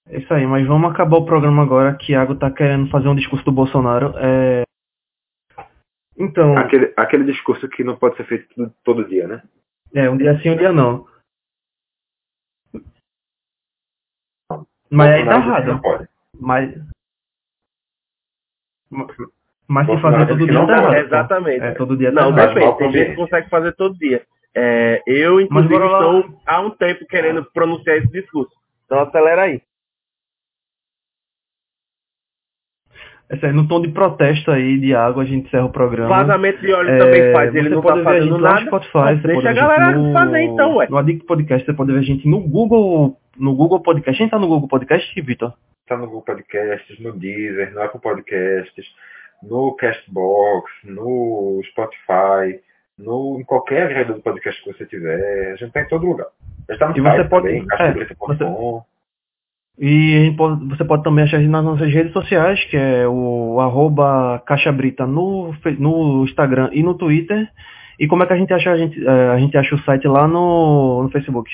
É isso aí, mas vamos acabar o programa agora, que Iago tá querendo fazer um discurso do Bolsonaro. É... Então,
Aquele, aquele discurso que não pode ser feito todo, todo dia, né?
é, um dia sim, um dia não. Mas aí tá
Bolsonaro disse que
errado.
Não pode.
Mas. Ma- Mas se
Bolsonaro
fazer
disse
todo
que
dia
não
tá
pode.
errado. pô.
Exatamente.
É, todo dia tá
Não,
errado.
depende. Tem gente que consegue fazer todo dia. É, eu, inclusive,
bora lá.
estou há um tempo querendo pronunciar esse discurso. Então acelera aí.
É sério, no tom de protesto aí de água, a gente encerra o programa.
Vazamento de óleo
É,
também faz, ele
você
não
pode
tá
ver então. a gente
fazendo
lá
nada.
No Spotify, você
Deixa
pode
a
ver gente
galera
no...
fazer então, ué.
No Addict Podcast, você pode ver a gente no Google, no Google Podcast. A gente tá no Google Podcast, Vitor?
Tá no Google Podcasts, no Deezer, no Apple Podcasts, no Castbox, no Spotify, no, em qualquer agregador de podcast que você tiver. A gente tá em todo lugar. A gente tá no
E
site
você pode-
também,
é,
castebrito.com.
E a gente pode- você pode também achar a gente nas nossas redes sociais, que é o arroba caixabrita no, Fe- no Instagram e no Twitter. E como é que a gente acha a gente, é, a gente acha o site lá no, no Facebook?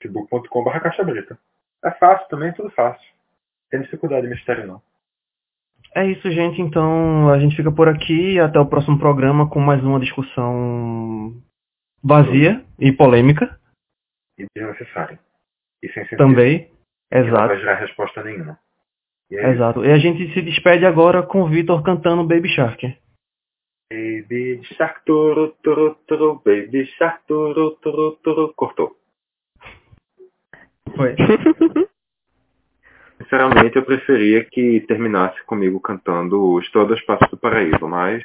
facebook.com.br caixa Brita. É fácil também, é tudo fácil. Tem dificuldade, mistério não.
É isso, gente. Então a gente fica por aqui. Até o próximo programa com mais uma discussão vazia e polêmica
E desnecessário. E sem sentido.
também.
que Não
Exato,
vai gerar resposta nenhuma. E é isso.
exato. E a gente se despede agora com o Vitor cantando Baby Shark.
Baby Shark, turu, turu, turu, Baby Shark, turu, turu, turu. Cortou.
Foi.
Sinceramente, eu preferia que terminasse comigo cantando os Todos Passos do Paraíso, mas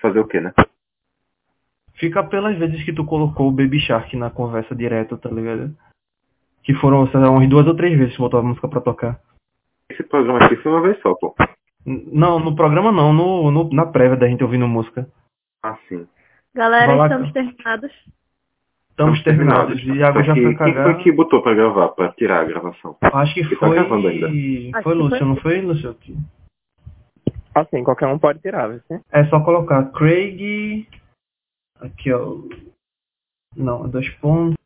fazer o quê, né?
Fica pelas vezes que tu colocou o Baby Shark na conversa direta, tá ligado? Que foram, sei lá, umas duas ou três vezes que botou a música pra tocar.
Esse programa aqui foi uma vez só, pô.
N- Não, no programa não, no, no- na prévia da gente ouvindo música.
Ah, sim.
Galera,
Vai lá, então.
estamos terminados.
Estamos terminados. Iago já
Quem
foi
foi que- Quem foi
cagar.
que botou pra gravar, pra tirar a gravação?
Acho que
Ele tá
foi.
gravando ainda.
Foi
Acho que
Lúcio,
foi.
não foi, Lúcio?
Assim, qualquer um pode tirar, você.
É só colocar Craig. Aqui, ó. Não, dois pontos.